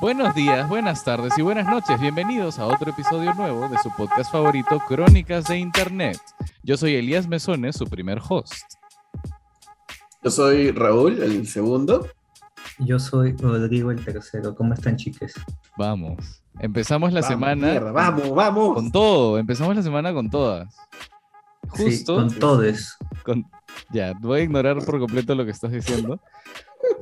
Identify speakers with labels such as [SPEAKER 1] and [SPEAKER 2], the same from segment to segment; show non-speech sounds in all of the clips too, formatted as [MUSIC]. [SPEAKER 1] Buenos días, buenas tardes y buenas noches. Bienvenidos a otro episodio nuevo de su podcast favorito, Crónicas de Internet. Yo soy Elías Mesones, su primer host.
[SPEAKER 2] Yo soy Raúl, el segundo.
[SPEAKER 3] Yo soy Rodrigo el tercero. ¿Cómo están, chiques?
[SPEAKER 1] Vamos. Empezamos la
[SPEAKER 2] Vamos,
[SPEAKER 1] semana
[SPEAKER 2] mierda, vamos, vamos.
[SPEAKER 1] con todo. Empezamos la semana con todas.
[SPEAKER 3] Sí,
[SPEAKER 1] Justo.
[SPEAKER 3] con todes.
[SPEAKER 1] con- Ya, voy a ignorar por completo lo que estás diciendo.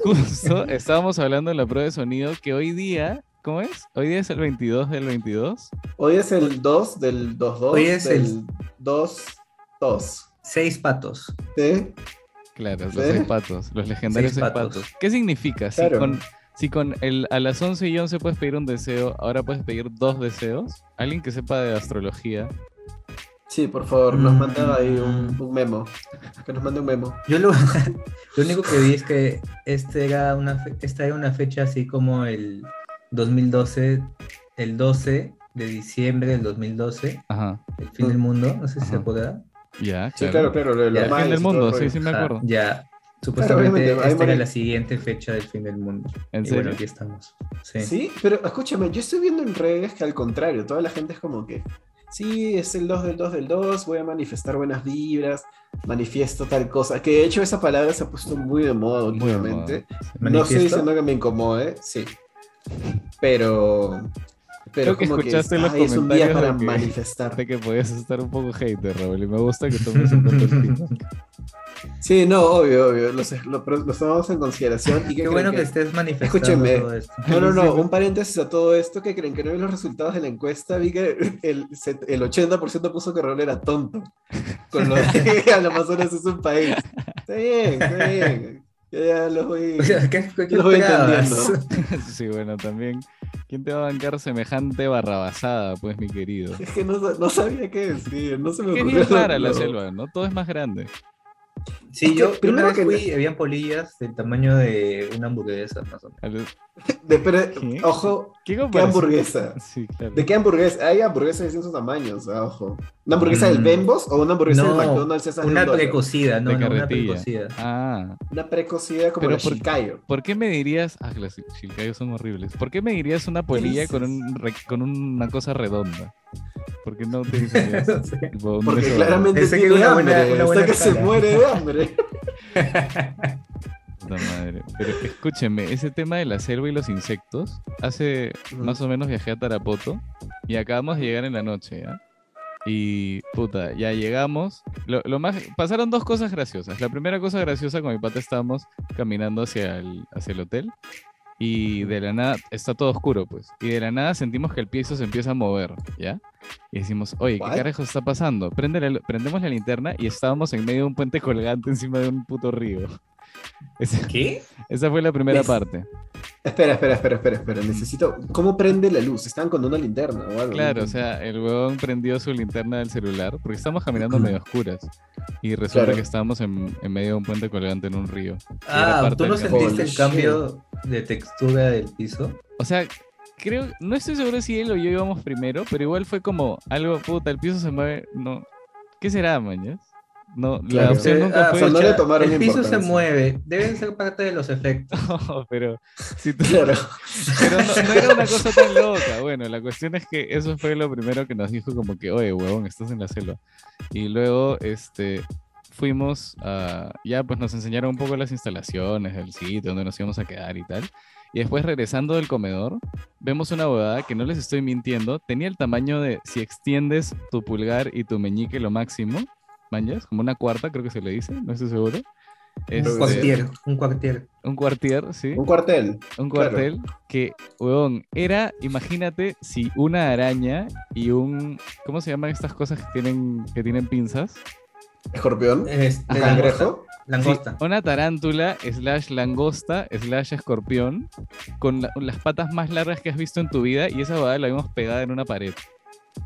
[SPEAKER 1] Justo estábamos hablando en la prueba de sonido que hoy día, ¿cómo es? Hoy día es el 22 del 22.
[SPEAKER 2] Hoy es el 2 del 2-2.
[SPEAKER 3] Hoy es
[SPEAKER 2] del
[SPEAKER 3] el-
[SPEAKER 2] 2-2.
[SPEAKER 3] Seis patos.
[SPEAKER 2] ¿Sí?
[SPEAKER 1] Claro, los
[SPEAKER 2] ¿Sí?
[SPEAKER 1] seis patos, los legendarios
[SPEAKER 3] Seis
[SPEAKER 1] seis patos.
[SPEAKER 3] patos.
[SPEAKER 1] ¿Qué significa? Si
[SPEAKER 2] Claro.
[SPEAKER 1] con, si con el, a las 11 y 11 puedes pedir un deseo, ahora puedes pedir dos deseos. Alguien que sepa de astrología.
[SPEAKER 2] Sí, por favor, nos
[SPEAKER 3] Mm.
[SPEAKER 2] manda ahí un, un memo. Que nos mande un memo.
[SPEAKER 3] Yo lo, [LAUGHS] lo único que vi es que este era una fe- esta era una fecha así como el 2012, el 12 de diciembre del 2012,
[SPEAKER 1] Ajá,
[SPEAKER 3] el fin del mundo, no sé si se
[SPEAKER 1] Ajá.
[SPEAKER 3] acuerda.
[SPEAKER 1] ya,
[SPEAKER 2] Sí,
[SPEAKER 1] claro.
[SPEAKER 2] claro, claro. lo de los
[SPEAKER 3] Ya,
[SPEAKER 1] El fin
[SPEAKER 2] mayas
[SPEAKER 1] del
[SPEAKER 2] y todo
[SPEAKER 1] mundo,
[SPEAKER 2] el
[SPEAKER 1] sí,
[SPEAKER 2] rollo.
[SPEAKER 1] sí me
[SPEAKER 3] Ajá,
[SPEAKER 1] acuerdo.
[SPEAKER 3] ya, supuestamente
[SPEAKER 2] obviamente, ahí
[SPEAKER 3] esta era
[SPEAKER 2] muere.
[SPEAKER 3] la siguiente fecha del fin del mundo.
[SPEAKER 1] ¿En
[SPEAKER 3] y
[SPEAKER 1] serio?
[SPEAKER 3] bueno, aquí estamos. Sí.
[SPEAKER 2] Sí, pero escúchame, yo estoy viendo en redes que al contrario, toda la gente es como que, sí, es el 2 del 2 del 2, voy a manifestar buenas vibras, manifiesto tal cosa, que de hecho esa palabra se ha puesto muy de moda
[SPEAKER 1] Muy de moda.
[SPEAKER 2] últimamente. No estoy
[SPEAKER 3] ¿Manifiesto?
[SPEAKER 2] diciendo que me incomode, sí, pero... Pero
[SPEAKER 1] Creo que
[SPEAKER 2] como
[SPEAKER 1] escuchaste
[SPEAKER 2] que,
[SPEAKER 1] los
[SPEAKER 2] "Ay, es un día
[SPEAKER 1] comentarios
[SPEAKER 2] para
[SPEAKER 1] de que-
[SPEAKER 2] manifestar.
[SPEAKER 1] Sé que podías estar un poco hater, Raúl, y me gusta que tomes en cuenta el feedback.
[SPEAKER 2] Sí, no, obvio, obvio, los, lo- los tomamos en consideración. Y
[SPEAKER 3] Qué bueno que, estés manifestando
[SPEAKER 2] Escúchenme.
[SPEAKER 3] todo esto.
[SPEAKER 2] No, no, no, un paréntesis a todo esto que creen que no vi los resultados de la encuesta, vi que el, set- el 80% puso que Raúl era tonto. Con
[SPEAKER 1] [LAUGHS]
[SPEAKER 2] lo de que [LAUGHS] el Amazonas es un país. Está bien, está bien. Ya, ya los voy.
[SPEAKER 3] O sea, [LAUGHS] ¿qué, qué- qué
[SPEAKER 2] Lo voy
[SPEAKER 3] esperabas?
[SPEAKER 2] entendiendo.
[SPEAKER 1] Sí, bueno, también. ¿Quién te va a bancar semejante barrabasada, pues, mi querido?
[SPEAKER 2] Es que no, sa- no sabía qué decir, no se me
[SPEAKER 1] Qué
[SPEAKER 2] ocurrió.
[SPEAKER 1] bien rara la
[SPEAKER 2] no.
[SPEAKER 1] selva, ¿no? Todo es más grande.
[SPEAKER 2] Es
[SPEAKER 3] Sí,
[SPEAKER 2] que
[SPEAKER 3] yo
[SPEAKER 2] primero
[SPEAKER 3] primero
[SPEAKER 2] que
[SPEAKER 3] que fui, habían polillas del tamaño de una hamburguesa, más o menos.
[SPEAKER 1] A lo-
[SPEAKER 2] De- pero,
[SPEAKER 1] ¿Qué?
[SPEAKER 2] ojo,
[SPEAKER 1] ¿Qué
[SPEAKER 2] ¿qué
[SPEAKER 1] comparación?
[SPEAKER 2] hamburguesa?
[SPEAKER 1] Sí, claro.
[SPEAKER 2] ¿De qué hamburguesa? Hay hamburguesas de distintos tamaños, ah, ojo. ¿Una hamburguesa del
[SPEAKER 3] Mm.
[SPEAKER 2] Bembos o una hamburguesa
[SPEAKER 3] No,
[SPEAKER 2] del McDonald's? esas de un
[SPEAKER 3] Una
[SPEAKER 2] dólar?
[SPEAKER 3] precocida, no,
[SPEAKER 1] De
[SPEAKER 3] no, una
[SPEAKER 1] carretilla.
[SPEAKER 2] [LAUGHS]
[SPEAKER 3] precocida.
[SPEAKER 1] Ah,
[SPEAKER 2] Una precocida como
[SPEAKER 1] Pero
[SPEAKER 2] la
[SPEAKER 1] por-
[SPEAKER 2] Chicayo.
[SPEAKER 1] ¿por qué me dirías... Ah, las chilcayos son horribles. ¿Por qué me dirías una polilla con, un re- con una cosa redonda? Porque no te dices
[SPEAKER 3] No sé.
[SPEAKER 2] Porque claramente
[SPEAKER 3] Pensé que
[SPEAKER 2] tiene
[SPEAKER 3] una
[SPEAKER 2] hambre,
[SPEAKER 3] buena- una buena
[SPEAKER 2] está que se
[SPEAKER 3] escala.
[SPEAKER 2] muere
[SPEAKER 3] [LAUGHS]
[SPEAKER 2] de hambre.
[SPEAKER 1] Puta madre. Pero escúchenme, ese tema de la selva y los insectos, hace
[SPEAKER 2] Ujú.
[SPEAKER 1] más o menos viajé a Tarapoto y acabamos de llegar en la noche, ¿ya? Y puta, ya llegamos. Lo, lo más, pasaron dos cosas graciosas. La primera cosa graciosa, con mi pata estábamos caminando hacia el, hacia el hotel y de la nada está todo oscuro, pues. Y de la nada sentimos que el piso se empieza a mover, ¿ya? Y decimos, oye, ¿qué
[SPEAKER 2] ¿What?
[SPEAKER 1] carajo está pasando? Prende la lu- prendemos la linterna y estábamos en medio de un puente colgante encima de un puto río. [LAUGHS] Esa,
[SPEAKER 3] ¿Qué?
[SPEAKER 1] esa fue la primera
[SPEAKER 2] ¿Ves?
[SPEAKER 1] parte.
[SPEAKER 2] Espera, espera, espera, espera, espera. Necesito. ¿Cómo prende la luz? Están con una linterna o algo.
[SPEAKER 1] Claro, o sea, el huevón prendió su linterna del celular porque estábamos caminando medio oscuras. Y resulta
[SPEAKER 2] Claro.
[SPEAKER 1] que estábamos en, en medio de un puente colgante en un río. Era
[SPEAKER 3] Ah,
[SPEAKER 1] parte
[SPEAKER 3] ¿tú no
[SPEAKER 1] del
[SPEAKER 3] sentiste
[SPEAKER 2] Holy
[SPEAKER 3] el cambio de textura del piso?
[SPEAKER 1] O sea, creo, no estoy seguro si él o yo íbamos primero, pero igual fue como algo, puta, el piso se mueve. No. ¿Qué será, mañas? No, la
[SPEAKER 2] Claro.
[SPEAKER 1] opción
[SPEAKER 3] Eh,
[SPEAKER 1] nunca
[SPEAKER 3] ah,
[SPEAKER 1] fue.
[SPEAKER 2] o sea, no le
[SPEAKER 3] pucha,
[SPEAKER 2] tomaron
[SPEAKER 3] el piso se
[SPEAKER 2] importancia.
[SPEAKER 3] mueve, deben ser parte de los efectos.
[SPEAKER 1] No, [LAUGHS] pero si tú-
[SPEAKER 2] [LAUGHS] Claro.
[SPEAKER 1] pero no, no era una cosa tan loca. Bueno, la cuestión es que eso fue lo primero que nos dijo como que, oye, huevón, estás en la selva. Y luego, este, fuimos a, ya pues nos enseñaron un poco las instalaciones, el sitio donde nos íbamos a quedar y tal. Y después regresando del comedor, vemos una huevada que no les estoy mintiendo, tenía el tamaño de, si extiendes tu pulgar y tu meñique lo máximo, manjas, como una cuarta creo que se le dice, no estoy seguro.
[SPEAKER 3] Un
[SPEAKER 1] Este,
[SPEAKER 3] cuartier, un cuartier.
[SPEAKER 1] un cuartier, sí
[SPEAKER 2] Un cuartel.
[SPEAKER 1] un
[SPEAKER 2] Claro.
[SPEAKER 1] cuartel que, weón, era, imagínate si una araña y un, ¿cómo se llaman estas cosas que tienen, que tienen pinzas?
[SPEAKER 2] Escorpión.
[SPEAKER 3] Este, langosta.
[SPEAKER 2] Cangrejo.
[SPEAKER 3] Langosta.
[SPEAKER 1] Sí, una tarántula, slash langosta, slash escorpión, con la- las patas más largas que has visto en tu vida y esa bada la vimos pegada en una pared.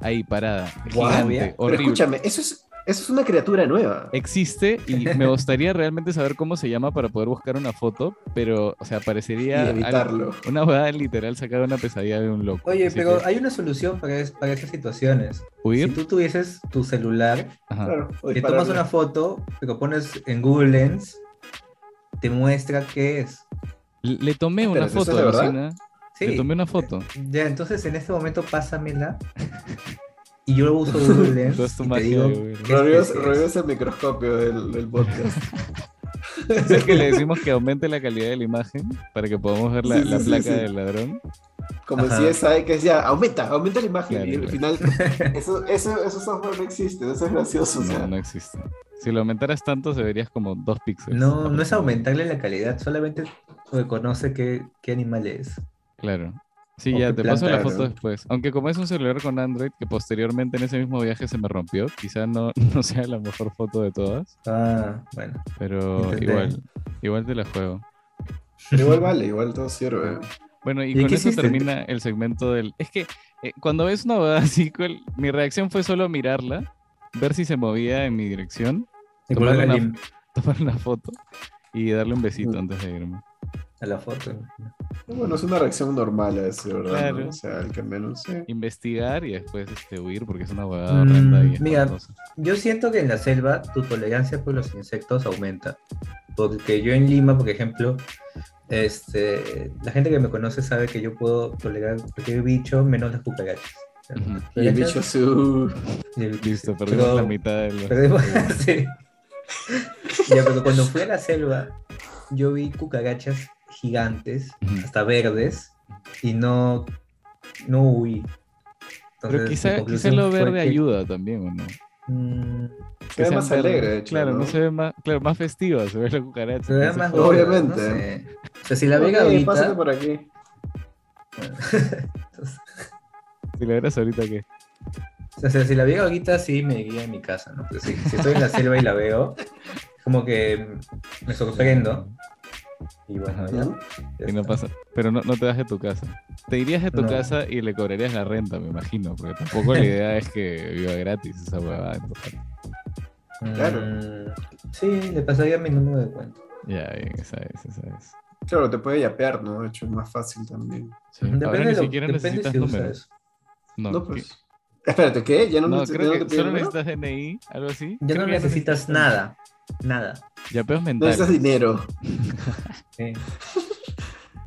[SPEAKER 1] Ahí, parada.
[SPEAKER 3] Guau, ya.
[SPEAKER 1] Gigante,
[SPEAKER 3] Pero
[SPEAKER 2] Pero
[SPEAKER 1] horrible.
[SPEAKER 2] escúchame, eso es, eso es una criatura nueva.
[SPEAKER 3] Eh,
[SPEAKER 1] Existe y me gustaría realmente saber cómo se llama para poder buscar una foto, pero, o sea,
[SPEAKER 2] Y
[SPEAKER 1] parecería algo-
[SPEAKER 2] evitarlo.
[SPEAKER 1] una bada literal sacada de una pesadilla de un loco.
[SPEAKER 3] Oye,
[SPEAKER 1] Así
[SPEAKER 3] pero
[SPEAKER 1] que,
[SPEAKER 3] hay una solución para, es- para esas situaciones.
[SPEAKER 1] ¿Huir?
[SPEAKER 3] Si tú tuvieses tu celular
[SPEAKER 1] Ajá.
[SPEAKER 2] Claro. o
[SPEAKER 3] Te ah. tomas
[SPEAKER 2] dispararle.
[SPEAKER 3] una foto, te lo pones en Google Lens, te muestra qué es.
[SPEAKER 1] Le tomé una
[SPEAKER 2] Espérate, ¿eso es
[SPEAKER 1] foto,
[SPEAKER 2] de verdad?
[SPEAKER 1] alucina. Te tomé una foto.
[SPEAKER 3] Ya, entonces en este momento pásamela. Y yo uso
[SPEAKER 1] [LAUGHS]
[SPEAKER 3] Google Lens.
[SPEAKER 1] Entonces tu
[SPEAKER 3] y te
[SPEAKER 1] magia,
[SPEAKER 3] digo
[SPEAKER 1] güey.
[SPEAKER 3] qué
[SPEAKER 2] Rodrigo,
[SPEAKER 3] especie es.
[SPEAKER 2] Rodrigo es el microscopio del, del podcast.
[SPEAKER 1] [LAUGHS] Es el que le decimos que aumente la calidad de la imagen para que podamos ver la,
[SPEAKER 2] Sí, sí,
[SPEAKER 1] la
[SPEAKER 2] sí,
[SPEAKER 1] placa
[SPEAKER 2] sí.
[SPEAKER 1] del ladrón.
[SPEAKER 2] Como
[SPEAKER 3] Ajá.
[SPEAKER 2] si es ahí que es ya, aumenta, aumenta la imagen.
[SPEAKER 1] Claro,
[SPEAKER 2] y al
[SPEAKER 3] [LAUGHS]
[SPEAKER 2] final, eso, eso, eso software no existe, eso es gracioso. o sea.
[SPEAKER 1] No, no existe. Si lo aumentaras tanto, se verías como dos píxeles.
[SPEAKER 3] No, no es aumentarle la calidad, solamente reconoce qué, qué animal es.
[SPEAKER 1] Claro. Sí,
[SPEAKER 3] O
[SPEAKER 1] ya,
[SPEAKER 3] qué
[SPEAKER 1] te paso la
[SPEAKER 3] planta,
[SPEAKER 1] foto
[SPEAKER 3] ¿no?
[SPEAKER 1] después. Aunque como es un celular con Android, que posteriormente en ese mismo viaje se me rompió, quizá no, [LAUGHS] no sea la mejor foto de todas,
[SPEAKER 3] Ah, bueno.
[SPEAKER 1] pero
[SPEAKER 3] Intenté.
[SPEAKER 1] Oh, igual, igual te la juego.
[SPEAKER 2] Igual vale, igual todo sirve.
[SPEAKER 1] Bueno, y,
[SPEAKER 3] ¿Y
[SPEAKER 1] con
[SPEAKER 3] qué
[SPEAKER 1] eso
[SPEAKER 3] hiciste?
[SPEAKER 1] termina el segmento del... Es que eh, cuando ves una boda así, cual- mi reacción fue solo mirarla, ver si se movía en mi dirección, [LAUGHS]
[SPEAKER 3] Y
[SPEAKER 1] Tomar
[SPEAKER 3] ponerla
[SPEAKER 1] una-
[SPEAKER 3] lim-
[SPEAKER 1] tomar una foto y darle un besito
[SPEAKER 2] Mm.
[SPEAKER 1] antes de irme.
[SPEAKER 3] a la foto.
[SPEAKER 2] Bueno, es una reacción normal a veces, ¿verdad?
[SPEAKER 1] Claro.
[SPEAKER 2] ¿No? O sea, el que menos. sí.
[SPEAKER 1] Investigar y después este, huir porque es una boda
[SPEAKER 3] Mm,
[SPEAKER 1] horrenda y
[SPEAKER 3] mira.
[SPEAKER 1] espantosa.
[SPEAKER 3] Yo siento que en la selva tu tolerancia por los insectos aumenta. Porque yo en Lima, por ejemplo, este, la gente que me conoce sabe que yo puedo tolerar cualquier bicho menos las cucarachas.
[SPEAKER 1] Ujú.
[SPEAKER 2] Y el bicho su.
[SPEAKER 3] Y el-
[SPEAKER 1] Listo,
[SPEAKER 3] pero-
[SPEAKER 1] perdimos la mitad de los...
[SPEAKER 3] Perdemos, [LAUGHS] sí. Ya, pero cuando fui a la selva, yo vi cucarachas gigantes,
[SPEAKER 1] Ujú.
[SPEAKER 3] hasta verdes, y no, no huí.
[SPEAKER 1] Pero
[SPEAKER 3] Entonces, mi
[SPEAKER 1] quizá, quizá
[SPEAKER 3] conclusión
[SPEAKER 1] lo
[SPEAKER 3] fue
[SPEAKER 1] verde
[SPEAKER 3] que,
[SPEAKER 1] ayuda también, ¿o no?
[SPEAKER 3] mm,
[SPEAKER 2] Se ve
[SPEAKER 1] sean
[SPEAKER 2] más
[SPEAKER 1] verdes.
[SPEAKER 2] alegre, de hecho,
[SPEAKER 1] Claro, ¿no?
[SPEAKER 2] ¿no?
[SPEAKER 1] se ve más, claro, más festiva, se ve la cucaracha.
[SPEAKER 3] se vea
[SPEAKER 1] entonces-
[SPEAKER 3] más
[SPEAKER 2] fue.
[SPEAKER 3] gorda,
[SPEAKER 2] Obviamente.
[SPEAKER 3] no sé. O sea, si la vega
[SPEAKER 2] Ok,
[SPEAKER 3] ahorita,
[SPEAKER 2] Pásate por aquí.
[SPEAKER 3] entonces,
[SPEAKER 1] Si la verás ahorita, ¿qué?
[SPEAKER 3] o sea, si la vega ahorita sí me guía en mi casa, ¿no? Pero si, si
[SPEAKER 2] [LAUGHS]
[SPEAKER 3] estoy en la selva y la veo, como que me sorprendo. Y bueno, ya.
[SPEAKER 2] ¿no?
[SPEAKER 3] ya
[SPEAKER 1] Y no
[SPEAKER 3] está.
[SPEAKER 1] pasa. Pero no, no te vas de tu casa. Te irías de tu
[SPEAKER 3] No.
[SPEAKER 1] casa y le cobrarías la renta, me imagino, porque tampoco la idea es que viva gratis esa huevada. entonces.
[SPEAKER 2] Claro.
[SPEAKER 3] Mm, sí, le pasaría mi número de cuenta.
[SPEAKER 1] Ya, bien, esa es, esa es.
[SPEAKER 2] Claro, te puede yapear, ¿no? De hecho, es más fácil también.
[SPEAKER 1] Sí. Ahora
[SPEAKER 3] Depende,
[SPEAKER 1] ni
[SPEAKER 3] de lo-
[SPEAKER 1] siquiera
[SPEAKER 3] depende
[SPEAKER 1] necesitas
[SPEAKER 3] si
[SPEAKER 1] números.
[SPEAKER 3] usas.
[SPEAKER 1] No,
[SPEAKER 2] No,
[SPEAKER 1] que-
[SPEAKER 2] pues. Espérate, ¿qué? ¿Ya no,
[SPEAKER 1] no,
[SPEAKER 2] te- ya
[SPEAKER 1] creo
[SPEAKER 2] no te
[SPEAKER 1] que
[SPEAKER 2] piden
[SPEAKER 1] solo
[SPEAKER 2] número?
[SPEAKER 1] necesitas DNI, algo así.
[SPEAKER 3] Ya no necesitas nada. Nada.
[SPEAKER 1] Ya peos
[SPEAKER 2] No necesitas
[SPEAKER 1] mentales.
[SPEAKER 2] dinero.
[SPEAKER 3] Sí.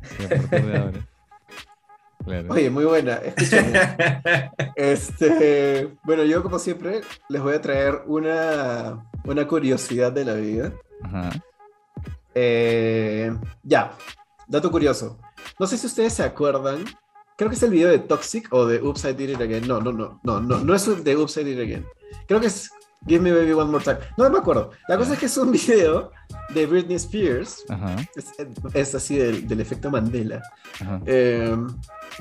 [SPEAKER 1] sí, a partir de ahora. Claro.
[SPEAKER 2] Oye, muy buena.
[SPEAKER 3] [LAUGHS]
[SPEAKER 2] Escúchame. Este, bueno, yo como siempre les voy a traer una, una curiosidad de la vida.
[SPEAKER 1] Ajá.
[SPEAKER 2] Eh, ya, dato curioso. No sé si ustedes se acuerdan, creo que es el video de Toxic o de Oops, I Did It Again. No, no, no, no, no, no es de Oops, I Did It Again. Creo que es Give Me Baby One More Time. No me acuerdo. La cosa es que es un video de Britney Spears.
[SPEAKER 1] Ajá.
[SPEAKER 2] Es, es así del- del efecto Mandela.
[SPEAKER 1] Ajá.
[SPEAKER 2] Eh,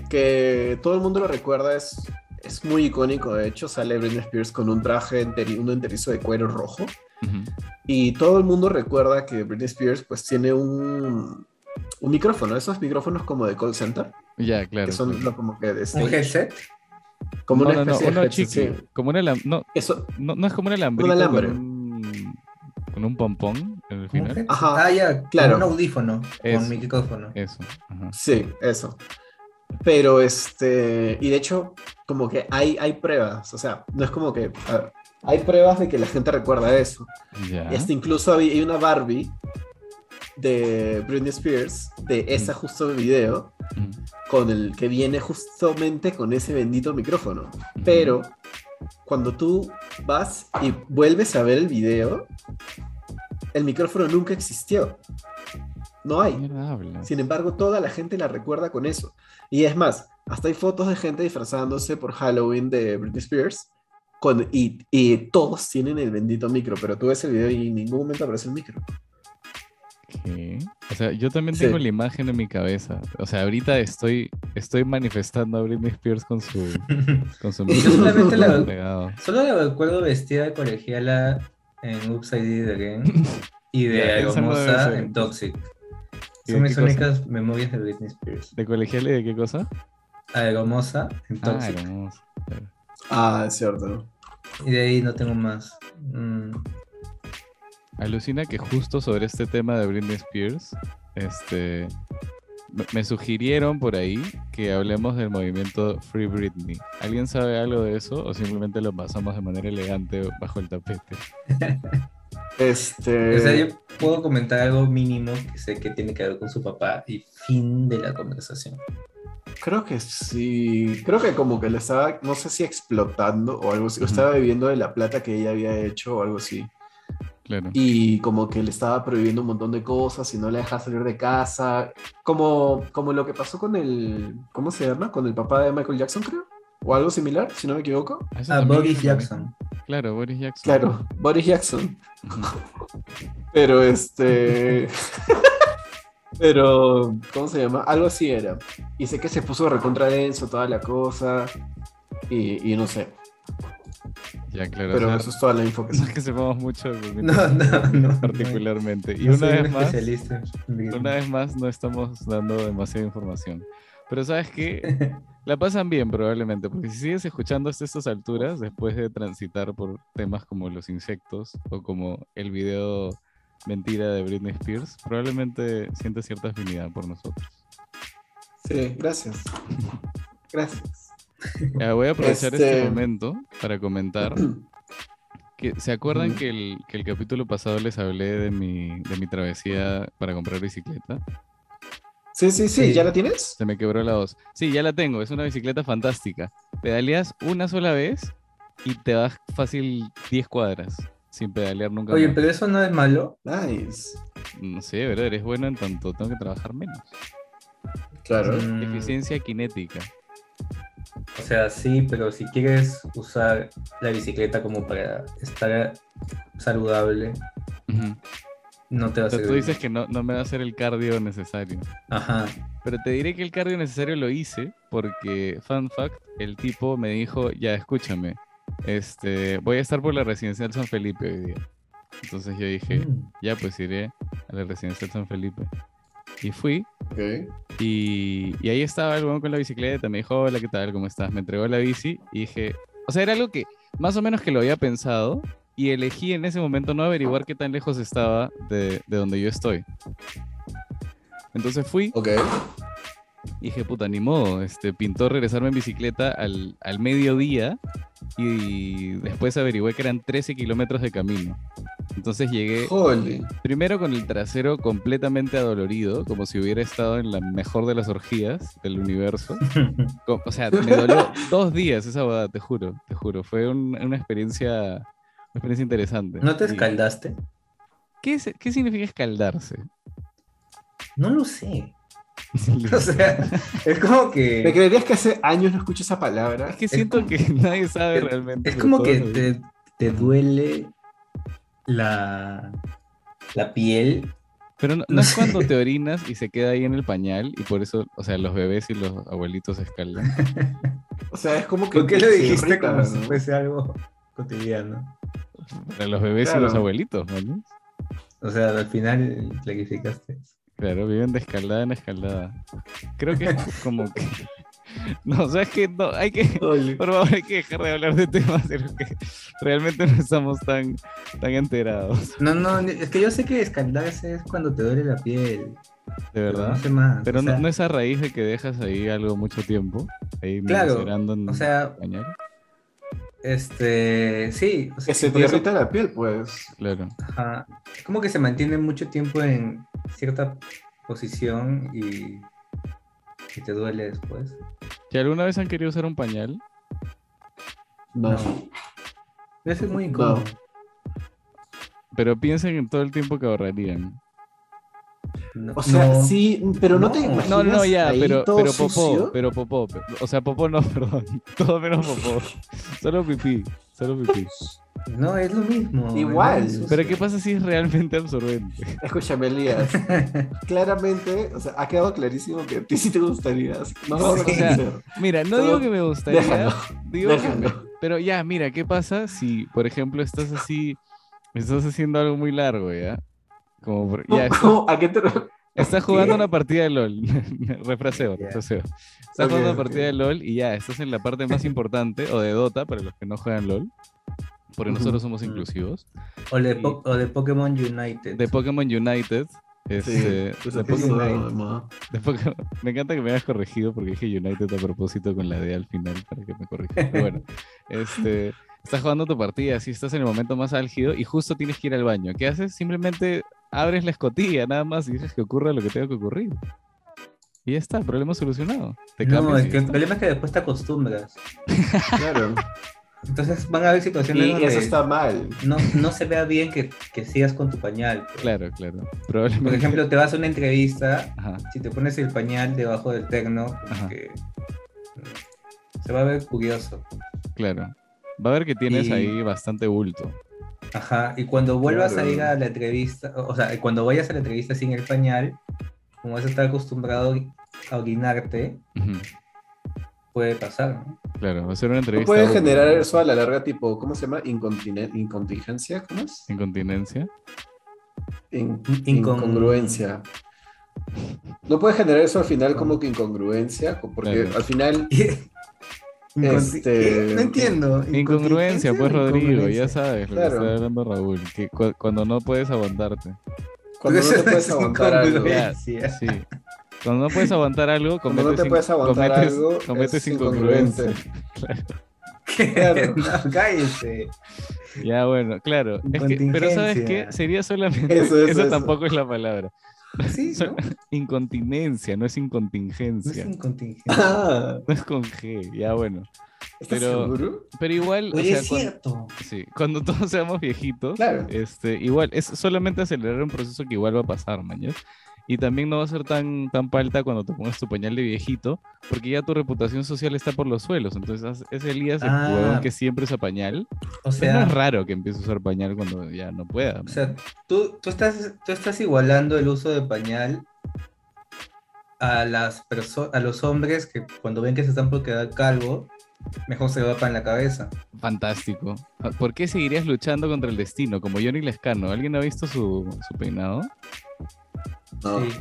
[SPEAKER 2] que todo el mundo lo recuerda, es, es muy icónico. De hecho, sale Britney Spears con un traje, enteri- un enterizo de cuero rojo.
[SPEAKER 1] Ujú.
[SPEAKER 2] Y todo el mundo recuerda que Britney Spears pues tiene un, un micrófono, esos micrófonos como de call center,
[SPEAKER 1] Ya, claro.
[SPEAKER 2] que son
[SPEAKER 1] claro.
[SPEAKER 2] lo como que de
[SPEAKER 3] [LAUGHS] ¿Un
[SPEAKER 2] stage,
[SPEAKER 3] headset?
[SPEAKER 2] como
[SPEAKER 1] no,
[SPEAKER 2] una
[SPEAKER 1] no, no,
[SPEAKER 2] especie de
[SPEAKER 1] uno
[SPEAKER 2] headset,
[SPEAKER 1] chicle.
[SPEAKER 2] sí.
[SPEAKER 1] Como una lam- no,
[SPEAKER 2] Eso,
[SPEAKER 1] no, no es como un alambrito
[SPEAKER 2] alambre.
[SPEAKER 1] con un, con un pompón en el
[SPEAKER 3] ¿Un headset?
[SPEAKER 1] final.
[SPEAKER 2] Ajá,
[SPEAKER 3] Ah, ya.
[SPEAKER 2] claro.
[SPEAKER 3] Claro. Un audífono.
[SPEAKER 1] Eso.
[SPEAKER 3] Con micrófono.
[SPEAKER 1] Eso. Ajá.
[SPEAKER 2] Sí, eso. Pero este, y de hecho, como que hay, hay pruebas, o sea, no es como que, a ver, hay pruebas de que la gente recuerda eso.
[SPEAKER 1] Ya.
[SPEAKER 2] Y hasta Este, incluso había, hay una Barbie de Britney Spears, de esa
[SPEAKER 1] Mm.
[SPEAKER 2] justo video,
[SPEAKER 1] Ujú.
[SPEAKER 2] con el que viene justamente con ese bendito micrófono.
[SPEAKER 1] Ujú.
[SPEAKER 2] Pero cuando tú vas y vuelves a ver el video, el micrófono nunca existió. No hay.
[SPEAKER 1] Mierda habla.
[SPEAKER 2] Sin embargo, toda la gente la recuerda con eso. Y es más, hasta hay fotos de gente disfrazándose por Halloween de Britney Spears. Con, y, y todos tienen el bendito micro, pero tú ves el video y en ningún momento aparece el micro.
[SPEAKER 1] ¿Qué? O sea, yo también
[SPEAKER 2] Sí.
[SPEAKER 1] tengo la imagen en mi cabeza. O sea, ahorita estoy, estoy manifestando a Britney Spears con su,
[SPEAKER 3] [LAUGHS]
[SPEAKER 1] con
[SPEAKER 2] [LAUGHS]
[SPEAKER 1] su
[SPEAKER 3] yo solamente la-
[SPEAKER 1] pegado.
[SPEAKER 3] Solo la recuerdo vestida de colegiala en Oops, I Did It Again. Y
[SPEAKER 1] [LAUGHS]
[SPEAKER 3] de
[SPEAKER 1] Ya, esa no debe ser.
[SPEAKER 3] hermosa en Toxic.
[SPEAKER 1] ¿Y de qué
[SPEAKER 3] Son mis
[SPEAKER 1] cosa?
[SPEAKER 3] únicas memorias de Britney Spears.
[SPEAKER 1] ¿De colegial y de qué cosa?
[SPEAKER 3] Aeromosa en
[SPEAKER 1] Ah,
[SPEAKER 3] Toxic.
[SPEAKER 1] hermoso.
[SPEAKER 2] Ah, es cierto.
[SPEAKER 3] y de ahí no tengo más. Mm,
[SPEAKER 1] Alucina que justo sobre este tema de Britney Spears, este, me- me sugirieron por ahí que hablemos del movimiento Free Britney. ¿Alguien sabe algo de eso o simplemente lo pasamos de manera elegante bajo el tapete?
[SPEAKER 2] Este.
[SPEAKER 3] O sea,
[SPEAKER 1] Eh.
[SPEAKER 3] yo puedo comentar algo mínimo que sé que tiene que ver con su papá y fin de la conversación.
[SPEAKER 2] Creo que sí. Creo que como que la estaba, no sé si explotando o algo así. O estaba viviendo de la plata que ella había hecho o algo así.
[SPEAKER 1] Claro.
[SPEAKER 2] Y como que le estaba prohibiendo un montón de cosas y no la dejaba salir de casa. Como, como lo que pasó con el. ¿Cómo se llama? Con el papá de Michael Jackson, creo. O algo similar, si no me equivoco.
[SPEAKER 1] Eso
[SPEAKER 3] Ah,
[SPEAKER 1] también
[SPEAKER 3] Boris
[SPEAKER 1] hizo lo mismo.
[SPEAKER 3] Jackson.
[SPEAKER 1] Claro, Boris Jackson.
[SPEAKER 2] Claro, Boris [LAUGHS] Jackson.
[SPEAKER 1] Ujú.
[SPEAKER 2] Pero este. [LAUGHS] Pero, ¿cómo se llama? Algo así era. Y sé que se puso recontra denso toda la cosa. Y, y no sé.
[SPEAKER 1] Ya, claro. o
[SPEAKER 2] Pero
[SPEAKER 1] sea,
[SPEAKER 2] eso es toda la info que
[SPEAKER 1] [LAUGHS]
[SPEAKER 2] sé.
[SPEAKER 1] no es que sepamos mucho de Burmito
[SPEAKER 3] No, no, no.
[SPEAKER 1] particularmente. Y
[SPEAKER 3] No
[SPEAKER 1] una
[SPEAKER 3] soy un
[SPEAKER 1] vez más,
[SPEAKER 3] especialista en
[SPEAKER 1] una vez más, no estamos dando demasiada información. Pero sabes que la pasan bien probablemente, porque si sigues escuchando hasta estas alturas, después de transitar por temas como los insectos o como el video mentira de Britney Spears, probablemente sientes cierta afinidad por nosotros.
[SPEAKER 2] Sí, gracias. [LAUGHS] Gracias.
[SPEAKER 1] Ya, voy a aprovechar este...
[SPEAKER 2] Este-
[SPEAKER 1] momento para comentar. Que, ¿Se acuerdan que, el, que el capítulo pasado les hablé de mi, de mi travesía para comprar bicicleta?
[SPEAKER 2] Sí, sí, sí.
[SPEAKER 3] Sí.
[SPEAKER 2] ¿Ya la tienes?
[SPEAKER 1] Se me quebró la voz. Sí, ya la tengo. Es una bicicleta fantástica. Pedaleas una sola vez y te vas fácil 10 cuadras sin pedalear nunca
[SPEAKER 3] [LAUGHS] Oye,
[SPEAKER 1] más.
[SPEAKER 3] pero eso no es malo.
[SPEAKER 2] Nice.
[SPEAKER 1] No sé, verdad eres bueno en tanto. Tengo que trabajar menos.
[SPEAKER 2] Claro.
[SPEAKER 3] Mm,
[SPEAKER 1] Eficiencia cinética.
[SPEAKER 3] O sea, sí, pero si quieres usar la bicicleta como para estar saludable,
[SPEAKER 1] Ujú.
[SPEAKER 3] no te va
[SPEAKER 1] O
[SPEAKER 3] a
[SPEAKER 1] sea,
[SPEAKER 3] servir.
[SPEAKER 1] tú dices que no, no me va a hacer el cardio necesario.
[SPEAKER 3] Ajá.
[SPEAKER 1] Pero te diré que el cardio necesario lo hice porque, fun fact, el tipo me dijo, ya escúchame, este, voy a estar por la residencial San Felipe hoy día. Entonces yo dije,
[SPEAKER 3] Mm.
[SPEAKER 1] ya pues iré a la residencial San Felipe. Y fui
[SPEAKER 2] Ok.
[SPEAKER 1] y, y ahí estaba el weón con la bicicleta, me dijo, hola, ¿qué tal? ¿Cómo estás? Me entregó la bici y dije, o sea, era algo que más o menos que lo había pensado y elegí en ese momento no averiguar qué tan lejos estaba de, de donde yo estoy. Entonces fui
[SPEAKER 2] Ok.
[SPEAKER 1] y dije, puta, ni modo. Este, pintó regresarme en bicicleta al, al mediodía y después averigüé que eran 13 kilómetros de camino. Entonces llegué
[SPEAKER 2] Holy.
[SPEAKER 1] primero con el trasero completamente adolorido, como si hubiera estado en la mejor de las orgías del universo. Co- O sea, me
[SPEAKER 3] [LAUGHS]
[SPEAKER 1] dolió dos días esa boda, te juro, te juro. Fue un- una experiencia, una experiencia interesante.
[SPEAKER 3] [LAUGHS] ¿No te
[SPEAKER 1] Y-
[SPEAKER 3] escaldaste?
[SPEAKER 1] ¿Qué, se- ¿Qué significa
[SPEAKER 3] [LAUGHS]
[SPEAKER 1] escaldarse? [LAUGHS]
[SPEAKER 3] No lo sé. O sea, es como
[SPEAKER 2] ¿Me
[SPEAKER 3] que.
[SPEAKER 2] creerías que hace años no escucho esa palabra?
[SPEAKER 1] es que siento
[SPEAKER 3] como-
[SPEAKER 1] que nadie sabe realmente.
[SPEAKER 3] Es
[SPEAKER 1] pero
[SPEAKER 3] como
[SPEAKER 1] todos
[SPEAKER 3] que
[SPEAKER 1] lo
[SPEAKER 3] te, te duele la, la piel.
[SPEAKER 1] [LAUGHS] Pero no,
[SPEAKER 3] No
[SPEAKER 1] no es
[SPEAKER 3] [LAUGHS] sé.
[SPEAKER 1] cuando te orinas y se queda ahí en el pañal y por eso, o sea, los bebés y los abuelitos se escaldan.
[SPEAKER 2] O sea, es como que.
[SPEAKER 3] ¿Por qué lo
[SPEAKER 2] se
[SPEAKER 3] dijiste
[SPEAKER 2] irrita,
[SPEAKER 3] como
[SPEAKER 2] ¿no?
[SPEAKER 3] si fuese algo cotidiano?
[SPEAKER 1] Para los bebés y los
[SPEAKER 2] Claro.
[SPEAKER 1] abuelitos, ¿no?
[SPEAKER 3] O sea, al final clarificaste.
[SPEAKER 1] Claro, viven de escaldada en escaldada. Creo que es como que... [LAUGHS] No, o sea, es que no, hay que...
[SPEAKER 2] [LAUGHS] Holy.
[SPEAKER 1] Por favor, hay que dejar de hablar de temas de los que realmente no estamos tan, tan enterados,
[SPEAKER 3] No, no, es que yo sé que escaldarse es cuando te duele la piel.
[SPEAKER 1] de
[SPEAKER 3] pero
[SPEAKER 1] verdad.
[SPEAKER 3] No sé más.
[SPEAKER 1] Pero
[SPEAKER 3] o
[SPEAKER 1] no,
[SPEAKER 3] sea,
[SPEAKER 1] no es a raíz de que dejas ahí algo mucho tiempo, ahí
[SPEAKER 3] Claro,
[SPEAKER 1] macerando en
[SPEAKER 3] O sea,
[SPEAKER 1] el pañal.
[SPEAKER 3] este. Sí. O sea,
[SPEAKER 2] Que se
[SPEAKER 3] por
[SPEAKER 2] te
[SPEAKER 3] eso-
[SPEAKER 2] irrita la piel, pues.
[SPEAKER 1] Claro.
[SPEAKER 3] Ajá. Es como que se mantiene mucho tiempo en cierta posición y, y te duele después.
[SPEAKER 1] ¿Que alguna vez han querido usar un pañal?
[SPEAKER 2] No.
[SPEAKER 3] Eso es muy incómodo.
[SPEAKER 1] Pero piensen en todo el tiempo que ahorrarían.
[SPEAKER 3] No,
[SPEAKER 2] O sea,
[SPEAKER 3] no.
[SPEAKER 2] sí, pero no, te
[SPEAKER 3] No.
[SPEAKER 2] imaginas.
[SPEAKER 1] No, no, ya,
[SPEAKER 2] ahí
[SPEAKER 1] pero,
[SPEAKER 2] todo
[SPEAKER 1] pero popó,
[SPEAKER 2] sucio?
[SPEAKER 1] pero popó. pe- O sea, popó no, [LAUGHS] perdón. Todo menos popó. Solo pipí, solo pipí.
[SPEAKER 3] No, es lo mismo.
[SPEAKER 2] Igual.
[SPEAKER 3] es sucio.
[SPEAKER 1] Pero ¿qué pasa si es realmente absorbente?
[SPEAKER 2] Escúchame, Elías. Claramente, o sea, ha quedado clarísimo que a ti sí te gustaría. así que No vamos a
[SPEAKER 1] Sí. O sea,
[SPEAKER 2] convencer.
[SPEAKER 1] Mira, no
[SPEAKER 2] Solo-
[SPEAKER 1] digo que me gustaría.
[SPEAKER 2] déjalo,
[SPEAKER 1] digo que-
[SPEAKER 2] déjalo.
[SPEAKER 1] pero ya, mira, ¿qué pasa si, por ejemplo, estás así, estás haciendo algo muy largo, ya? Como por-
[SPEAKER 2] [LAUGHS]
[SPEAKER 1] ya, estás,
[SPEAKER 2] ¿Cómo? ¿A qué te re-
[SPEAKER 1] estás jugando una partida de LOL. [LAUGHS] refraseo,
[SPEAKER 3] Ya.
[SPEAKER 1] refraseo. Estás
[SPEAKER 2] Ok,
[SPEAKER 1] jugando una
[SPEAKER 2] ok.
[SPEAKER 1] partida de LOL y ya, estás en la parte más importante, o de Dota, para los que no juegan LOL. Porque
[SPEAKER 2] Ujú.
[SPEAKER 1] nosotros somos
[SPEAKER 3] Mm.
[SPEAKER 1] inclusivos.
[SPEAKER 3] O de, po- o de Pokémon United.
[SPEAKER 1] de Pokémon United. este,
[SPEAKER 2] Sí, pues
[SPEAKER 1] de
[SPEAKER 2] a ti sí,
[SPEAKER 1] Pokémon-
[SPEAKER 2] no, no.
[SPEAKER 1] de Pokémon- me encanta que [LAUGHS] me hayas corregido porque dije United a propósito con la D al final para que me corrijas. Pero
[SPEAKER 3] [LAUGHS]
[SPEAKER 1] bueno, este, estás jugando tu partida, si estás en el momento más álgido y justo tienes que ir al baño. ¿Qué haces? Simplemente abres la escotilla nada más y dejas que ocurra lo que tenga que ocurrir. Y ya está, problema solucionado. Te
[SPEAKER 3] No,
[SPEAKER 1] cambias
[SPEAKER 3] es
[SPEAKER 1] y
[SPEAKER 3] que el
[SPEAKER 1] ya
[SPEAKER 3] problema es que después te acostumbras.
[SPEAKER 2] Claro.
[SPEAKER 3] Entonces van a haber situaciones
[SPEAKER 2] Y
[SPEAKER 3] donde
[SPEAKER 2] eso está mal.
[SPEAKER 3] no, no se vea bien que, que sigas con tu pañal.
[SPEAKER 1] está.
[SPEAKER 3] pues.
[SPEAKER 1] Claro, claro.
[SPEAKER 3] Por
[SPEAKER 1] Probablemente.
[SPEAKER 3] ejemplo, te vas a una entrevista,
[SPEAKER 1] [LAUGHS] Ajá.
[SPEAKER 3] si te pones el pañal debajo del tecno, como
[SPEAKER 1] Ajá.
[SPEAKER 3] que, mm, se va a ver curioso.
[SPEAKER 1] Claro. Va a ver que tienes
[SPEAKER 3] Y-
[SPEAKER 1] ahí bastante bulto.
[SPEAKER 3] Ajá, y cuando vuelvas
[SPEAKER 2] Claro.
[SPEAKER 3] a ir a la entrevista, o o sea, cuando vayas a la entrevista sin el pañal, como vas a estar acostumbrado a orinarte,
[SPEAKER 1] Ujú.
[SPEAKER 3] puede pasar, ¿no? [LAUGHS]
[SPEAKER 1] Claro, va a ser una
[SPEAKER 2] No
[SPEAKER 1] entrevista.
[SPEAKER 2] puede
[SPEAKER 1] u-
[SPEAKER 2] generar eso a la larga, tipo, ¿cómo se llama? Incontinen- incontingencia, ¿cómo es?
[SPEAKER 1] Incontinencia.
[SPEAKER 2] In-
[SPEAKER 3] Incon-
[SPEAKER 2] incongruencia. No puede generar eso al final como que incongruencia, co- porque
[SPEAKER 1] Claro.
[SPEAKER 2] al final
[SPEAKER 3] Inconti-
[SPEAKER 2] Este-
[SPEAKER 3] No entiendo.
[SPEAKER 1] Incongruencia, pues Rodrigo, ya
[SPEAKER 3] Incongruencia.
[SPEAKER 1] sabes lo
[SPEAKER 2] Claro.
[SPEAKER 1] que está hablando Raúl, que cu- cuando no puedes aguantarte.
[SPEAKER 2] cuando no
[SPEAKER 3] Eso
[SPEAKER 2] te puedes
[SPEAKER 3] es
[SPEAKER 2] aguantar algo,
[SPEAKER 3] incongruencia.
[SPEAKER 1] Sí. Cuando no puedes aguantar algo,
[SPEAKER 2] cuando
[SPEAKER 1] cometes,
[SPEAKER 2] no te
[SPEAKER 1] in-
[SPEAKER 2] puedes aguantar
[SPEAKER 1] cometes-
[SPEAKER 2] algo,
[SPEAKER 1] cometes
[SPEAKER 2] es
[SPEAKER 1] incongruencia.
[SPEAKER 2] incongruente.
[SPEAKER 1] [LAUGHS]
[SPEAKER 2] Claro.
[SPEAKER 3] No, cállese.
[SPEAKER 1] Ya, bueno, claro. Es que- pero ¿sabes qué?
[SPEAKER 3] Contingencia.
[SPEAKER 1] Sería solamente...
[SPEAKER 2] Eso,
[SPEAKER 1] [LAUGHS]
[SPEAKER 2] eso, eso.
[SPEAKER 1] tampoco es la palabra.
[SPEAKER 3] Sí,
[SPEAKER 1] Son-
[SPEAKER 3] ¿no?
[SPEAKER 1] Incontinencia, no es
[SPEAKER 3] No es
[SPEAKER 1] incontingencia.
[SPEAKER 3] incontingencia.
[SPEAKER 2] Ah,
[SPEAKER 1] No es con G, ya bueno.
[SPEAKER 2] ¿estás
[SPEAKER 1] Pero-
[SPEAKER 2] seguro?
[SPEAKER 1] Pero igual, o
[SPEAKER 3] Oye,
[SPEAKER 1] sea,
[SPEAKER 3] es
[SPEAKER 2] eh.
[SPEAKER 1] cuando,
[SPEAKER 3] cierto.
[SPEAKER 1] sí, cuando todos seamos viejitos,
[SPEAKER 2] Claro.
[SPEAKER 1] este, igual, es solamente acelerar un proceso que igual va a pasar, mañana. Y también no va a ser tan, tan palta cuando te pongas tu pañal de viejito, porque ya tu reputación social está por los suelos. Entonces, haz- es Elías el
[SPEAKER 3] Ah.
[SPEAKER 1] huevón que siempre usa pañal.
[SPEAKER 3] O
[SPEAKER 1] no [LAUGHS] es
[SPEAKER 3] sea,
[SPEAKER 1] raro que empiece a usar pañal cuando ya no pueda.
[SPEAKER 3] o
[SPEAKER 1] man.
[SPEAKER 3] sea tú, tú, estás, tú estás igualando el uso de pañal a, las perso- a los hombres que cuando ven que se están por quedar calvo, mejor se van en la cabeza.
[SPEAKER 1] Fantástico. ¿Por qué seguirías luchando contra el destino? Como Johnny Lescano. ¿Alguien ha visto su, su peinado? Ah.
[SPEAKER 2] No.
[SPEAKER 3] Sí.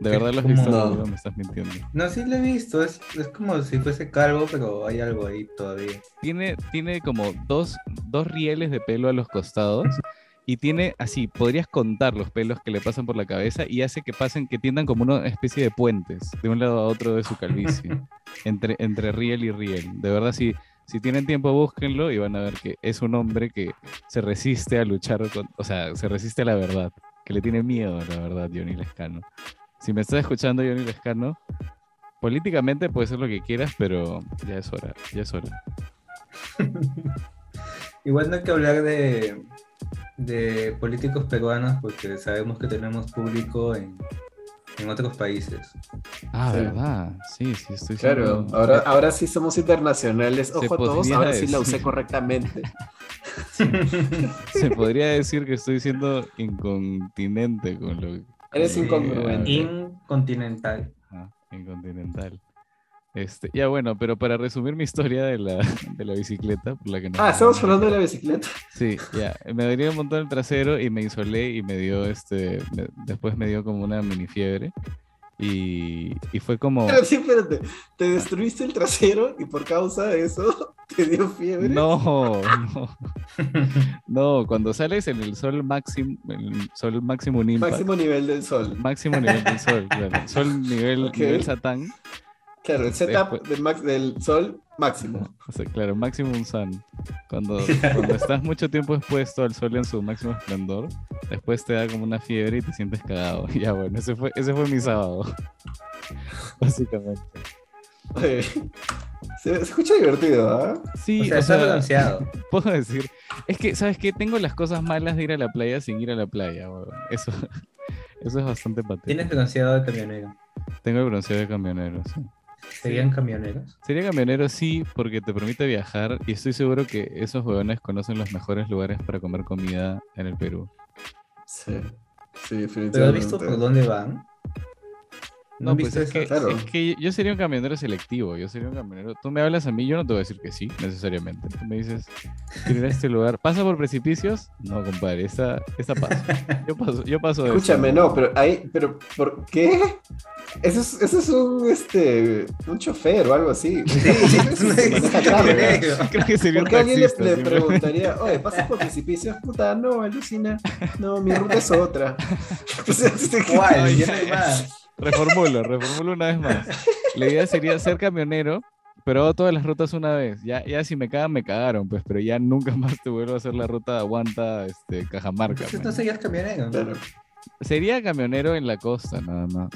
[SPEAKER 1] De
[SPEAKER 3] Sí,
[SPEAKER 1] verdad lo has
[SPEAKER 3] ¿cómo
[SPEAKER 1] visto,
[SPEAKER 2] no?
[SPEAKER 1] Rodrigo? me estás mintiendo.
[SPEAKER 3] No, sí lo he visto. Es, es como si fuese calvo, pero hay algo ahí todavía.
[SPEAKER 1] Tiene, tiene como dos, dos rieles de pelo a los costados y tiene así, podrías contar los pelos que le pasan por la cabeza y hace que pasen, que tiendan como una especie de puentes de un lado a otro de su calvicie, entre, entre riel y riel. De verdad, si, si tienen tiempo, búsquenlo y van a ver que es un hombre que se resiste a luchar, con, o sea, se resiste a la verdad, que le tiene miedo a la verdad, Johnny Lescano. Si me estás escuchando, Johnny Lescano, políticamente puede ser lo que quieras, pero ya es hora, ya es hora.
[SPEAKER 3] Igual no hay que hablar de, de políticos peruanos porque sabemos que tenemos público en, en otros países.
[SPEAKER 1] Ah,
[SPEAKER 2] Sí.
[SPEAKER 1] verdad. Sí, sí, estoy
[SPEAKER 2] Claro,
[SPEAKER 1] seguro.
[SPEAKER 2] ahora, ahora sí somos internacionales.
[SPEAKER 1] Se
[SPEAKER 2] Ojo a todos,
[SPEAKER 1] podría
[SPEAKER 2] ahora sí la
[SPEAKER 1] decir.
[SPEAKER 2] usé correctamente.
[SPEAKER 1] [LAUGHS] Se podría decir que estoy siendo incontinente con lo
[SPEAKER 2] Eres
[SPEAKER 1] Sí,
[SPEAKER 2] incongruente.
[SPEAKER 3] eh, Incontinental.
[SPEAKER 1] ah, incontinental. Este, ya bueno, pero para resumir mi historia de la, de la bicicleta, por la que nos-
[SPEAKER 2] Ah, estamos hablando de la bicicleta.
[SPEAKER 1] Sí, ya. Me dolía un montón el trasero y me insolé y me dio este. me- después me dio como una mini fiebre. Y, y fue como.
[SPEAKER 2] Pero [LAUGHS] sí, espérate, te destruiste el trasero y por causa de eso [LAUGHS] te dio fiebre.
[SPEAKER 1] No, no, [LAUGHS] no, cuando sales en el sol máximo, el sol máximo un impact,
[SPEAKER 2] Máximo nivel del sol.
[SPEAKER 1] Máximo nivel del sol, claro. Sol nivel,
[SPEAKER 2] Ok.
[SPEAKER 1] nivel satán.
[SPEAKER 2] Claro, el setup
[SPEAKER 1] Después-
[SPEAKER 2] del, max- del sol máximo.
[SPEAKER 1] O sea, claro, maximum sun. Cuando, cuando estás mucho tiempo expuesto al sol en su máximo esplendor, después te da como una fiebre y te sientes cagado. [LAUGHS] Ya bueno, ese fue, ese fue mi sábado. [LAUGHS] Básicamente.
[SPEAKER 2] Oye, [LAUGHS] Se, se escucha divertido, ¿ah?
[SPEAKER 1] Sí,
[SPEAKER 3] O sea,
[SPEAKER 1] o
[SPEAKER 3] está
[SPEAKER 1] sea, [LAUGHS]
[SPEAKER 3] balanceado.
[SPEAKER 1] puedo decir. Es que, ¿sabes qué? Tengo las cosas malas de ir a la playa sin ir a la playa, weón. Eso, [LAUGHS] eso es bastante patético.
[SPEAKER 3] Tienes balanceado de camionero.
[SPEAKER 1] Tengo el bronceo de camionero, sí.
[SPEAKER 3] ¿Serían camioneros?
[SPEAKER 1] Sería camionero sí, porque te permite viajar y estoy seguro que esos huevones conocen los mejores lugares para comer comida en el Perú.
[SPEAKER 2] Sí, sí,
[SPEAKER 3] ¿Pero has
[SPEAKER 2] definitivamente.
[SPEAKER 3] visto por dónde van? ¿No, has
[SPEAKER 1] pues
[SPEAKER 3] visto
[SPEAKER 1] es que,
[SPEAKER 3] eso?
[SPEAKER 2] Claro.
[SPEAKER 3] [LAUGHS]
[SPEAKER 1] es que yo sería un camionero selectivo, yo sería un camionero... Tú me hablas a mí, yo no te voy a decir que sí, necesariamente. Tú me dices, quiero ir a este lugar, ¿pasa por precipicios? No, compadre, esa, esa paso. Yo paso, yo paso de
[SPEAKER 2] Escúchame,
[SPEAKER 1] eso.
[SPEAKER 2] no, pero ahí, pero ¿por qué? Eso es, eso es un, este, un chofer o algo así. [LAUGHS] Se maneja carga.
[SPEAKER 1] Creo que sería un
[SPEAKER 2] Porque alguien le,
[SPEAKER 1] taxista.
[SPEAKER 2] le
[SPEAKER 1] sí, me-
[SPEAKER 2] preguntaría, oye, ¿pasas por precipicios? Puta, no, alucina. No, mi ruta es otra. [LAUGHS] O sea, este, ¿qué-
[SPEAKER 3] ¿Cuál?
[SPEAKER 1] Oye.
[SPEAKER 3] [LAUGHS] Ya no
[SPEAKER 2] [LAUGHS]
[SPEAKER 3] hay más.
[SPEAKER 1] Reformulo, reformulo una vez más. La idea sería ser camionero, pero hago todas las rutas una vez. Ya, ya si me cagan, me cagaron, pues, pero ya nunca [LAUGHS] más te vuelvo a hacer la ruta de Aguanta, este, Cajamarca.
[SPEAKER 3] Pues, Entonces
[SPEAKER 1] man.
[SPEAKER 3] no serías camionero.
[SPEAKER 2] Claro.
[SPEAKER 1] Sería camionero en la costa, nada más.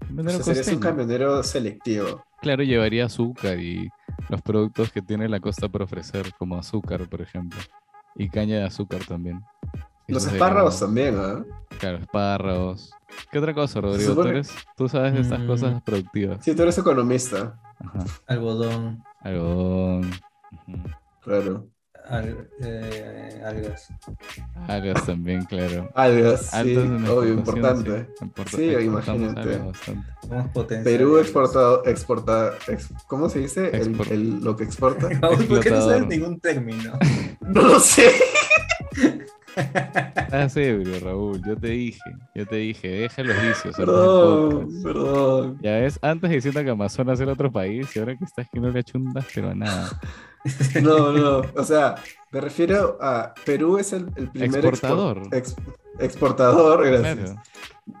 [SPEAKER 1] Camionero
[SPEAKER 2] O sea, serías un
[SPEAKER 1] costeño.
[SPEAKER 2] camionero selectivo.
[SPEAKER 1] Claro, llevaría azúcar y los productos que tiene la costa por ofrecer, como azúcar, por ejemplo. Y caña de azúcar también.
[SPEAKER 2] Los
[SPEAKER 1] Eso sería
[SPEAKER 2] espárragos
[SPEAKER 1] como-
[SPEAKER 2] también, ¿ah?
[SPEAKER 1] Claro, espárragos. ¿Qué otra cosa, Rodrigo? ¿Tú,
[SPEAKER 2] supone-
[SPEAKER 1] eres- tú sabes de estas
[SPEAKER 3] Mm.
[SPEAKER 1] cosas productivas.
[SPEAKER 2] Sí, tú eres economista,
[SPEAKER 1] Ajá.
[SPEAKER 3] Algodón,
[SPEAKER 1] Algodón. ujú.
[SPEAKER 2] claro.
[SPEAKER 3] al- eh, algas.
[SPEAKER 2] [LAUGHS]
[SPEAKER 1] Algas también, claro.
[SPEAKER 2] Algas, Ah, sí,
[SPEAKER 1] Altas en
[SPEAKER 2] obvio,
[SPEAKER 1] exportación,
[SPEAKER 2] importante.
[SPEAKER 1] sí. Importa-
[SPEAKER 2] Sí,
[SPEAKER 1] exportamos
[SPEAKER 2] imagínate.
[SPEAKER 1] algas bastante.
[SPEAKER 3] Somos potencia.
[SPEAKER 2] Perú
[SPEAKER 3] de
[SPEAKER 2] exportado, exporta, ex- ¿cómo se dice? El-
[SPEAKER 1] Export-
[SPEAKER 2] el- lo que exporta.
[SPEAKER 3] [LAUGHS] algas. Raúl, ¿Por qué no sabes
[SPEAKER 1] Explotador.
[SPEAKER 2] [LAUGHS]
[SPEAKER 3] ningún término?
[SPEAKER 2] no lo sé.
[SPEAKER 1] Estás ebrio, Ah, Raúl. Yo te dije. Yo te dije. Deja los vicios. arma el podcast.
[SPEAKER 2] Perdón, perdón.
[SPEAKER 1] Ya ves, antes diciendo que Amazonas era otro país y ahora que estás que no le achuntas, pero a
[SPEAKER 2] [LAUGHS]
[SPEAKER 1] nada.
[SPEAKER 2] No, no. O sea, me refiero a Perú es el, el primer expor-
[SPEAKER 1] Exportador.
[SPEAKER 2] ex- exportador, gracias.
[SPEAKER 1] Claro.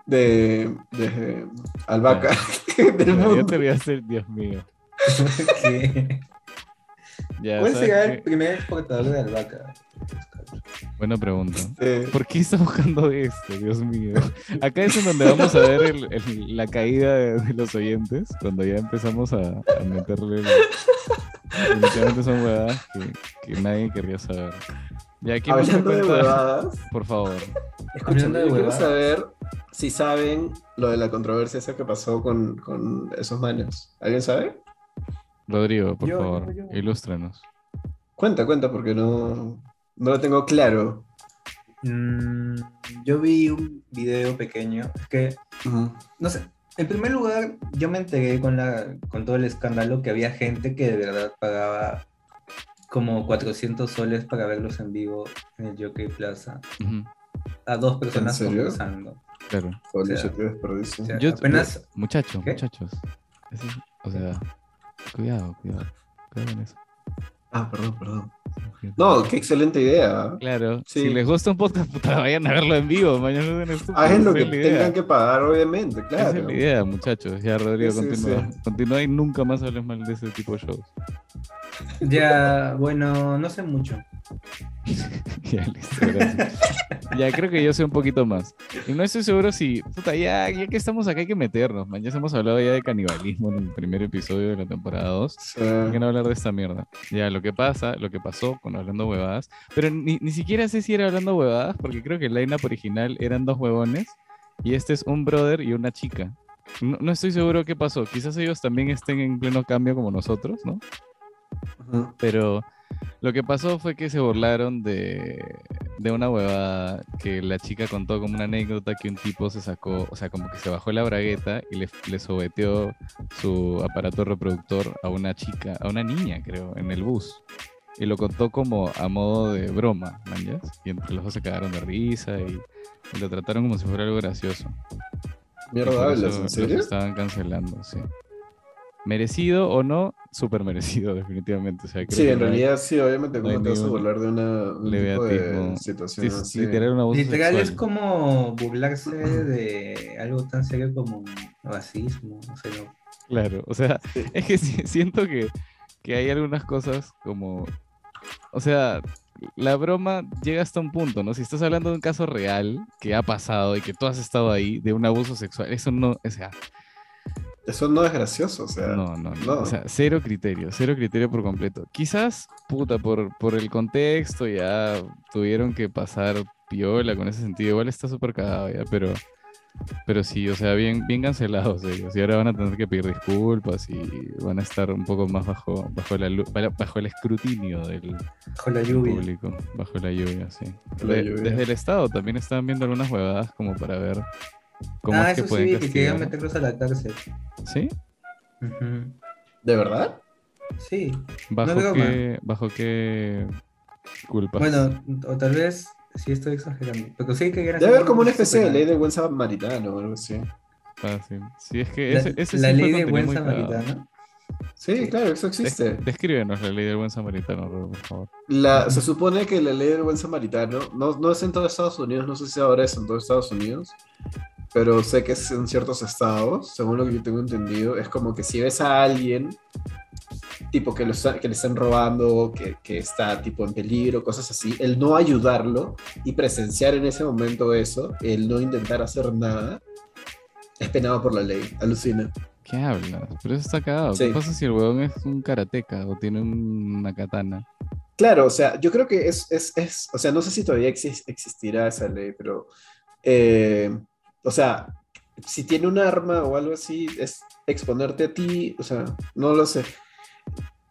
[SPEAKER 2] De, de albahaca [LAUGHS] del
[SPEAKER 1] Pero Yo
[SPEAKER 2] mundo.
[SPEAKER 1] te voy a hacer, Dios mío.
[SPEAKER 3] ¿Qué?
[SPEAKER 1] Ya,
[SPEAKER 3] ¿Cuál
[SPEAKER 1] ¿sabes
[SPEAKER 3] será el
[SPEAKER 1] qué?
[SPEAKER 3] primer exportador de albahaca?
[SPEAKER 1] Buena pregunta.
[SPEAKER 2] Eh,
[SPEAKER 1] ¿Por qué está buscando esto, Dios mío? Acá es en donde vamos a ver el- el- la caída de, de los oyentes, cuando ya empezamos a, a meterle... el- Definitivamente son huevadas que, que nadie querría saber. Ya, ¿quién más te
[SPEAKER 2] hablando de
[SPEAKER 1] cuenta?
[SPEAKER 2] huevadas,
[SPEAKER 1] Por favor.
[SPEAKER 3] Hablando
[SPEAKER 2] escúchame,
[SPEAKER 3] de
[SPEAKER 2] yo quiero
[SPEAKER 3] huevadas.
[SPEAKER 2] saber si saben lo de la controversia esa que pasó con, con esos manos. ¿Alguien sabe?
[SPEAKER 1] Rodrigo, por
[SPEAKER 3] Yo, yo,
[SPEAKER 1] favor,
[SPEAKER 3] yo.
[SPEAKER 1] ilústranos.
[SPEAKER 2] Cuenta, cuenta, porque no, no lo tengo claro.
[SPEAKER 3] Mm, yo vi un video pequeño. Es que, no sé, en primer lugar, yo me enteré con, la, con todo el escándalo que había gente que de verdad pagaba como 400 soles para verlos en vivo en el Jockey Plaza.
[SPEAKER 1] Ujú,
[SPEAKER 3] A dos personas
[SPEAKER 2] ¿En serio?
[SPEAKER 3] conversando.
[SPEAKER 1] claro.
[SPEAKER 2] Holy
[SPEAKER 3] O sea,
[SPEAKER 2] shit, qué desperdicio.
[SPEAKER 3] o sea,
[SPEAKER 1] Yo-
[SPEAKER 3] apenas,
[SPEAKER 1] Muchachos,
[SPEAKER 3] ¿Qué?
[SPEAKER 1] muchachos. Eso es- o sea, cuidado, cuidado. Cuidado con eso.
[SPEAKER 2] Ah, perdón, perdón. No, qué excelente idea.
[SPEAKER 1] Claro,
[SPEAKER 2] Sí.
[SPEAKER 1] si les gusta un podcast, puta, vayan a verlo en vivo. Mañana no sean estúpidos,
[SPEAKER 2] Hagan lo
[SPEAKER 1] esa
[SPEAKER 2] que
[SPEAKER 1] es la idea.
[SPEAKER 2] tengan que pagar, obviamente,
[SPEAKER 1] Esa es
[SPEAKER 2] claro.
[SPEAKER 1] la idea, muchachos. Ya, Rodrigo,
[SPEAKER 2] Sí, sí,
[SPEAKER 1] continúa.
[SPEAKER 2] sí.
[SPEAKER 1] Continúa y nunca más hables mal de ese tipo de shows. [LAUGHS]
[SPEAKER 3] ya, bueno, no sé mucho.
[SPEAKER 1] ya, listo, gracias. ya, creo que yo sé un poquito más. Y no estoy seguro si... Puta, ya, ya que estamos acá hay que meternos, man. Ya hemos hablado ya de canibalismo en el primer episodio de la temporada 2.
[SPEAKER 2] Sí.
[SPEAKER 1] Hay que no hablar de esta mierda. Ya, lo que pasa, lo que pasó con Hablando Huevadas. Pero ni, ni siquiera sé si era Hablando Huevadas, porque creo que el line-up original eran dos huevones. Y este es un brother y una chica. No, no estoy seguro qué pasó. Quizás ellos también estén en pleno cambio como nosotros, ¿no?
[SPEAKER 2] Ujú.
[SPEAKER 1] Pero lo que pasó fue que se burlaron de, de una huevada que la chica contó como una anécdota que un tipo se sacó, o sea, como que se bajó la bragueta y le, le sobeteó su aparato reproductor a una chica, a una niña, creo, en el bus. Y lo contó como a modo de broma, manjas. Y entre los dos se cagaron de risa y, y lo trataron como si fuera algo gracioso. Y
[SPEAKER 2] Mierda,
[SPEAKER 1] por
[SPEAKER 2] hablas,
[SPEAKER 1] eso
[SPEAKER 2] ¿en
[SPEAKER 1] los
[SPEAKER 2] serio?
[SPEAKER 1] estaban cancelando, sí. Merecido o no, súper merecido, [LAUGHS] definitivamente. O sea, creo
[SPEAKER 2] Sí,
[SPEAKER 1] que
[SPEAKER 2] en
[SPEAKER 1] no hay-
[SPEAKER 2] realidad sí, obviamente,
[SPEAKER 1] no hay
[SPEAKER 2] ¿cómo te vas a
[SPEAKER 1] ningún
[SPEAKER 2] burlar de una un tipo
[SPEAKER 1] leviatismo.
[SPEAKER 2] de
[SPEAKER 1] Sí,
[SPEAKER 2] situación
[SPEAKER 1] es
[SPEAKER 2] así?
[SPEAKER 1] literal un abuso
[SPEAKER 3] Literal es
[SPEAKER 1] sexual.
[SPEAKER 3] como burlarse de algo tan serio como racismo, o sea, no.
[SPEAKER 1] Claro, o sea, [LAUGHS]
[SPEAKER 2] Sí.
[SPEAKER 1] es que si- siento que, que hay algunas cosas como... O sea, la broma llega hasta un punto, ¿no? Si estás hablando de un caso real que ha pasado y que tú has estado ahí, de un abuso sexual, eso no, o sea,
[SPEAKER 2] Eso no es gracioso, o sea.
[SPEAKER 1] No, no, no.
[SPEAKER 2] no.
[SPEAKER 1] O sea, cero criterio, cero criterio por completo. Quizás, puta, por, por el contexto ya tuvieron que pasar piola con ese sentido. Igual está súper cagado ya, pero, pero sí, o sea, bien, bien cancelados ellos. Y ahora van a tener que pedir disculpas y van a estar un poco más bajo, bajo, la, lu- bajo el escrutinio del
[SPEAKER 3] bajo la lluvia.
[SPEAKER 1] público, bajo la lluvia, sí.
[SPEAKER 2] Bajo la
[SPEAKER 1] De-
[SPEAKER 2] lluvia.
[SPEAKER 1] Desde el Estado también están viendo algunas huevadas como para ver cómo
[SPEAKER 3] ah,
[SPEAKER 1] es que
[SPEAKER 3] eso
[SPEAKER 1] pueden
[SPEAKER 3] sí, que querían
[SPEAKER 1] castigar.
[SPEAKER 3] meterlos a la cárcel.
[SPEAKER 1] ¿Sí?
[SPEAKER 3] Ujú.
[SPEAKER 2] ¿De verdad?
[SPEAKER 3] Sí.
[SPEAKER 1] ¿Bajo,
[SPEAKER 3] broma.
[SPEAKER 1] qué, ¿Bajo qué culpas?
[SPEAKER 3] Bueno, o tal vez sí estoy exagerando, pero sí que querían
[SPEAKER 2] Debe
[SPEAKER 3] hacer
[SPEAKER 2] haber como una
[SPEAKER 3] algo
[SPEAKER 2] especie de
[SPEAKER 3] súper
[SPEAKER 2] ley del buen samaritano o algo así.
[SPEAKER 1] Fácil. Sí, es que
[SPEAKER 3] La,
[SPEAKER 1] ese, ese
[SPEAKER 3] la
[SPEAKER 1] sí fue
[SPEAKER 3] ley de
[SPEAKER 1] contenido
[SPEAKER 3] buen
[SPEAKER 1] muy cagado.
[SPEAKER 3] samaritano.
[SPEAKER 2] Sí,
[SPEAKER 3] Sí.
[SPEAKER 2] claro, eso existe.
[SPEAKER 1] Des- descríbenos la ley del buen samaritano, Rorro, por favor.
[SPEAKER 2] La, se supone que la ley del buen samaritano, no, no es en todo Estados Unidos, no sé si ahora es en todo Estados Unidos, pero sé que es en ciertos estados, según lo que yo tengo entendido, es como que si ves a alguien, tipo que, lo está- que le están robando, que, que está tipo en peligro, cosas así, el no ayudarlo y presenciar en ese momento eso, el no intentar hacer nada, Es penado por la ley, alucina.
[SPEAKER 1] ¿Qué hablas? Pero eso está cagado.
[SPEAKER 2] Sí.
[SPEAKER 1] ¿Qué pasa si el huevón es un karateca o tiene una katana?
[SPEAKER 2] Claro, o sea, yo creo que es, es, es o sea, no sé si todavía exis- existirá esa ley, pero, eh, o sea, si tiene un arma o algo así, es exponerte a ti, o sea, no lo sé.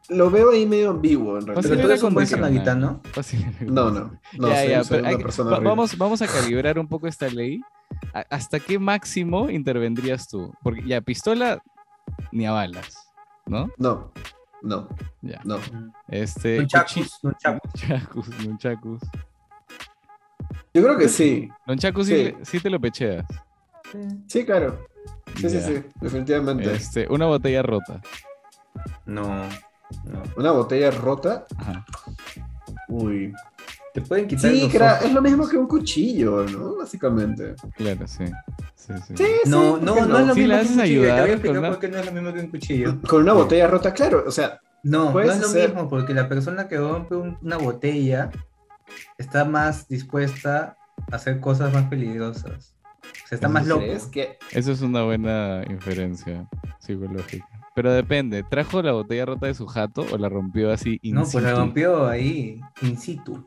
[SPEAKER 2] Lo veo ahí medio ambiguo, en
[SPEAKER 1] Fácil
[SPEAKER 3] Pero
[SPEAKER 1] era
[SPEAKER 3] tú
[SPEAKER 2] realidad.
[SPEAKER 3] eres un buen
[SPEAKER 1] condicional.
[SPEAKER 3] sanaguita, ¿no?
[SPEAKER 1] Fácil.
[SPEAKER 2] No, no, no,
[SPEAKER 1] Ya,
[SPEAKER 2] soy-
[SPEAKER 1] ya,
[SPEAKER 2] soy
[SPEAKER 1] pero
[SPEAKER 2] una
[SPEAKER 1] hay que-
[SPEAKER 2] persona
[SPEAKER 1] va-
[SPEAKER 2] horrible.
[SPEAKER 1] vamos, vamos a calibrar un poco esta ley. A- ¿Hasta qué máximo intervendrías tú? Porque ya pistola ni a balas, ¿no?
[SPEAKER 2] No, no,
[SPEAKER 1] Ya.
[SPEAKER 2] no.
[SPEAKER 1] Este,
[SPEAKER 3] Nunchakus, nunchakus.
[SPEAKER 1] [LAUGHS] Nunchakus, nunchakus.
[SPEAKER 2] Yo creo que sí,
[SPEAKER 1] Nunchakus sí.
[SPEAKER 2] Sí.
[SPEAKER 1] le- sí te lo pecheas.
[SPEAKER 2] sí, claro. Sí, sí,
[SPEAKER 1] Ya.
[SPEAKER 2] sí, definitivamente.
[SPEAKER 1] Este, una botella rota.
[SPEAKER 3] No, no.
[SPEAKER 2] Una botella rota,
[SPEAKER 1] Ajá.
[SPEAKER 2] uy.
[SPEAKER 3] Te pueden quitar
[SPEAKER 2] Sí,
[SPEAKER 3] los
[SPEAKER 2] cra-
[SPEAKER 3] ojos.
[SPEAKER 2] es lo mismo que un cuchillo, ¿no? Básicamente.
[SPEAKER 1] Claro, sí. Sí, sí.
[SPEAKER 2] Sí, sí,
[SPEAKER 3] No,
[SPEAKER 2] ¿por qué
[SPEAKER 3] no, no es lo
[SPEAKER 1] Sí,
[SPEAKER 3] mismo
[SPEAKER 1] la
[SPEAKER 3] que
[SPEAKER 1] haces
[SPEAKER 3] un cuchillo. Te
[SPEAKER 1] ayudar
[SPEAKER 3] voy a
[SPEAKER 1] con
[SPEAKER 3] explicar
[SPEAKER 1] una-
[SPEAKER 3] por qué no es lo mismo que un
[SPEAKER 2] [LAUGHS]
[SPEAKER 3] cuchillo.
[SPEAKER 2] Con una botella rota, claro. O sea,
[SPEAKER 3] No, no
[SPEAKER 2] Puedes
[SPEAKER 3] es lo
[SPEAKER 2] hacer-
[SPEAKER 3] mismo, porque la persona que rompe un- una botella está más dispuesta a hacer cosas más peligrosas. O sea, está
[SPEAKER 1] Ah,
[SPEAKER 3] más loco.
[SPEAKER 2] ¿crees que
[SPEAKER 1] Eso es una buena inferencia psicológica. Pero depende, ¿trajo la botella rota de su jato o la rompió así in
[SPEAKER 3] No, pues la
[SPEAKER 1] situ?
[SPEAKER 3] rompió ahí, in situ.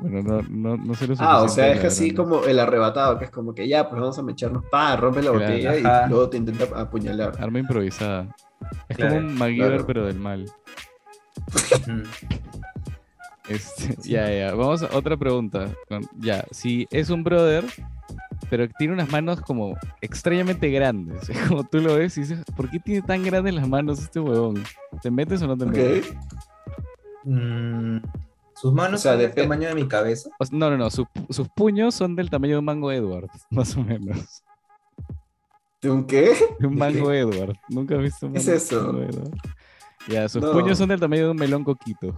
[SPEAKER 1] Bueno, no, no, no sé lo
[SPEAKER 2] Ah, o
[SPEAKER 1] suficiente
[SPEAKER 2] sea,
[SPEAKER 1] de
[SPEAKER 2] es
[SPEAKER 1] la
[SPEAKER 2] así
[SPEAKER 1] granja.
[SPEAKER 2] como el arrebatado, que es como que ya, pues vamos a mecharnos, pa, rompe la
[SPEAKER 1] Claro.
[SPEAKER 2] botella
[SPEAKER 3] Ajá.
[SPEAKER 2] y luego te intenta apuñalar.
[SPEAKER 1] Arma improvisada. Es
[SPEAKER 3] Claro,
[SPEAKER 1] como un MacGyver,
[SPEAKER 2] claro.
[SPEAKER 1] pero del mal.
[SPEAKER 3] Ujú.
[SPEAKER 1] Este, [LAUGHS] Ya, ya. Vamos a otra pregunta. Con- Ya, si es un brother, pero tiene unas manos como extrañamente grandes. [LAUGHS] Es como tú lo ves y dices, ¿por qué tiene tan grandes las manos este huevón? ¿Te metes o no te
[SPEAKER 2] Ok.
[SPEAKER 1] metes?
[SPEAKER 3] Mm, Sus manos
[SPEAKER 2] O sea,
[SPEAKER 3] son del
[SPEAKER 2] depe-
[SPEAKER 3] tamaño de mi cabeza.
[SPEAKER 1] O sea, no, no, no. Sus, pu- sus puños son del tamaño de un mango Edward, [LAUGHS] más o menos.
[SPEAKER 2] ¿De un qué? [LAUGHS]
[SPEAKER 1] De un
[SPEAKER 2] ¿De
[SPEAKER 1] mango Edward. Nunca he visto un
[SPEAKER 2] ¿Qué es
[SPEAKER 1] mango-
[SPEAKER 2] eso?
[SPEAKER 1] mango Edward. Ya, sus
[SPEAKER 2] No.
[SPEAKER 1] puños son del tamaño de un melón coquito.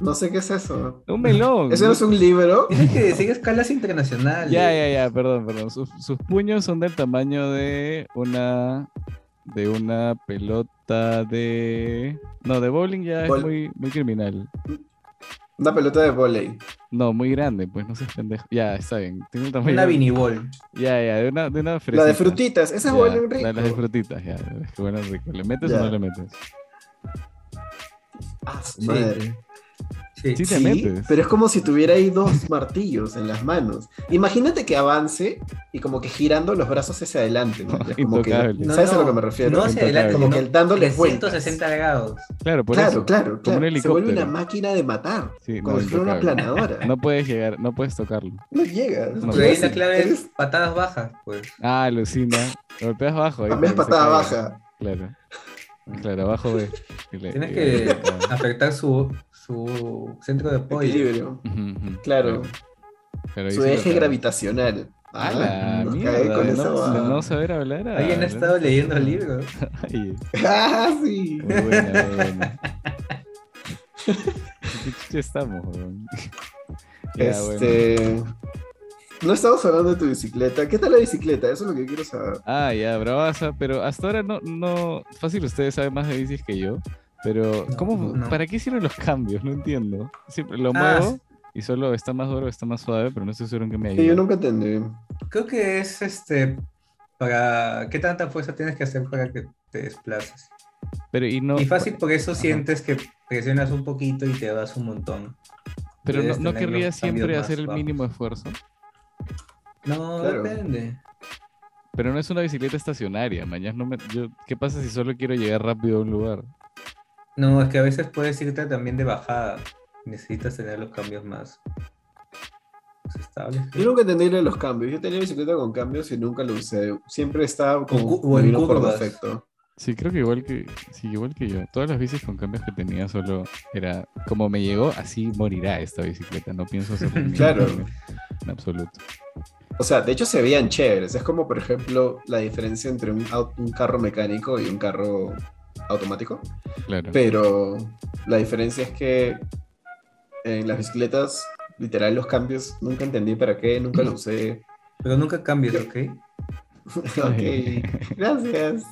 [SPEAKER 2] No sé qué es eso. [LAUGHS]
[SPEAKER 1] Un melón.
[SPEAKER 2] ¿Eso no es un libro?
[SPEAKER 3] Tienes que decir escalas internacionales.
[SPEAKER 1] Ya, ya, ya, perdón, perdón. Sus, sus puños son del tamaño de una de una pelota de no, de bowling ya es
[SPEAKER 2] Bol-
[SPEAKER 1] muy muy criminal.
[SPEAKER 2] Una pelota de volei.
[SPEAKER 1] No, muy grande, pues no seas pendejo. Ya, está bien. Tiene un tamaño
[SPEAKER 3] Una vinibol.
[SPEAKER 1] Ya, ya, de una de una
[SPEAKER 2] La de
[SPEAKER 1] fresita.
[SPEAKER 2] frutitas, esas
[SPEAKER 1] Ya,
[SPEAKER 2] huelen
[SPEAKER 1] la de
[SPEAKER 2] rico.
[SPEAKER 1] las frutitas, ya, es que huelen rico. ¿Le metes o
[SPEAKER 2] Ya.
[SPEAKER 1] no le metes?
[SPEAKER 2] Ah, su
[SPEAKER 3] Sí.
[SPEAKER 2] madre.
[SPEAKER 3] Sí.
[SPEAKER 1] Sí, te
[SPEAKER 2] Sí,
[SPEAKER 1] metes.
[SPEAKER 2] pero es como si tuviera ahí dos martillos en las manos. Imagínate que avance y como que girando los brazos hacia
[SPEAKER 1] [LAUGHS]
[SPEAKER 2] adelante. ¿no? Ya, como que-
[SPEAKER 1] Intocable.
[SPEAKER 2] ¿Sabes
[SPEAKER 3] No,
[SPEAKER 2] a lo que
[SPEAKER 3] no,
[SPEAKER 2] me refiero?
[SPEAKER 3] no hacia adelante,
[SPEAKER 2] como que
[SPEAKER 3] sino
[SPEAKER 2] el dándole vueltas.
[SPEAKER 3] 360 grados.
[SPEAKER 1] Claro, por
[SPEAKER 2] claro,
[SPEAKER 1] eso.
[SPEAKER 2] claro,
[SPEAKER 1] como un
[SPEAKER 2] claro. Se vuelve
[SPEAKER 1] helicóptero.
[SPEAKER 2] una máquina de matar.
[SPEAKER 1] Sí,
[SPEAKER 2] como
[SPEAKER 1] no,
[SPEAKER 2] si fuera una
[SPEAKER 1] intocable.
[SPEAKER 2] planadora. No,
[SPEAKER 1] No puedes llegar, no puedes tocarlo.
[SPEAKER 2] llegas.
[SPEAKER 1] No,
[SPEAKER 2] no
[SPEAKER 3] Pero Pues ahí
[SPEAKER 2] llegas.
[SPEAKER 3] la clave
[SPEAKER 2] Eres-
[SPEAKER 3] es patadas bajas, pues.
[SPEAKER 1] Ah, alucina. Lo golpeas abajo. ahí
[SPEAKER 2] También es
[SPEAKER 1] para que se
[SPEAKER 2] patada
[SPEAKER 1] caiga.
[SPEAKER 2] baja.
[SPEAKER 1] Claro. Claro, abajo ve. Y le-
[SPEAKER 3] Tienes
[SPEAKER 1] y-
[SPEAKER 3] que
[SPEAKER 1] Ujú,
[SPEAKER 3] afectar su, su centro de apoyo.
[SPEAKER 2] Equilibrio.
[SPEAKER 1] ujú,
[SPEAKER 2] Claro.
[SPEAKER 1] Pero ahí
[SPEAKER 2] Su
[SPEAKER 1] sí lo
[SPEAKER 2] eje
[SPEAKER 1] cae.
[SPEAKER 2] gravitacional.
[SPEAKER 1] ¡A la
[SPEAKER 2] nos
[SPEAKER 1] mierda!
[SPEAKER 2] cae con
[SPEAKER 1] de
[SPEAKER 2] esa
[SPEAKER 1] no,
[SPEAKER 2] bajada.
[SPEAKER 1] de
[SPEAKER 2] [LAUGHS]
[SPEAKER 1] no saber hablar. a-
[SPEAKER 3] Alguien ha estado leyendo libros.
[SPEAKER 1] [LAUGHS] Ay,
[SPEAKER 2] ¡Ah, sí!
[SPEAKER 1] muy buena, muy buena. ¿En ¿Qué chucha estamos, weón? [LAUGHS] Ya, bueno.
[SPEAKER 2] este. No estamos hablando de tu bicicleta. ¿Qué tal la bicicleta? Eso es lo que quiero saber.
[SPEAKER 1] Ah, ya, bravaza, pero hasta ahora no, no, fácil ustedes saben más de bicis que yo, pero
[SPEAKER 3] No,
[SPEAKER 1] ¿cómo,
[SPEAKER 3] no.
[SPEAKER 1] ¿para qué hicieron los cambios? No entiendo. Siempre lo
[SPEAKER 3] Ah,
[SPEAKER 1] muevo y solo está más duro, está más suave, pero no estoy seguro en qué me ayuda.
[SPEAKER 2] Que yo nunca entendí.
[SPEAKER 3] Creo que es este para qué tanta fuerza tienes que hacer para que te desplaces.
[SPEAKER 1] Pero y no,
[SPEAKER 3] Y fácil por eso sientes que presionas un poquito y te vas un montón.
[SPEAKER 1] pero no,
[SPEAKER 3] debes
[SPEAKER 1] no
[SPEAKER 3] tener
[SPEAKER 1] querría
[SPEAKER 3] los cambios
[SPEAKER 1] siempre
[SPEAKER 3] más
[SPEAKER 1] hacer el
[SPEAKER 3] bajos.
[SPEAKER 1] mínimo esfuerzo.
[SPEAKER 3] No,
[SPEAKER 2] Claro.
[SPEAKER 3] depende.
[SPEAKER 1] Pero no es una bicicleta estacionaria, mañana no me, yo, ¿qué pasa si solo quiero llegar rápido a un lugar?
[SPEAKER 3] No, es que a veces puedes irte también de bajada. Necesitas tener los cambios más más estables.
[SPEAKER 2] Yo nunca entendí lo de los cambios. Yo tenía bicicleta con cambios y nunca lo usé. Siempre estaba como
[SPEAKER 3] cu- o en
[SPEAKER 2] me vino por
[SPEAKER 3] curvas.
[SPEAKER 2] defecto.
[SPEAKER 1] Sí, creo que igual que, sí, igual que yo. Todas las bicis con cambios que tenía solo era como me llegó, así morirá esta bicicleta. No pienso hacer
[SPEAKER 2] [LAUGHS]
[SPEAKER 1] ningún
[SPEAKER 2] Claro.
[SPEAKER 1] cambio En absoluto.
[SPEAKER 2] O sea, de hecho se veían chéveres. Es como, por ejemplo, la diferencia entre un, au- un carro mecánico y un carro automático.
[SPEAKER 1] Claro.
[SPEAKER 2] Pero la diferencia es que en las bicicletas, literal, los cambios nunca entendí para qué, nunca lo usé.
[SPEAKER 3] Pero nunca cambies, ¿ok?
[SPEAKER 1] Ay.
[SPEAKER 2] ok, gracias.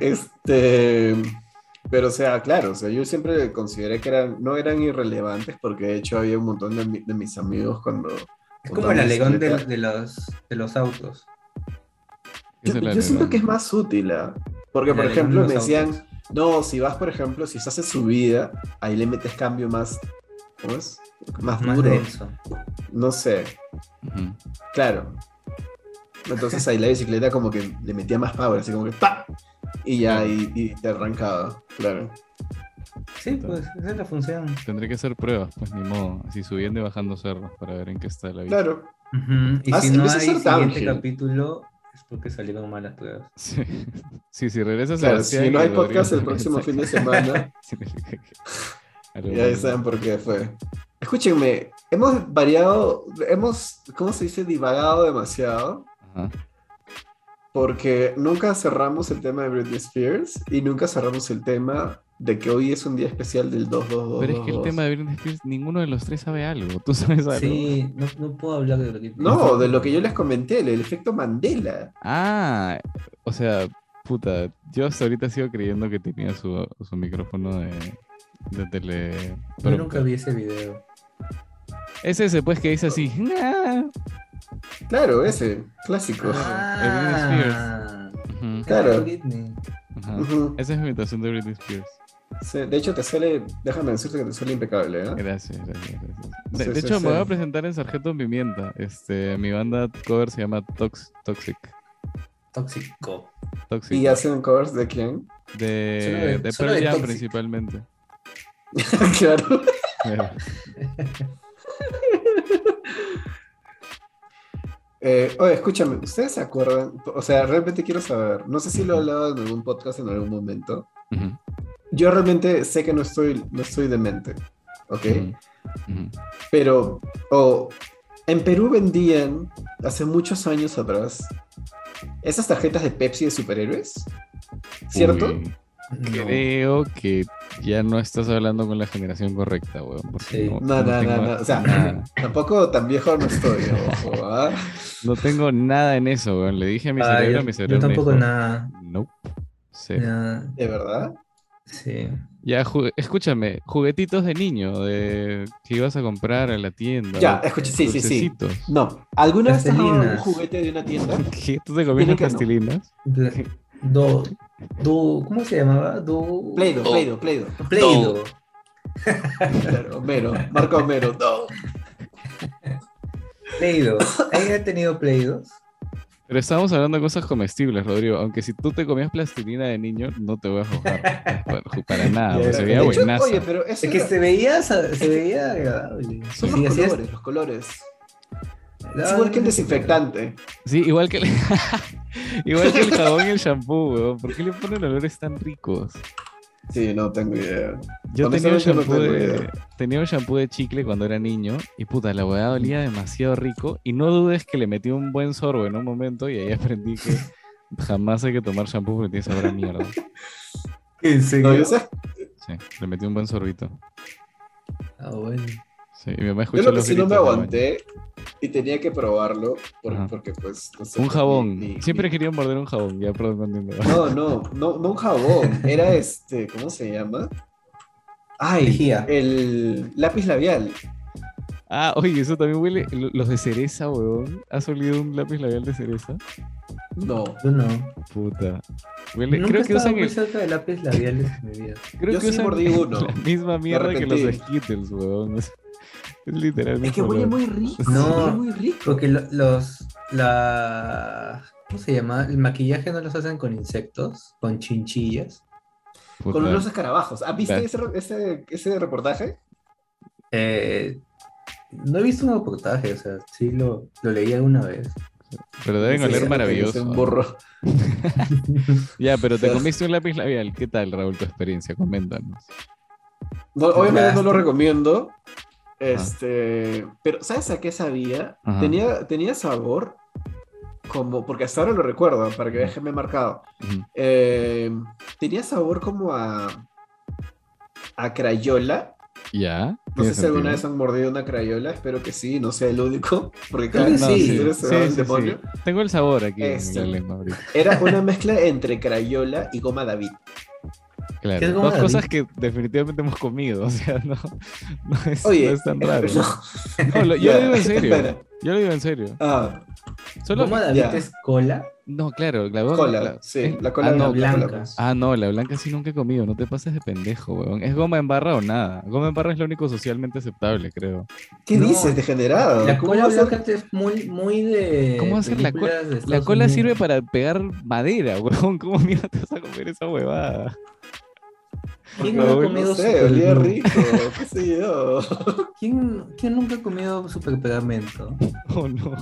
[SPEAKER 2] Este. Pero, o sea, claro, o sea, yo siempre consideré que eran, no eran irrelevantes porque, de hecho, había un montón de, mi- de mis amigos cuando
[SPEAKER 3] Es como el alegón de, de los, de los autos.
[SPEAKER 1] Esa
[SPEAKER 2] Yo,
[SPEAKER 1] es la
[SPEAKER 2] yo siento
[SPEAKER 1] alegón.
[SPEAKER 2] que es más útil, ah. porque por
[SPEAKER 3] El alegón
[SPEAKER 2] ejemplo
[SPEAKER 3] de
[SPEAKER 2] me
[SPEAKER 3] los
[SPEAKER 2] decían,
[SPEAKER 3] autos.
[SPEAKER 2] no, si vas por ejemplo, si estás en subida, ahí le metes cambio más, ¿cómo es? Más
[SPEAKER 3] Más
[SPEAKER 2] duro,
[SPEAKER 3] denso.
[SPEAKER 2] no sé,
[SPEAKER 1] Ujú.
[SPEAKER 2] claro. Entonces ahí la bicicleta como que le metía más power, así como que ¡pa! Y ya, y, y te arrancaba, claro.
[SPEAKER 3] Sí, pues esa es la función.
[SPEAKER 1] Tendré que hacer pruebas, pues ni modo. Así subiendo y bajando cerros para ver en qué está la vida.
[SPEAKER 2] Claro,
[SPEAKER 3] Ujú, Y
[SPEAKER 2] Ah,
[SPEAKER 3] si
[SPEAKER 2] sí,
[SPEAKER 3] no
[SPEAKER 2] empieza a
[SPEAKER 3] hay
[SPEAKER 2] ser
[SPEAKER 3] siguiente
[SPEAKER 2] downhill.
[SPEAKER 3] capítulo, es porque salieron malas pruebas.
[SPEAKER 1] Sí, [LAUGHS] sí, si regresas a
[SPEAKER 2] claro.
[SPEAKER 1] la
[SPEAKER 2] Si
[SPEAKER 1] CIA
[SPEAKER 2] no hay
[SPEAKER 1] y lo
[SPEAKER 2] podcast el
[SPEAKER 1] regresas, [LAUGHS]
[SPEAKER 2] próximo fin de semana,
[SPEAKER 1] significa que- algo
[SPEAKER 2] Ya
[SPEAKER 1] malo.
[SPEAKER 2] saben por qué fue. Escúchenme, hemos variado, hemos, ¿cómo se dice? Divagado demasiado,
[SPEAKER 1] Ajá.
[SPEAKER 2] porque nunca cerramos el tema de Britney Spears y nunca cerramos el tema de que hoy es un día especial del 222.
[SPEAKER 1] Pero es que el tema de Britney Spears, ninguno de los tres sabe algo. ¿Tú sabes algo?
[SPEAKER 3] Sí, no, no puedo hablar de lo que...
[SPEAKER 2] No, de lo que yo les comenté, el, el efecto Mandela.
[SPEAKER 1] Ah, o sea, puta, yo hasta ahorita sigo creyendo que tenía su, su micrófono de, de tele.
[SPEAKER 3] Yo
[SPEAKER 1] pero-
[SPEAKER 3] nunca vi ese video.
[SPEAKER 1] Es ese, pues, que dice así. "Ah".
[SPEAKER 2] Claro, ese, clásico.
[SPEAKER 3] Ah.
[SPEAKER 2] Ujú, Claro.
[SPEAKER 3] Britney.
[SPEAKER 1] ajá.
[SPEAKER 2] Ujú.
[SPEAKER 1] Esa es mi imitación de Britney Spears.
[SPEAKER 2] Sí, de hecho, te sale, déjame decirte que te sale impecable, ¿eh?
[SPEAKER 1] Gracias, gracias, gracias. De,
[SPEAKER 2] Sí,
[SPEAKER 1] de
[SPEAKER 2] sí,
[SPEAKER 1] hecho,
[SPEAKER 2] sí.
[SPEAKER 1] me voy a presentar en Sargento Pimienta. Este, mi banda cover se llama Tox- Toxic.
[SPEAKER 3] Tóxico.
[SPEAKER 1] Toxic.
[SPEAKER 2] Y hacen covers de quién? [LAUGHS]
[SPEAKER 1] De,
[SPEAKER 3] Solo de-
[SPEAKER 1] de
[SPEAKER 3] solo
[SPEAKER 1] Pearl
[SPEAKER 3] de
[SPEAKER 1] Jam
[SPEAKER 3] Toxic.
[SPEAKER 1] principalmente.
[SPEAKER 2] claro.
[SPEAKER 1] Claro.
[SPEAKER 2] Eh, oye, escúchame, ¿ustedes se acuerdan? O sea, realmente quiero saber, no sé si lo he hablado en algún podcast en algún momento.
[SPEAKER 1] Ujú,
[SPEAKER 2] Yo realmente sé que no estoy, no estoy demente, ¿ok?
[SPEAKER 1] ujú, ujú.
[SPEAKER 2] Pero, o en Perú vendían, hace muchos años atrás, esas tarjetas de Pepsi de superhéroes, ¿cierto?
[SPEAKER 1] Uy,
[SPEAKER 3] No.
[SPEAKER 1] Creo que ya no estás hablando con la generación correcta, weón. porque
[SPEAKER 3] Sí.
[SPEAKER 2] No, no, no,
[SPEAKER 1] tengo
[SPEAKER 2] no, o sea-
[SPEAKER 1] nada.
[SPEAKER 2] [LAUGHS] Tampoco tan viejo no estoy, ojo, ¿ah?
[SPEAKER 1] No tengo nada en eso, weón. Le dije a mi
[SPEAKER 3] Ah,
[SPEAKER 1] cerebro,
[SPEAKER 3] yo,
[SPEAKER 1] mi
[SPEAKER 3] yo
[SPEAKER 1] cerebro. me
[SPEAKER 3] tampoco
[SPEAKER 1] dijo,
[SPEAKER 3] nada.
[SPEAKER 1] Nope. Sí.
[SPEAKER 3] nada,
[SPEAKER 2] ¿De verdad?
[SPEAKER 3] Sí.
[SPEAKER 1] Ya, ju- escúchame, juguetitos de niño de que ibas a comprar a la tienda.
[SPEAKER 2] Ya,
[SPEAKER 1] weón.
[SPEAKER 2] escucha, sí, sí, sí.
[SPEAKER 1] Dulcecitos.
[SPEAKER 2] No, ¿alguna vez has robado un
[SPEAKER 3] Plastilinas.
[SPEAKER 2] juguete de una tienda?
[SPEAKER 1] ¿Qué? ¿Tú te comías las
[SPEAKER 2] que no.
[SPEAKER 1] plastilinas?
[SPEAKER 3] Bla- Do, do, ¿Cómo se llamaba? Do.
[SPEAKER 2] Pleido,
[SPEAKER 1] Oh.
[SPEAKER 2] pleido, pleido.
[SPEAKER 3] Play-Doh.
[SPEAKER 2] Claro, Homero, Marco Homero, no.
[SPEAKER 3] Play-Doh. ¿Alguien ha tenido Play-Dohs?
[SPEAKER 1] Pero estábamos hablando de cosas comestibles, Rodrigo. Aunque si tú te comías plastilina de niño, no te voy a
[SPEAKER 2] [LAUGHS]
[SPEAKER 1] juzgar. Para- Para nada,
[SPEAKER 3] Ya,
[SPEAKER 1] porque se
[SPEAKER 3] de
[SPEAKER 1] veía
[SPEAKER 2] De hecho,
[SPEAKER 1] buenazo.
[SPEAKER 2] Oye, pero eso
[SPEAKER 3] Es que
[SPEAKER 2] era-
[SPEAKER 3] se veía, se veía agradable.
[SPEAKER 2] son
[SPEAKER 3] Sí,
[SPEAKER 2] los
[SPEAKER 3] así es. Ah,
[SPEAKER 2] colores, los colores. Es igual que el desinfectante.
[SPEAKER 1] Sí, igual que el, [LAUGHS] igual que el jabón y el shampoo, weón. ¿Por qué le ponen olores tan ricos?
[SPEAKER 2] Sí, no tengo idea.
[SPEAKER 1] Yo tenía un,
[SPEAKER 2] Honestamente, no
[SPEAKER 1] shampoo
[SPEAKER 2] tengo
[SPEAKER 1] de,
[SPEAKER 2] idea.
[SPEAKER 1] tenía un shampoo de chicle cuando era niño y puta, la weá olía demasiado rico y no dudes que le metí un buen sorbo en un momento y ahí aprendí que jamás hay que tomar shampoo porque tiene sabor a mierda.
[SPEAKER 3] ¿En
[SPEAKER 2] No, yo,
[SPEAKER 3] serio?
[SPEAKER 2] sé-
[SPEAKER 1] Sí, le metí un buen sorbito.
[SPEAKER 3] Ah, bueno.
[SPEAKER 1] Sí, y mi mamá
[SPEAKER 2] yo
[SPEAKER 1] escuchó
[SPEAKER 2] lo que
[SPEAKER 1] los
[SPEAKER 2] sí no
[SPEAKER 1] gritos
[SPEAKER 2] me
[SPEAKER 1] del baño.
[SPEAKER 2] aguanté y tenía que probarlo por-
[SPEAKER 1] Ajá.
[SPEAKER 2] porque, pues, no sé,
[SPEAKER 1] Un
[SPEAKER 2] pues,
[SPEAKER 1] jabón.
[SPEAKER 2] ni- ni-
[SPEAKER 1] Siempre
[SPEAKER 2] ni-
[SPEAKER 1] quería morder un jabón, ya perdón, continúa.
[SPEAKER 2] No, no, no, no un jabón.
[SPEAKER 1] [LAUGHS]
[SPEAKER 2] Era este, ¿cómo se llama? Ay,
[SPEAKER 3] Lejía.
[SPEAKER 2] el lápiz labial.
[SPEAKER 1] Ah, oye, eso también huele. lo- Los de cereza, weón. ¿Has olido un lápiz labial de cereza?
[SPEAKER 2] No.
[SPEAKER 3] Yo no.
[SPEAKER 1] Puta. Huele.
[SPEAKER 3] Nunca
[SPEAKER 1] Creo que usan
[SPEAKER 3] muy
[SPEAKER 1] el,
[SPEAKER 3] cerca de lápiz labial en mi vida.
[SPEAKER 1] Creo
[SPEAKER 2] Yo
[SPEAKER 1] que
[SPEAKER 2] sí
[SPEAKER 1] usan
[SPEAKER 2] mordí
[SPEAKER 1] [LAUGHS]
[SPEAKER 2] uno.
[SPEAKER 1] La misma mierda que los
[SPEAKER 2] arrepentí.
[SPEAKER 1] Skittles, weón. [LAUGHS] Es, es literalmente.
[SPEAKER 2] Es que huele muy rico.
[SPEAKER 3] No.
[SPEAKER 2] Huele muy rico.
[SPEAKER 3] Porque lo- los. La. ¿Cómo se llama? El maquillaje no los hacen con insectos, con chinchillas.
[SPEAKER 2] Con unos escarabajos. ¿Ah, viste ese, ese, ese reportaje?
[SPEAKER 3] Eh, no he visto un reportaje, o sea, sí lo, lo leí alguna vez.
[SPEAKER 1] Pero deben
[SPEAKER 2] Ese
[SPEAKER 1] oler
[SPEAKER 2] que
[SPEAKER 1] maravilloso.
[SPEAKER 2] dice Un burro.
[SPEAKER 1] Ya, pero te comiste un lápiz labial. ¿Qué tal, Raúl, tu experiencia? Coméntanos.
[SPEAKER 2] No, obviamente no
[SPEAKER 3] Plástico.
[SPEAKER 2] lo recomiendo. Este, pero ¿sabes a qué sabía?
[SPEAKER 1] Ajá.
[SPEAKER 2] Tenía, tenía sabor como, porque hasta ahora lo recuerdo, para que déjenme marcado.
[SPEAKER 1] Ujú.
[SPEAKER 2] Eh, tenía sabor como a a crayola.
[SPEAKER 1] ¿Ya?
[SPEAKER 2] No
[SPEAKER 1] tiene
[SPEAKER 2] sé si alguna vez
[SPEAKER 1] sentido.
[SPEAKER 2] han mordido una crayola, espero que sí, no sea el único, [LAUGHS] porque
[SPEAKER 3] Creo
[SPEAKER 2] cada
[SPEAKER 3] que
[SPEAKER 2] vez
[SPEAKER 3] sí.
[SPEAKER 2] que eres
[SPEAKER 1] Sí,
[SPEAKER 2] el
[SPEAKER 1] sí,
[SPEAKER 2] demonio.
[SPEAKER 1] sí. Tengo el sabor aquí en
[SPEAKER 2] Este.
[SPEAKER 1] la lengua ahorita.
[SPEAKER 2] Era una mezcla entre crayola y goma David.
[SPEAKER 1] Claro,
[SPEAKER 3] ¿Qué es como
[SPEAKER 1] dos
[SPEAKER 3] David?
[SPEAKER 1] cosas que definitivamente hemos comido, [LAUGHS] o sea, no, no es,
[SPEAKER 2] Oye,
[SPEAKER 1] no es tan raro.
[SPEAKER 2] [LAUGHS] no.
[SPEAKER 1] No, lo- yo lo
[SPEAKER 2] [LAUGHS]
[SPEAKER 1] digo en
[SPEAKER 2] Espera.
[SPEAKER 1] serio. Yo lo digo en serio.
[SPEAKER 2] Ah,
[SPEAKER 1] [LAUGHS] Solo,
[SPEAKER 3] ¿Cómo David
[SPEAKER 2] ya.
[SPEAKER 3] es cola?
[SPEAKER 1] no, claro, la goma-
[SPEAKER 2] cola,
[SPEAKER 1] la-
[SPEAKER 2] sí,
[SPEAKER 1] eh,
[SPEAKER 2] la cola
[SPEAKER 1] ah, no,
[SPEAKER 2] blanca,
[SPEAKER 3] blanca.
[SPEAKER 2] pues.
[SPEAKER 1] Ah, no, la blanca sí nunca he comido, no te pases de pendejo, weón. ¿Es goma en barra o nada? Goma en barra es lo único socialmente aceptable, creo.
[SPEAKER 2] ¿Qué
[SPEAKER 3] No.
[SPEAKER 2] dices, degenerado?
[SPEAKER 3] La
[SPEAKER 2] ¿Cómo
[SPEAKER 3] cola
[SPEAKER 2] va a ser-
[SPEAKER 3] blanca es muy, muy de.
[SPEAKER 1] ¿Cómo va a ser la
[SPEAKER 3] películas de
[SPEAKER 1] La
[SPEAKER 3] Estados
[SPEAKER 1] cola
[SPEAKER 3] Unidos.
[SPEAKER 1] sirve para pegar madera, weón. ¿Cómo mierda te vas a comer esa huevada? [LAUGHS]
[SPEAKER 3] ¿Quién
[SPEAKER 2] No,
[SPEAKER 3] no ha
[SPEAKER 2] no
[SPEAKER 3] comido
[SPEAKER 2] sé,
[SPEAKER 3] super
[SPEAKER 2] olía
[SPEAKER 3] glue?
[SPEAKER 2] rico, qué sé
[SPEAKER 1] [LAUGHS]
[SPEAKER 2] yo.
[SPEAKER 3] ¿Quién, quién nunca ha comido super pegamento?
[SPEAKER 1] Oh, no.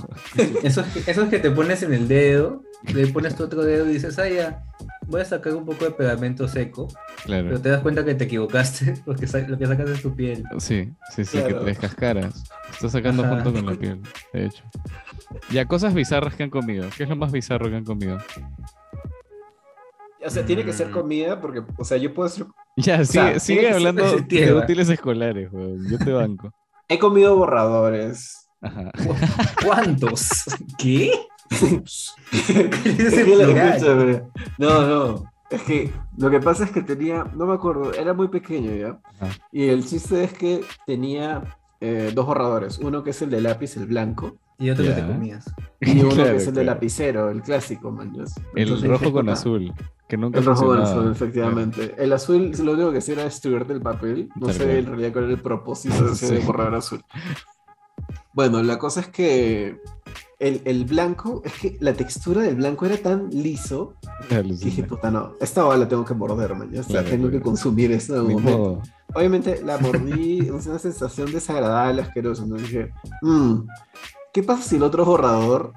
[SPEAKER 3] Esos que, esos que te pones en el dedo, le pones tu otro dedo y dices, ah, ya, voy a sacar un poco de pegamento seco,
[SPEAKER 1] Claro.
[SPEAKER 3] pero te das cuenta que te equivocaste, [LAUGHS] porque sa- lo que sacas es tu piel.
[SPEAKER 1] Sí, sí, sí, que
[SPEAKER 2] Claro.
[SPEAKER 1] te descascaras. Estás sacando
[SPEAKER 3] Ajá.
[SPEAKER 1] junto con la piel, de hecho. Ya, cosas bizarras que han comido. ¿Qué es lo más bizarro que han comido? [LAUGHS]
[SPEAKER 2] O sea, tiene que
[SPEAKER 1] Mm.
[SPEAKER 2] ser comida porque, o sea, yo puedo ser...
[SPEAKER 1] Ya, sigue,
[SPEAKER 2] sea,
[SPEAKER 1] sigue
[SPEAKER 3] tiene que ser
[SPEAKER 1] hablando de
[SPEAKER 3] sensitiva.
[SPEAKER 1] útiles escolares, weón. Yo te banco.
[SPEAKER 2] He comido borradores.
[SPEAKER 1] Ajá.
[SPEAKER 3] ¿Cuántos? ¿Qué?
[SPEAKER 1] [LAUGHS]
[SPEAKER 3] ¿Qué
[SPEAKER 2] Es
[SPEAKER 3] dices
[SPEAKER 2] que
[SPEAKER 3] en
[SPEAKER 2] la
[SPEAKER 3] plural?
[SPEAKER 2] concha, pero- No, no. Es que lo que pasa es que tenía, no me acuerdo, era muy pequeño ya.
[SPEAKER 1] Ajá.
[SPEAKER 2] Y el chiste es que tenía eh, dos borradores. Uno que es el de lápiz, el blanco.
[SPEAKER 3] Y otro
[SPEAKER 1] Ya.
[SPEAKER 3] que te comías.
[SPEAKER 1] [LAUGHS]
[SPEAKER 2] Y uno
[SPEAKER 1] Claro,
[SPEAKER 2] que es el de
[SPEAKER 1] claro.
[SPEAKER 2] lapicero, el clásico, man. yo-
[SPEAKER 1] El
[SPEAKER 2] Entonces
[SPEAKER 1] rojo
[SPEAKER 2] dije, "Ah,
[SPEAKER 1] con
[SPEAKER 2] "Puta,
[SPEAKER 1] azul. Que nunca
[SPEAKER 2] El rojo con
[SPEAKER 1] funcionaba.
[SPEAKER 2] azul, efectivamente. El azul lo único que hacía era destruirte el papel. No
[SPEAKER 1] Tal
[SPEAKER 2] sé
[SPEAKER 1] cual.
[SPEAKER 2] en realidad cuál era el propósito de ese
[SPEAKER 1] [LAUGHS] Sí.
[SPEAKER 2] borrador azul. Bueno, la cosa es que el, el blanco, es que la textura del blanco era tan liso
[SPEAKER 1] Claro,
[SPEAKER 2] que dije,
[SPEAKER 1] sí.
[SPEAKER 2] puta, no, esta bala la tengo que morder, man. O sea,
[SPEAKER 1] Claro,
[SPEAKER 2] tengo que
[SPEAKER 1] claro.
[SPEAKER 2] consumir esto en
[SPEAKER 1] Ni
[SPEAKER 2] algún momento.
[SPEAKER 1] modo.
[SPEAKER 2] Obviamente
[SPEAKER 1] [LAUGHS]
[SPEAKER 2] la mordí, es una sensación desagradable, asquerosa. Entonces dije, "Mm, ¿qué pasa si el otro borrador,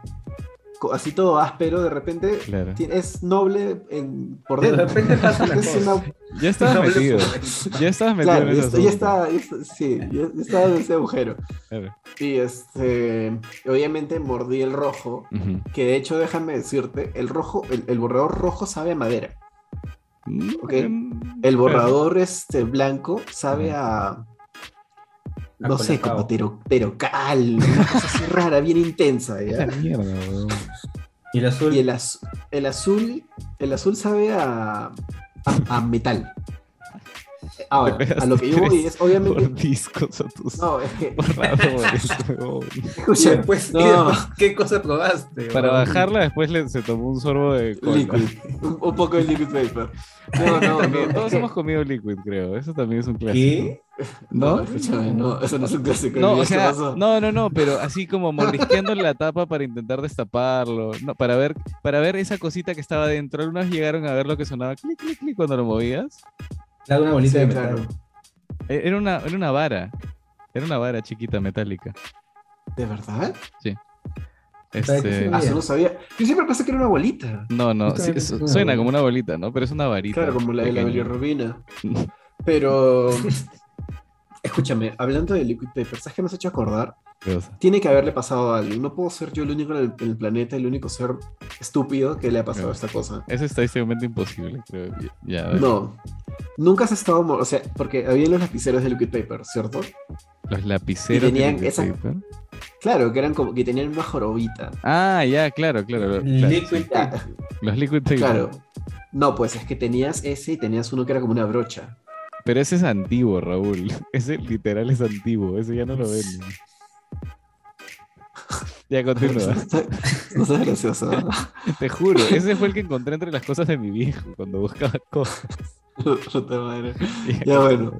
[SPEAKER 2] co- así todo áspero, de repente
[SPEAKER 1] Claro.
[SPEAKER 2] ti- es noble en, por
[SPEAKER 3] De
[SPEAKER 2] dentro?
[SPEAKER 3] repente pasa
[SPEAKER 2] [LAUGHS]
[SPEAKER 3] la
[SPEAKER 2] Es una-
[SPEAKER 3] cosa.
[SPEAKER 1] Ya
[SPEAKER 2] [LAUGHS]
[SPEAKER 1] estabas
[SPEAKER 3] No hables
[SPEAKER 1] metido.
[SPEAKER 3] por-
[SPEAKER 1] Ya estabas metido
[SPEAKER 2] claro,
[SPEAKER 1] en
[SPEAKER 2] ya,
[SPEAKER 1] ese
[SPEAKER 2] está- ya
[SPEAKER 1] asunto.
[SPEAKER 2] estaba, ya está- sí, ya- ya estaba en ese agujero.
[SPEAKER 1] Claro.
[SPEAKER 2] Y este, obviamente mordí el rojo,
[SPEAKER 1] Ujú.
[SPEAKER 2] que de hecho, déjame decirte, el rojo, el, el borrador rojo sabe a madera. Ok. El
[SPEAKER 1] Mm, Claro.
[SPEAKER 2] borrador este blanco sabe a. No sé,
[SPEAKER 3] colacao.
[SPEAKER 2] como tero- terocal, una cosa así rara, bien intensa,
[SPEAKER 1] Esa
[SPEAKER 2] ¿ya?
[SPEAKER 1] mierda, weón.
[SPEAKER 3] Y el azul.
[SPEAKER 2] Y el, az- el azul, el azul sabe a, a, a metal. Ahora,
[SPEAKER 1] Te
[SPEAKER 2] a lo que yo voy
[SPEAKER 1] pegaste
[SPEAKER 2] es, obviamente,
[SPEAKER 1] [LAUGHS] Por discos a tus
[SPEAKER 2] no, [LAUGHS] es que, [LAUGHS]
[SPEAKER 1] borradores, weón.
[SPEAKER 3] Y
[SPEAKER 2] escucha,
[SPEAKER 3] después, y
[SPEAKER 2] No.
[SPEAKER 3] después, ¿qué cosa probaste?
[SPEAKER 1] Para
[SPEAKER 3] weón?
[SPEAKER 1] bajarla después le- se tomó un sorbo de cola.
[SPEAKER 2] liquid, un, un poco de liquid paper. No, no, no,
[SPEAKER 1] También,
[SPEAKER 2] es
[SPEAKER 1] todos
[SPEAKER 2] que-
[SPEAKER 1] hemos comido liquid, creo. Eso también es un clásico.
[SPEAKER 3] ¿Qué?
[SPEAKER 2] no,
[SPEAKER 1] ¿No?
[SPEAKER 2] escúchame, no, eso no es un clásico.
[SPEAKER 1] No,
[SPEAKER 2] ya
[SPEAKER 1] o
[SPEAKER 2] se
[SPEAKER 1] sea,
[SPEAKER 2] pasó.
[SPEAKER 1] no, no, no, pero así como mordisqueando la tapa para intentar destaparlo, no, para ver, para ver esa cosita que estaba dentro. Algunos llegaron a ver lo que sonaba clic, clic, clic cuando lo movías.
[SPEAKER 3] Claro, una
[SPEAKER 2] Sí,
[SPEAKER 3] bolita de metal.
[SPEAKER 2] claro,
[SPEAKER 1] Eh, Era una, era una vara. Era una vara chiquita, metálica.
[SPEAKER 2] ¿de verdad?
[SPEAKER 3] sea, que
[SPEAKER 1] Este,
[SPEAKER 3] sí.
[SPEAKER 2] Ah, eso no sabía. Yo siempre pensé que era una bolita.
[SPEAKER 1] no, no, sí,
[SPEAKER 3] Justamente es
[SPEAKER 1] su-
[SPEAKER 3] una
[SPEAKER 1] suena
[SPEAKER 3] bolita.
[SPEAKER 1] como una bolita, ¿no? Pero es una varita.
[SPEAKER 2] Claro, como la de la
[SPEAKER 1] pequeña.
[SPEAKER 2] bilirrubina.
[SPEAKER 1] [LAUGHS]
[SPEAKER 2] Pero. Escúchame, hablando de liquid paper, ¿sabes qué me has hecho acordar?
[SPEAKER 1] Qué cosa.
[SPEAKER 2] Tiene que haberle pasado a alguien. No puedo ser yo el único en el, en el planeta, el único ser estúpido que le ha pasado
[SPEAKER 1] Claro.
[SPEAKER 2] esta cosa.
[SPEAKER 1] Eso es estadísticamente imposible, creo. Ya, dale.
[SPEAKER 2] No. Nunca has estado. mo- O sea, porque había los lapiceros de liquid paper, ¿cierto?
[SPEAKER 1] Los lapiceros.
[SPEAKER 2] Y tenían
[SPEAKER 1] tienen que
[SPEAKER 2] esa-
[SPEAKER 1] ser, ¿no?
[SPEAKER 2] Claro, que eran como que tenían una jorobita.
[SPEAKER 1] Ah, ya, claro, claro. lo- claro,
[SPEAKER 3] Liquid
[SPEAKER 1] sí.
[SPEAKER 2] Ya,
[SPEAKER 3] tape.
[SPEAKER 1] Los liquid tape.
[SPEAKER 2] claro. No, pues es que tenías ese y tenías uno que era como una brocha.
[SPEAKER 1] Pero ese es antiguo, Raúl. [LAUGHS] Ese literal es antiguo. Ese ya no lo venden. Ya continúa.
[SPEAKER 2] [LAUGHS] No seas gracioso. ¿no?
[SPEAKER 1] Te juro, ese fue el que encontré entre las cosas de mi viejo cuando buscaba cosas.
[SPEAKER 2] Puta madre. Ya, bueno.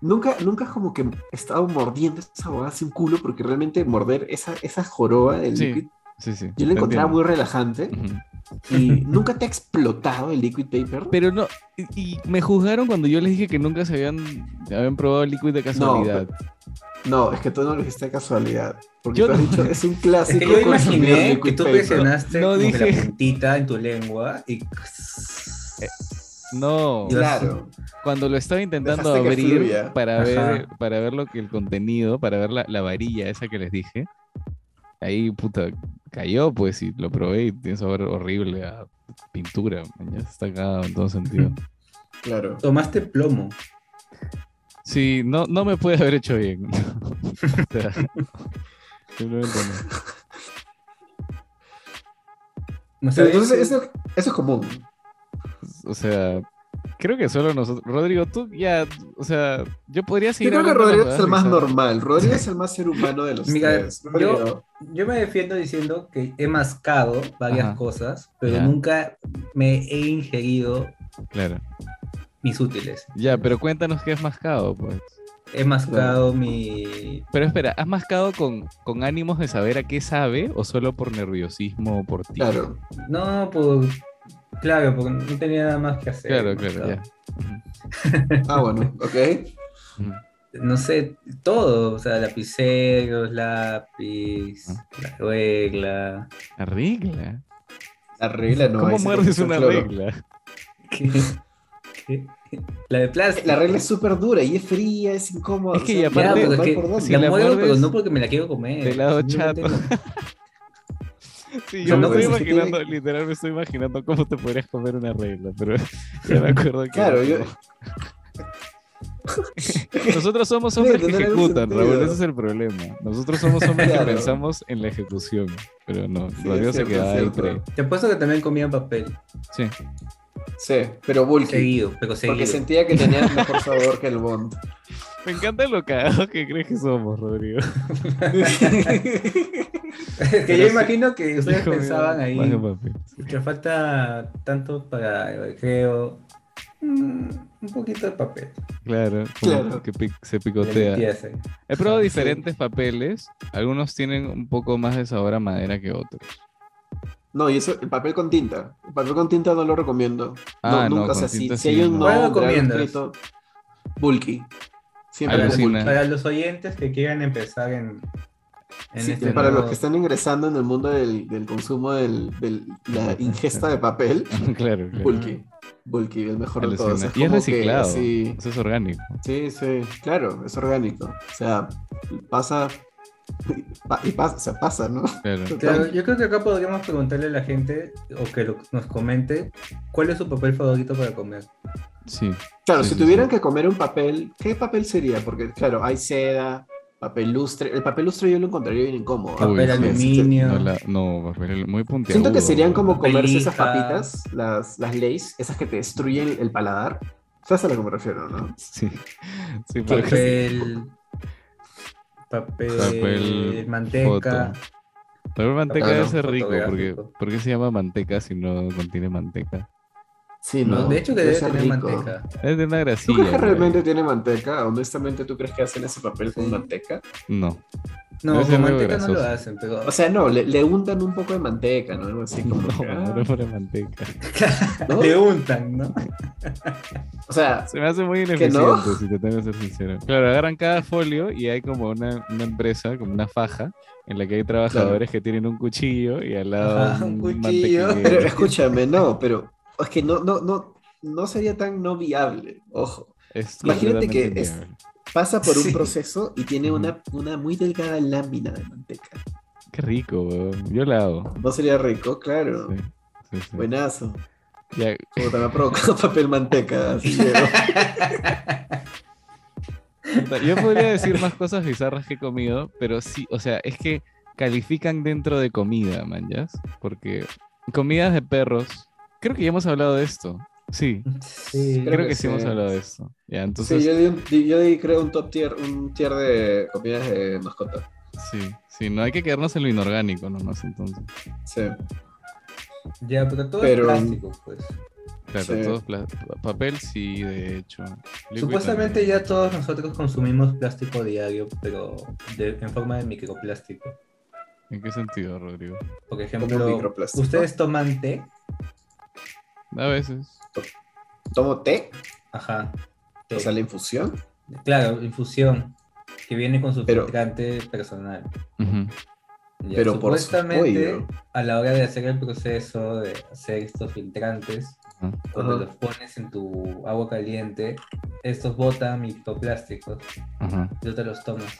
[SPEAKER 2] Nunca, nunca como que he estado mordiendo esa bobada sin culo, porque realmente morder esa, esa joroba del
[SPEAKER 1] Sí,
[SPEAKER 2] liquid,
[SPEAKER 1] [LAUGHS] Sí, sí.
[SPEAKER 2] yo la
[SPEAKER 1] te entiendo.
[SPEAKER 2] encontraba muy relajante.
[SPEAKER 1] Ujú.
[SPEAKER 2] Y nunca te ha explotado el liquid paper.
[SPEAKER 1] Pero no, y, y me juzgaron cuando yo les dije que nunca se habían, habían probado liquid de casualidad.
[SPEAKER 2] No, es que tú no lo dijiste de casualidad. Porque
[SPEAKER 1] Yo
[SPEAKER 2] tú has
[SPEAKER 1] no-
[SPEAKER 2] dicho, es un
[SPEAKER 3] Es
[SPEAKER 2] clásico.
[SPEAKER 3] que yo
[SPEAKER 2] consumir
[SPEAKER 3] imaginé que
[SPEAKER 2] liquid
[SPEAKER 3] tú
[SPEAKER 2] paper".
[SPEAKER 3] presionaste
[SPEAKER 1] No
[SPEAKER 3] como que
[SPEAKER 1] dije- Eh,
[SPEAKER 3] la puntita en tu lengua y.
[SPEAKER 1] no.
[SPEAKER 3] Yo-
[SPEAKER 2] Claro.
[SPEAKER 1] Cuando lo estaba intentando
[SPEAKER 2] Dejaste que
[SPEAKER 1] abrir
[SPEAKER 2] fluya.
[SPEAKER 1] para ver,
[SPEAKER 3] Ajá.
[SPEAKER 1] para ver lo que el contenido, para ver la, la varilla esa que les dije, ahí puta, cayó pues y lo probé y tiene sabor horrible a pintura, man, ya está cagado en todo
[SPEAKER 3] [LAUGHS]
[SPEAKER 1] sentido.
[SPEAKER 2] Claro.
[SPEAKER 3] Tomaste plomo.
[SPEAKER 1] Sí, no, no me puede haber hecho bien. [LAUGHS] O sea, simplemente no.
[SPEAKER 3] No sabes-
[SPEAKER 2] Entonces, eso, eso es común.
[SPEAKER 1] O sea, Creo que solo nosotros. Rodrigo, tú ya, o sea, yo podría
[SPEAKER 2] Yo
[SPEAKER 1] seguir.
[SPEAKER 2] creo que
[SPEAKER 1] hablando
[SPEAKER 2] Rodrigo
[SPEAKER 1] de
[SPEAKER 2] es el más
[SPEAKER 1] huevadas,
[SPEAKER 2] normal. Rodrigo es el más ser humano de los
[SPEAKER 3] Mira,
[SPEAKER 2] tres.
[SPEAKER 3] yo,
[SPEAKER 2] Rodrigo.
[SPEAKER 3] yo me defiendo diciendo que he mascado varias
[SPEAKER 1] Ajá.
[SPEAKER 3] cosas, pero
[SPEAKER 1] Ya.
[SPEAKER 3] nunca me he ingerido
[SPEAKER 1] ¿sabes? Claro.
[SPEAKER 3] mis útiles.
[SPEAKER 1] Ya, pero cuéntanos qué has mascado, pues.
[SPEAKER 3] He mascado mi...
[SPEAKER 1] Pero espera, ¿has mascado con, con ánimos de saber a qué sabe o solo por nerviosismo o por ti?
[SPEAKER 2] Claro.
[SPEAKER 3] No, pues... Claro, porque no tenía nada más que hacer.
[SPEAKER 1] claro,
[SPEAKER 3] he
[SPEAKER 1] claro,
[SPEAKER 3] mascado.
[SPEAKER 1] ya.
[SPEAKER 2] Ah, bueno, ok.
[SPEAKER 1] Ujú, ujú.
[SPEAKER 3] No sé, todo. O sea, lapiceros, lápiz, la
[SPEAKER 2] [LAUGHS]
[SPEAKER 3] regla.
[SPEAKER 1] La regla.
[SPEAKER 2] La regla no
[SPEAKER 1] ¿Cómo
[SPEAKER 2] ese
[SPEAKER 1] muerdes
[SPEAKER 2] contexto,
[SPEAKER 1] una
[SPEAKER 2] claro. [LAUGHS]
[SPEAKER 1] regla?
[SPEAKER 3] ¿Qué? ¿Qué? La de plástico.
[SPEAKER 2] La regla es súper dura y es fría, es incómoda.
[SPEAKER 1] Es que y
[SPEAKER 3] Ya,
[SPEAKER 1] aparte-
[SPEAKER 3] pero es
[SPEAKER 2] mal
[SPEAKER 3] que
[SPEAKER 2] pues, por dónde.
[SPEAKER 1] si
[SPEAKER 3] la,
[SPEAKER 1] la
[SPEAKER 3] muerdo, pero
[SPEAKER 1] muerdes
[SPEAKER 3] no porque me la quiero comer.
[SPEAKER 1] de lado
[SPEAKER 3] No
[SPEAKER 1] chato.
[SPEAKER 3] tengo-
[SPEAKER 1] Sí,
[SPEAKER 2] O
[SPEAKER 1] yo
[SPEAKER 2] sea,
[SPEAKER 1] me
[SPEAKER 2] no,
[SPEAKER 1] estoy
[SPEAKER 2] pues, es que
[SPEAKER 1] imaginando, literal, me estoy imaginando cómo te podrías comer una regla, pero [LAUGHS] ya me acuerdo que.
[SPEAKER 2] Claro,
[SPEAKER 3] [LAUGHS]
[SPEAKER 2] yo-
[SPEAKER 1] [LAUGHS] Nosotros somos hombres que
[SPEAKER 2] no le veo
[SPEAKER 1] ejecutan,
[SPEAKER 2] sentido.
[SPEAKER 1] Raúl, ese es el problema. Nosotros somos hombres
[SPEAKER 2] Claro.
[SPEAKER 1] que pensamos en la ejecución, pero no,
[SPEAKER 2] Sí,
[SPEAKER 1] Rodrigo
[SPEAKER 2] es
[SPEAKER 1] se
[SPEAKER 2] cierto,
[SPEAKER 1] quedaba
[SPEAKER 2] es
[SPEAKER 1] ahí
[SPEAKER 2] cierto.
[SPEAKER 1] pre.
[SPEAKER 3] Te apuesto que también comía papel.
[SPEAKER 1] Sí.
[SPEAKER 2] Sí, pero bulky.
[SPEAKER 3] Seguido, pero seguido.
[SPEAKER 2] porque sentía que tenía mejor sabor que el
[SPEAKER 3] [LAUGHS]
[SPEAKER 2] Bond.
[SPEAKER 1] Me encanta lo cagado que crees que somos, Rodrigo.
[SPEAKER 3] que yo imagino que ustedes
[SPEAKER 1] Hijo mío,
[SPEAKER 3] pensaban ahí.
[SPEAKER 1] baja papi.
[SPEAKER 3] Que falta tanto para el recreo. Mm, un poquito de papel.
[SPEAKER 1] Claro, como
[SPEAKER 2] Claro.
[SPEAKER 1] que pic- se
[SPEAKER 3] de
[SPEAKER 1] picotea.
[SPEAKER 3] limpieza.
[SPEAKER 1] He probado
[SPEAKER 3] Ah, sí.
[SPEAKER 1] diferentes papeles. Algunos tienen un poco más de sabor a madera que otros.
[SPEAKER 2] No, y eso, el papel con tinta. El papel con tinta no lo recomiendo.
[SPEAKER 1] Ah, no,
[SPEAKER 2] no, nunca. o
[SPEAKER 1] con
[SPEAKER 2] sea, si,
[SPEAKER 1] tinta
[SPEAKER 2] si
[SPEAKER 1] sí,
[SPEAKER 2] hay un
[SPEAKER 1] no.
[SPEAKER 2] nombre,
[SPEAKER 3] ¿Cuál recomiendas?
[SPEAKER 2] escrito, bulky. Siempre
[SPEAKER 3] Para,
[SPEAKER 2] con
[SPEAKER 1] Alucina.
[SPEAKER 2] bulky.
[SPEAKER 3] para los oyentes que quieran empezar en, en
[SPEAKER 2] Sí,
[SPEAKER 3] este
[SPEAKER 2] para
[SPEAKER 3] nuevo-
[SPEAKER 2] los que están ingresando en el mundo del, del consumo del, del- la ingesta
[SPEAKER 1] [LAUGHS]
[SPEAKER 2] de papel,
[SPEAKER 1] [LAUGHS] claro, claro.
[SPEAKER 2] bulky. Bulky, el mejor de todos.
[SPEAKER 1] Alucina.
[SPEAKER 2] Es
[SPEAKER 1] Y es
[SPEAKER 2] como que
[SPEAKER 1] reciclado.
[SPEAKER 2] así-
[SPEAKER 1] Eso es orgánico.
[SPEAKER 2] Sí, sí, claro, es orgánico. O sea, pasa. [LAUGHS] pa- y pasa, o sea, pasa, ¿no?
[SPEAKER 1] Claro.
[SPEAKER 3] Claro, yo creo que acá podríamos preguntarle a la gente o que lo- nos comente cuál es su papel favorito para comer.
[SPEAKER 1] Sí.
[SPEAKER 2] Claro,
[SPEAKER 1] Sí,
[SPEAKER 2] si
[SPEAKER 1] sí,
[SPEAKER 2] tuvieran
[SPEAKER 1] sí.
[SPEAKER 2] que comer un papel, ¿qué papel sería? Porque, claro, hay seda, papel lustre. El papel lustre yo lo encontraría bien incómodo.
[SPEAKER 1] Uy,
[SPEAKER 3] Papel
[SPEAKER 1] sí, sí,
[SPEAKER 3] aluminio.
[SPEAKER 1] No, la- no, papel muy puntiagudo.
[SPEAKER 2] Siento que serían como
[SPEAKER 3] Papel
[SPEAKER 2] comerse esas
[SPEAKER 3] lija.
[SPEAKER 2] papitas, las, las Lays, esas que te destruyen el paladar. ¿Sabes a lo que me refiero, no?
[SPEAKER 1] [LAUGHS] Sí. Sí, pero
[SPEAKER 3] [LAUGHS]
[SPEAKER 1] que-
[SPEAKER 3] Papel. Papel.
[SPEAKER 1] Papel,
[SPEAKER 3] manteca.
[SPEAKER 1] foto. Papel manteca
[SPEAKER 2] Claro,
[SPEAKER 1] debe ser rico. Porque,
[SPEAKER 3] fotográfico.
[SPEAKER 1] ¿Por qué se llama manteca si no contiene manteca?
[SPEAKER 2] Sí,
[SPEAKER 1] No,
[SPEAKER 2] no.
[SPEAKER 3] De hecho, que
[SPEAKER 2] debe
[SPEAKER 3] debe
[SPEAKER 2] ser
[SPEAKER 3] tener
[SPEAKER 2] rico.
[SPEAKER 3] manteca.
[SPEAKER 1] Es de una
[SPEAKER 2] ¿Tú
[SPEAKER 1] grasilla.
[SPEAKER 2] crees que
[SPEAKER 1] por ahí.
[SPEAKER 2] realmente tiene manteca? Honestamente, ¿tú crees que hacen ese papel con manteca?
[SPEAKER 1] No. [LAUGHS]
[SPEAKER 3] No,
[SPEAKER 1] Debe ser
[SPEAKER 3] con
[SPEAKER 1] medio
[SPEAKER 3] manteca no lo
[SPEAKER 1] grasoso.
[SPEAKER 3] hacen, pero.
[SPEAKER 2] O sea, no, le, le untan un poco de manteca, ¿no? Algo así
[SPEAKER 1] No,
[SPEAKER 2] como
[SPEAKER 1] [LAUGHS]
[SPEAKER 2] que, ah,
[SPEAKER 1] no por manteca.
[SPEAKER 2] ¿no?
[SPEAKER 3] [LAUGHS] le untan, ¿no?
[SPEAKER 2] O sea,
[SPEAKER 1] Se me hace muy
[SPEAKER 2] ¿Que
[SPEAKER 1] ineficiente,
[SPEAKER 2] no?
[SPEAKER 1] si te tengo que ser sincero. Claro, agarran cada folio y hay como una, una empresa, como una faja, en la que hay trabajadores que tienen un cuchillo y al lado
[SPEAKER 3] Ajá,
[SPEAKER 1] un
[SPEAKER 3] un cuchillo.
[SPEAKER 2] Pero
[SPEAKER 1] mantequillero.
[SPEAKER 2] escúchame, no, pero es que no, no, no, no sería tan no viable. Ojo,
[SPEAKER 1] Es
[SPEAKER 2] Imagínate que
[SPEAKER 1] completamente
[SPEAKER 2] es-
[SPEAKER 1] inviable.
[SPEAKER 2] pasa por
[SPEAKER 3] Sí.
[SPEAKER 2] un proceso y tiene
[SPEAKER 1] Ujú.
[SPEAKER 2] una, una muy delgada lámina de manteca.
[SPEAKER 1] Qué rico, weón. Yo la hago.
[SPEAKER 2] No sería rico, claro.
[SPEAKER 1] Sí, sí, sí.
[SPEAKER 2] Buenazo.
[SPEAKER 1] Ya,
[SPEAKER 2] Como te va a provocar [LAUGHS] papel manteca. así llego.
[SPEAKER 1] Puta, Yo podría decir más cosas bizarras que he comido, pero sí, o sea, es que califican dentro de comida, manjas. Porque comidas de perros, creo que ya hemos hablado de esto. Sí,
[SPEAKER 3] Sí.
[SPEAKER 1] creo,
[SPEAKER 2] Creo
[SPEAKER 1] que,
[SPEAKER 2] que
[SPEAKER 1] sí,
[SPEAKER 2] sí.
[SPEAKER 1] hemos hablado de esto. Ya, entonces,
[SPEAKER 2] Sí, yo, di un- di- yo di- creo un top tier, un tier de comidas de mascota.
[SPEAKER 1] sí, sí, no hay que quedarnos en lo inorgánico nomás, entonces.
[SPEAKER 2] Sí.
[SPEAKER 3] Ya, pero todo
[SPEAKER 2] Pero-
[SPEAKER 3] es plástico, pues.
[SPEAKER 1] Claro,
[SPEAKER 2] Sí.
[SPEAKER 1] todos pla- papel, sí, de hecho. Líquido
[SPEAKER 3] Supuestamente
[SPEAKER 1] también.
[SPEAKER 3] ya todos nosotros consumimos plástico diario, pero de- en forma de microplástico.
[SPEAKER 1] ¿En qué sentido, Rodrigo?
[SPEAKER 3] Por
[SPEAKER 2] Como
[SPEAKER 3] ejemplo,
[SPEAKER 2] microplástico.
[SPEAKER 3] ustedes toman té,
[SPEAKER 1] A veces.
[SPEAKER 2] Tomo té,
[SPEAKER 3] ajá, té.
[SPEAKER 2] o sea, la infusión.
[SPEAKER 3] claro, infusión, que viene con su
[SPEAKER 2] Pero-
[SPEAKER 3] filtrante personal.
[SPEAKER 1] Ujú.
[SPEAKER 3] Ya,
[SPEAKER 2] Pero por
[SPEAKER 3] supuestamente,
[SPEAKER 2] supuesto.
[SPEAKER 3] a la hora de hacer el proceso de hacer estos filtrantes,
[SPEAKER 1] Ajá.
[SPEAKER 3] cuando
[SPEAKER 2] Ajá.
[SPEAKER 3] los pones en tu agua caliente, estos botan microplásticos
[SPEAKER 1] Ajá.
[SPEAKER 3] y tú te los tomas.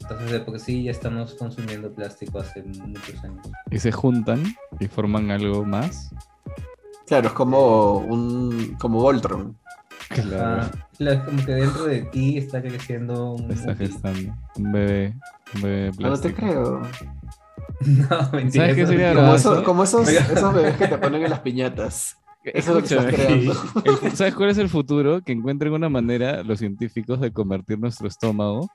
[SPEAKER 3] Entonces, de por sí ya estamos consumiendo plástico hace muchos años.
[SPEAKER 1] Y se juntan y forman algo más.
[SPEAKER 2] Claro, es como un como Voltron.
[SPEAKER 1] Claro.
[SPEAKER 3] Ah, claro, como que dentro de ti está creciendo un. [LAUGHS]
[SPEAKER 1] Está
[SPEAKER 3] un-
[SPEAKER 1] gestando. Un bebé. Un bebé
[SPEAKER 2] Ah, No te
[SPEAKER 1] plástico.
[SPEAKER 2] creo.
[SPEAKER 3] No, mentira.
[SPEAKER 1] ¿Sabes qué
[SPEAKER 3] eso-
[SPEAKER 1] sería
[SPEAKER 2] Como,
[SPEAKER 1] Bravazo.
[SPEAKER 3] [LAUGHS]
[SPEAKER 2] eso- como esos,
[SPEAKER 3] Oiga.
[SPEAKER 2] esos bebés que te ponen en las piñatas. Eso es lo que estás
[SPEAKER 1] Escúchame.
[SPEAKER 2] creando.
[SPEAKER 1] El fu- ¿Sabes cuál es el futuro? Que encuentren una manera los científicos de convertir nuestro estómago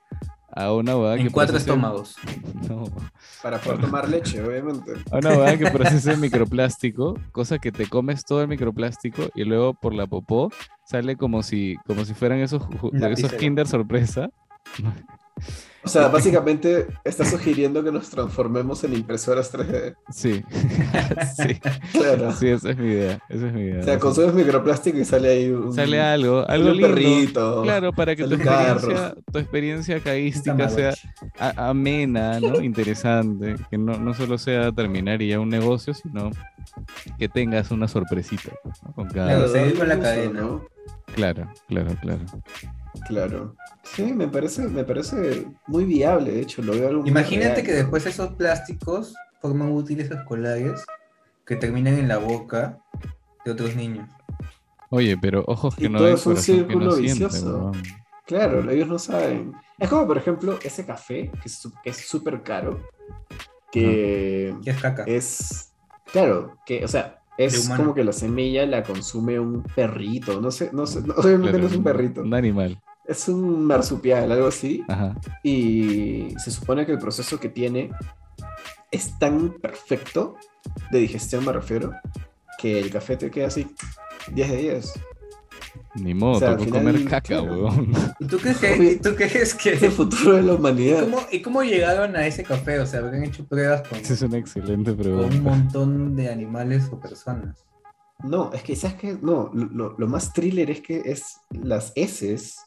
[SPEAKER 1] a una hueá Ah, que
[SPEAKER 3] En cuatro
[SPEAKER 1] procese-
[SPEAKER 3] estómagos.
[SPEAKER 1] [LAUGHS] No,
[SPEAKER 2] Para poder tomar leche, obviamente.
[SPEAKER 1] a una hueá Ah, que procese microplástico, cosa que te comes todo el microplástico y luego por la popó sale como si, como si fueran esos, ju- ju-
[SPEAKER 3] Lapicero.
[SPEAKER 1] esos Kinder sorpresa.
[SPEAKER 2] O sea, básicamente está sugiriendo que nos transformemos en impresoras 3D.
[SPEAKER 1] Sí. sí,
[SPEAKER 2] Claro.
[SPEAKER 1] sí, esa es mi idea. Esa es mi idea.
[SPEAKER 2] O sea, consumes microplástico y sale ahí un,
[SPEAKER 1] Sale algo,
[SPEAKER 2] sale
[SPEAKER 1] algo
[SPEAKER 2] un
[SPEAKER 1] lindo.
[SPEAKER 2] perrito.
[SPEAKER 1] Claro, para que tu
[SPEAKER 2] sale un carro.
[SPEAKER 1] experiencia, tu experiencia
[SPEAKER 3] Un
[SPEAKER 1] caística
[SPEAKER 3] Tamagotchi.
[SPEAKER 1] sea a- amena, ¿no? interesante, que no, no solo sea terminar y ya un negocio, sino que tengas una sorpresita ¿no? con cada...
[SPEAKER 2] Claro,
[SPEAKER 3] Claro, seguir
[SPEAKER 2] da
[SPEAKER 3] con la
[SPEAKER 2] gusto,
[SPEAKER 3] cadena.
[SPEAKER 2] ¿no?
[SPEAKER 1] Claro, claro, claro.
[SPEAKER 2] Claro. Sí, me parece, me parece muy viable, de hecho, lo veo algo muy
[SPEAKER 3] Imagínate
[SPEAKER 2] real.
[SPEAKER 3] que después esos plásticos forman útiles escolares que terminan en la boca de otros niños.
[SPEAKER 1] Oye, pero ojos que
[SPEAKER 2] Y
[SPEAKER 1] no
[SPEAKER 2] todo
[SPEAKER 1] ven,
[SPEAKER 2] es un
[SPEAKER 1] corazón que no
[SPEAKER 2] círculo
[SPEAKER 1] siente,
[SPEAKER 2] vicioso.
[SPEAKER 1] huevón.
[SPEAKER 2] Claro, ellos no saben. Es como, por ejemplo, ese café que es su- que es súper caro, que
[SPEAKER 3] Que es caca.
[SPEAKER 2] Eh, es, claro, que, o sea, es
[SPEAKER 3] humano.
[SPEAKER 2] como que la semilla la consume un perrito, no sé, no sé, no,
[SPEAKER 1] Claro,
[SPEAKER 2] obviamente
[SPEAKER 1] Ah.
[SPEAKER 2] no es un perrito,
[SPEAKER 1] Un animal.
[SPEAKER 2] es un marsupial, algo así,
[SPEAKER 1] Ajá.
[SPEAKER 2] y se supone que el proceso que tiene es tan perfecto, de digestión me refiero, que el café te queda así, 10 de 10.
[SPEAKER 1] Ni modo,
[SPEAKER 2] O sea, al
[SPEAKER 1] tocó
[SPEAKER 2] final,
[SPEAKER 1] comer caca,
[SPEAKER 2] claro.
[SPEAKER 1] huevón.
[SPEAKER 3] ¿Y tú
[SPEAKER 2] [LAUGHS]
[SPEAKER 3] crees que,
[SPEAKER 2] Oye.
[SPEAKER 3] y tú crees que
[SPEAKER 2] Es el futuro de la humanidad.
[SPEAKER 3] [LAUGHS] ¿Cómo, ¿Y cómo llegaron a ese café? O sea, habrían hecho pruebas
[SPEAKER 1] [LAUGHS]
[SPEAKER 3] con,
[SPEAKER 1] Esa es una excelente
[SPEAKER 3] con un
[SPEAKER 1] pregunta.
[SPEAKER 3] montón de animales o personas.
[SPEAKER 2] No, es que, ¿sabes qué? No, lo, lo- lo más thriller es que es las heces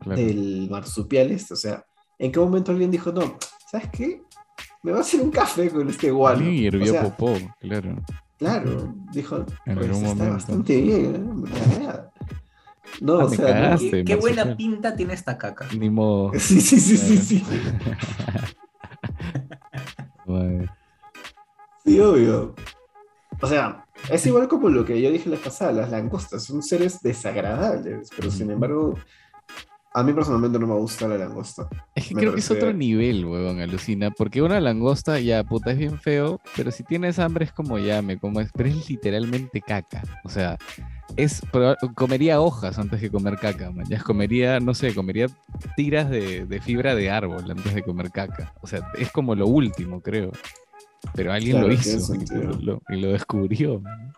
[SPEAKER 1] Claro.
[SPEAKER 2] del marsupial este. O sea, ¿en qué momento alguien dijo, no, ¿sabes qué? Me va a hacer un café con este guano.
[SPEAKER 1] Sí, hirvió
[SPEAKER 2] o sea,
[SPEAKER 1] popó, claro.
[SPEAKER 2] Claro, dijo,
[SPEAKER 1] En
[SPEAKER 2] pues
[SPEAKER 1] algún
[SPEAKER 2] está
[SPEAKER 1] momento.
[SPEAKER 2] bastante bien, ¿eh? Me caga. No,
[SPEAKER 1] Ah,
[SPEAKER 2] o
[SPEAKER 1] me
[SPEAKER 2] sea, no-
[SPEAKER 1] cagaste.
[SPEAKER 3] ¿Qué, qué
[SPEAKER 1] marsupial.
[SPEAKER 3] buena pinta tiene esta caca?
[SPEAKER 1] Ni modo.
[SPEAKER 2] [LAUGHS] Sí, sí, sí, sí, sí.
[SPEAKER 1] Madre.
[SPEAKER 2] Sí, obvio. O sea, es igual como lo que yo dije la vez pasada, las langostas son seres desagradables, pero sin embargo, a mí personalmente no me gusta la langosta.
[SPEAKER 1] Es que
[SPEAKER 2] Me
[SPEAKER 1] creo que es
[SPEAKER 2] parece-
[SPEAKER 1] otro nivel, huevón, alucina. Porque una langosta, ya, puta, es bien feo. Pero si tienes hambre es como ya, me como es. Pero es literalmente caca. O sea, es proba- comería hojas antes que comer caca, man. Ya comería, no sé, comería tiras de, de fibra de árbol antes de comer caca. O sea, es como lo último, creo. Pero alguien lo
[SPEAKER 2] Claro, tiene
[SPEAKER 1] hizo y
[SPEAKER 2] sentido.
[SPEAKER 1] lo, lo- y lo descubrió. man.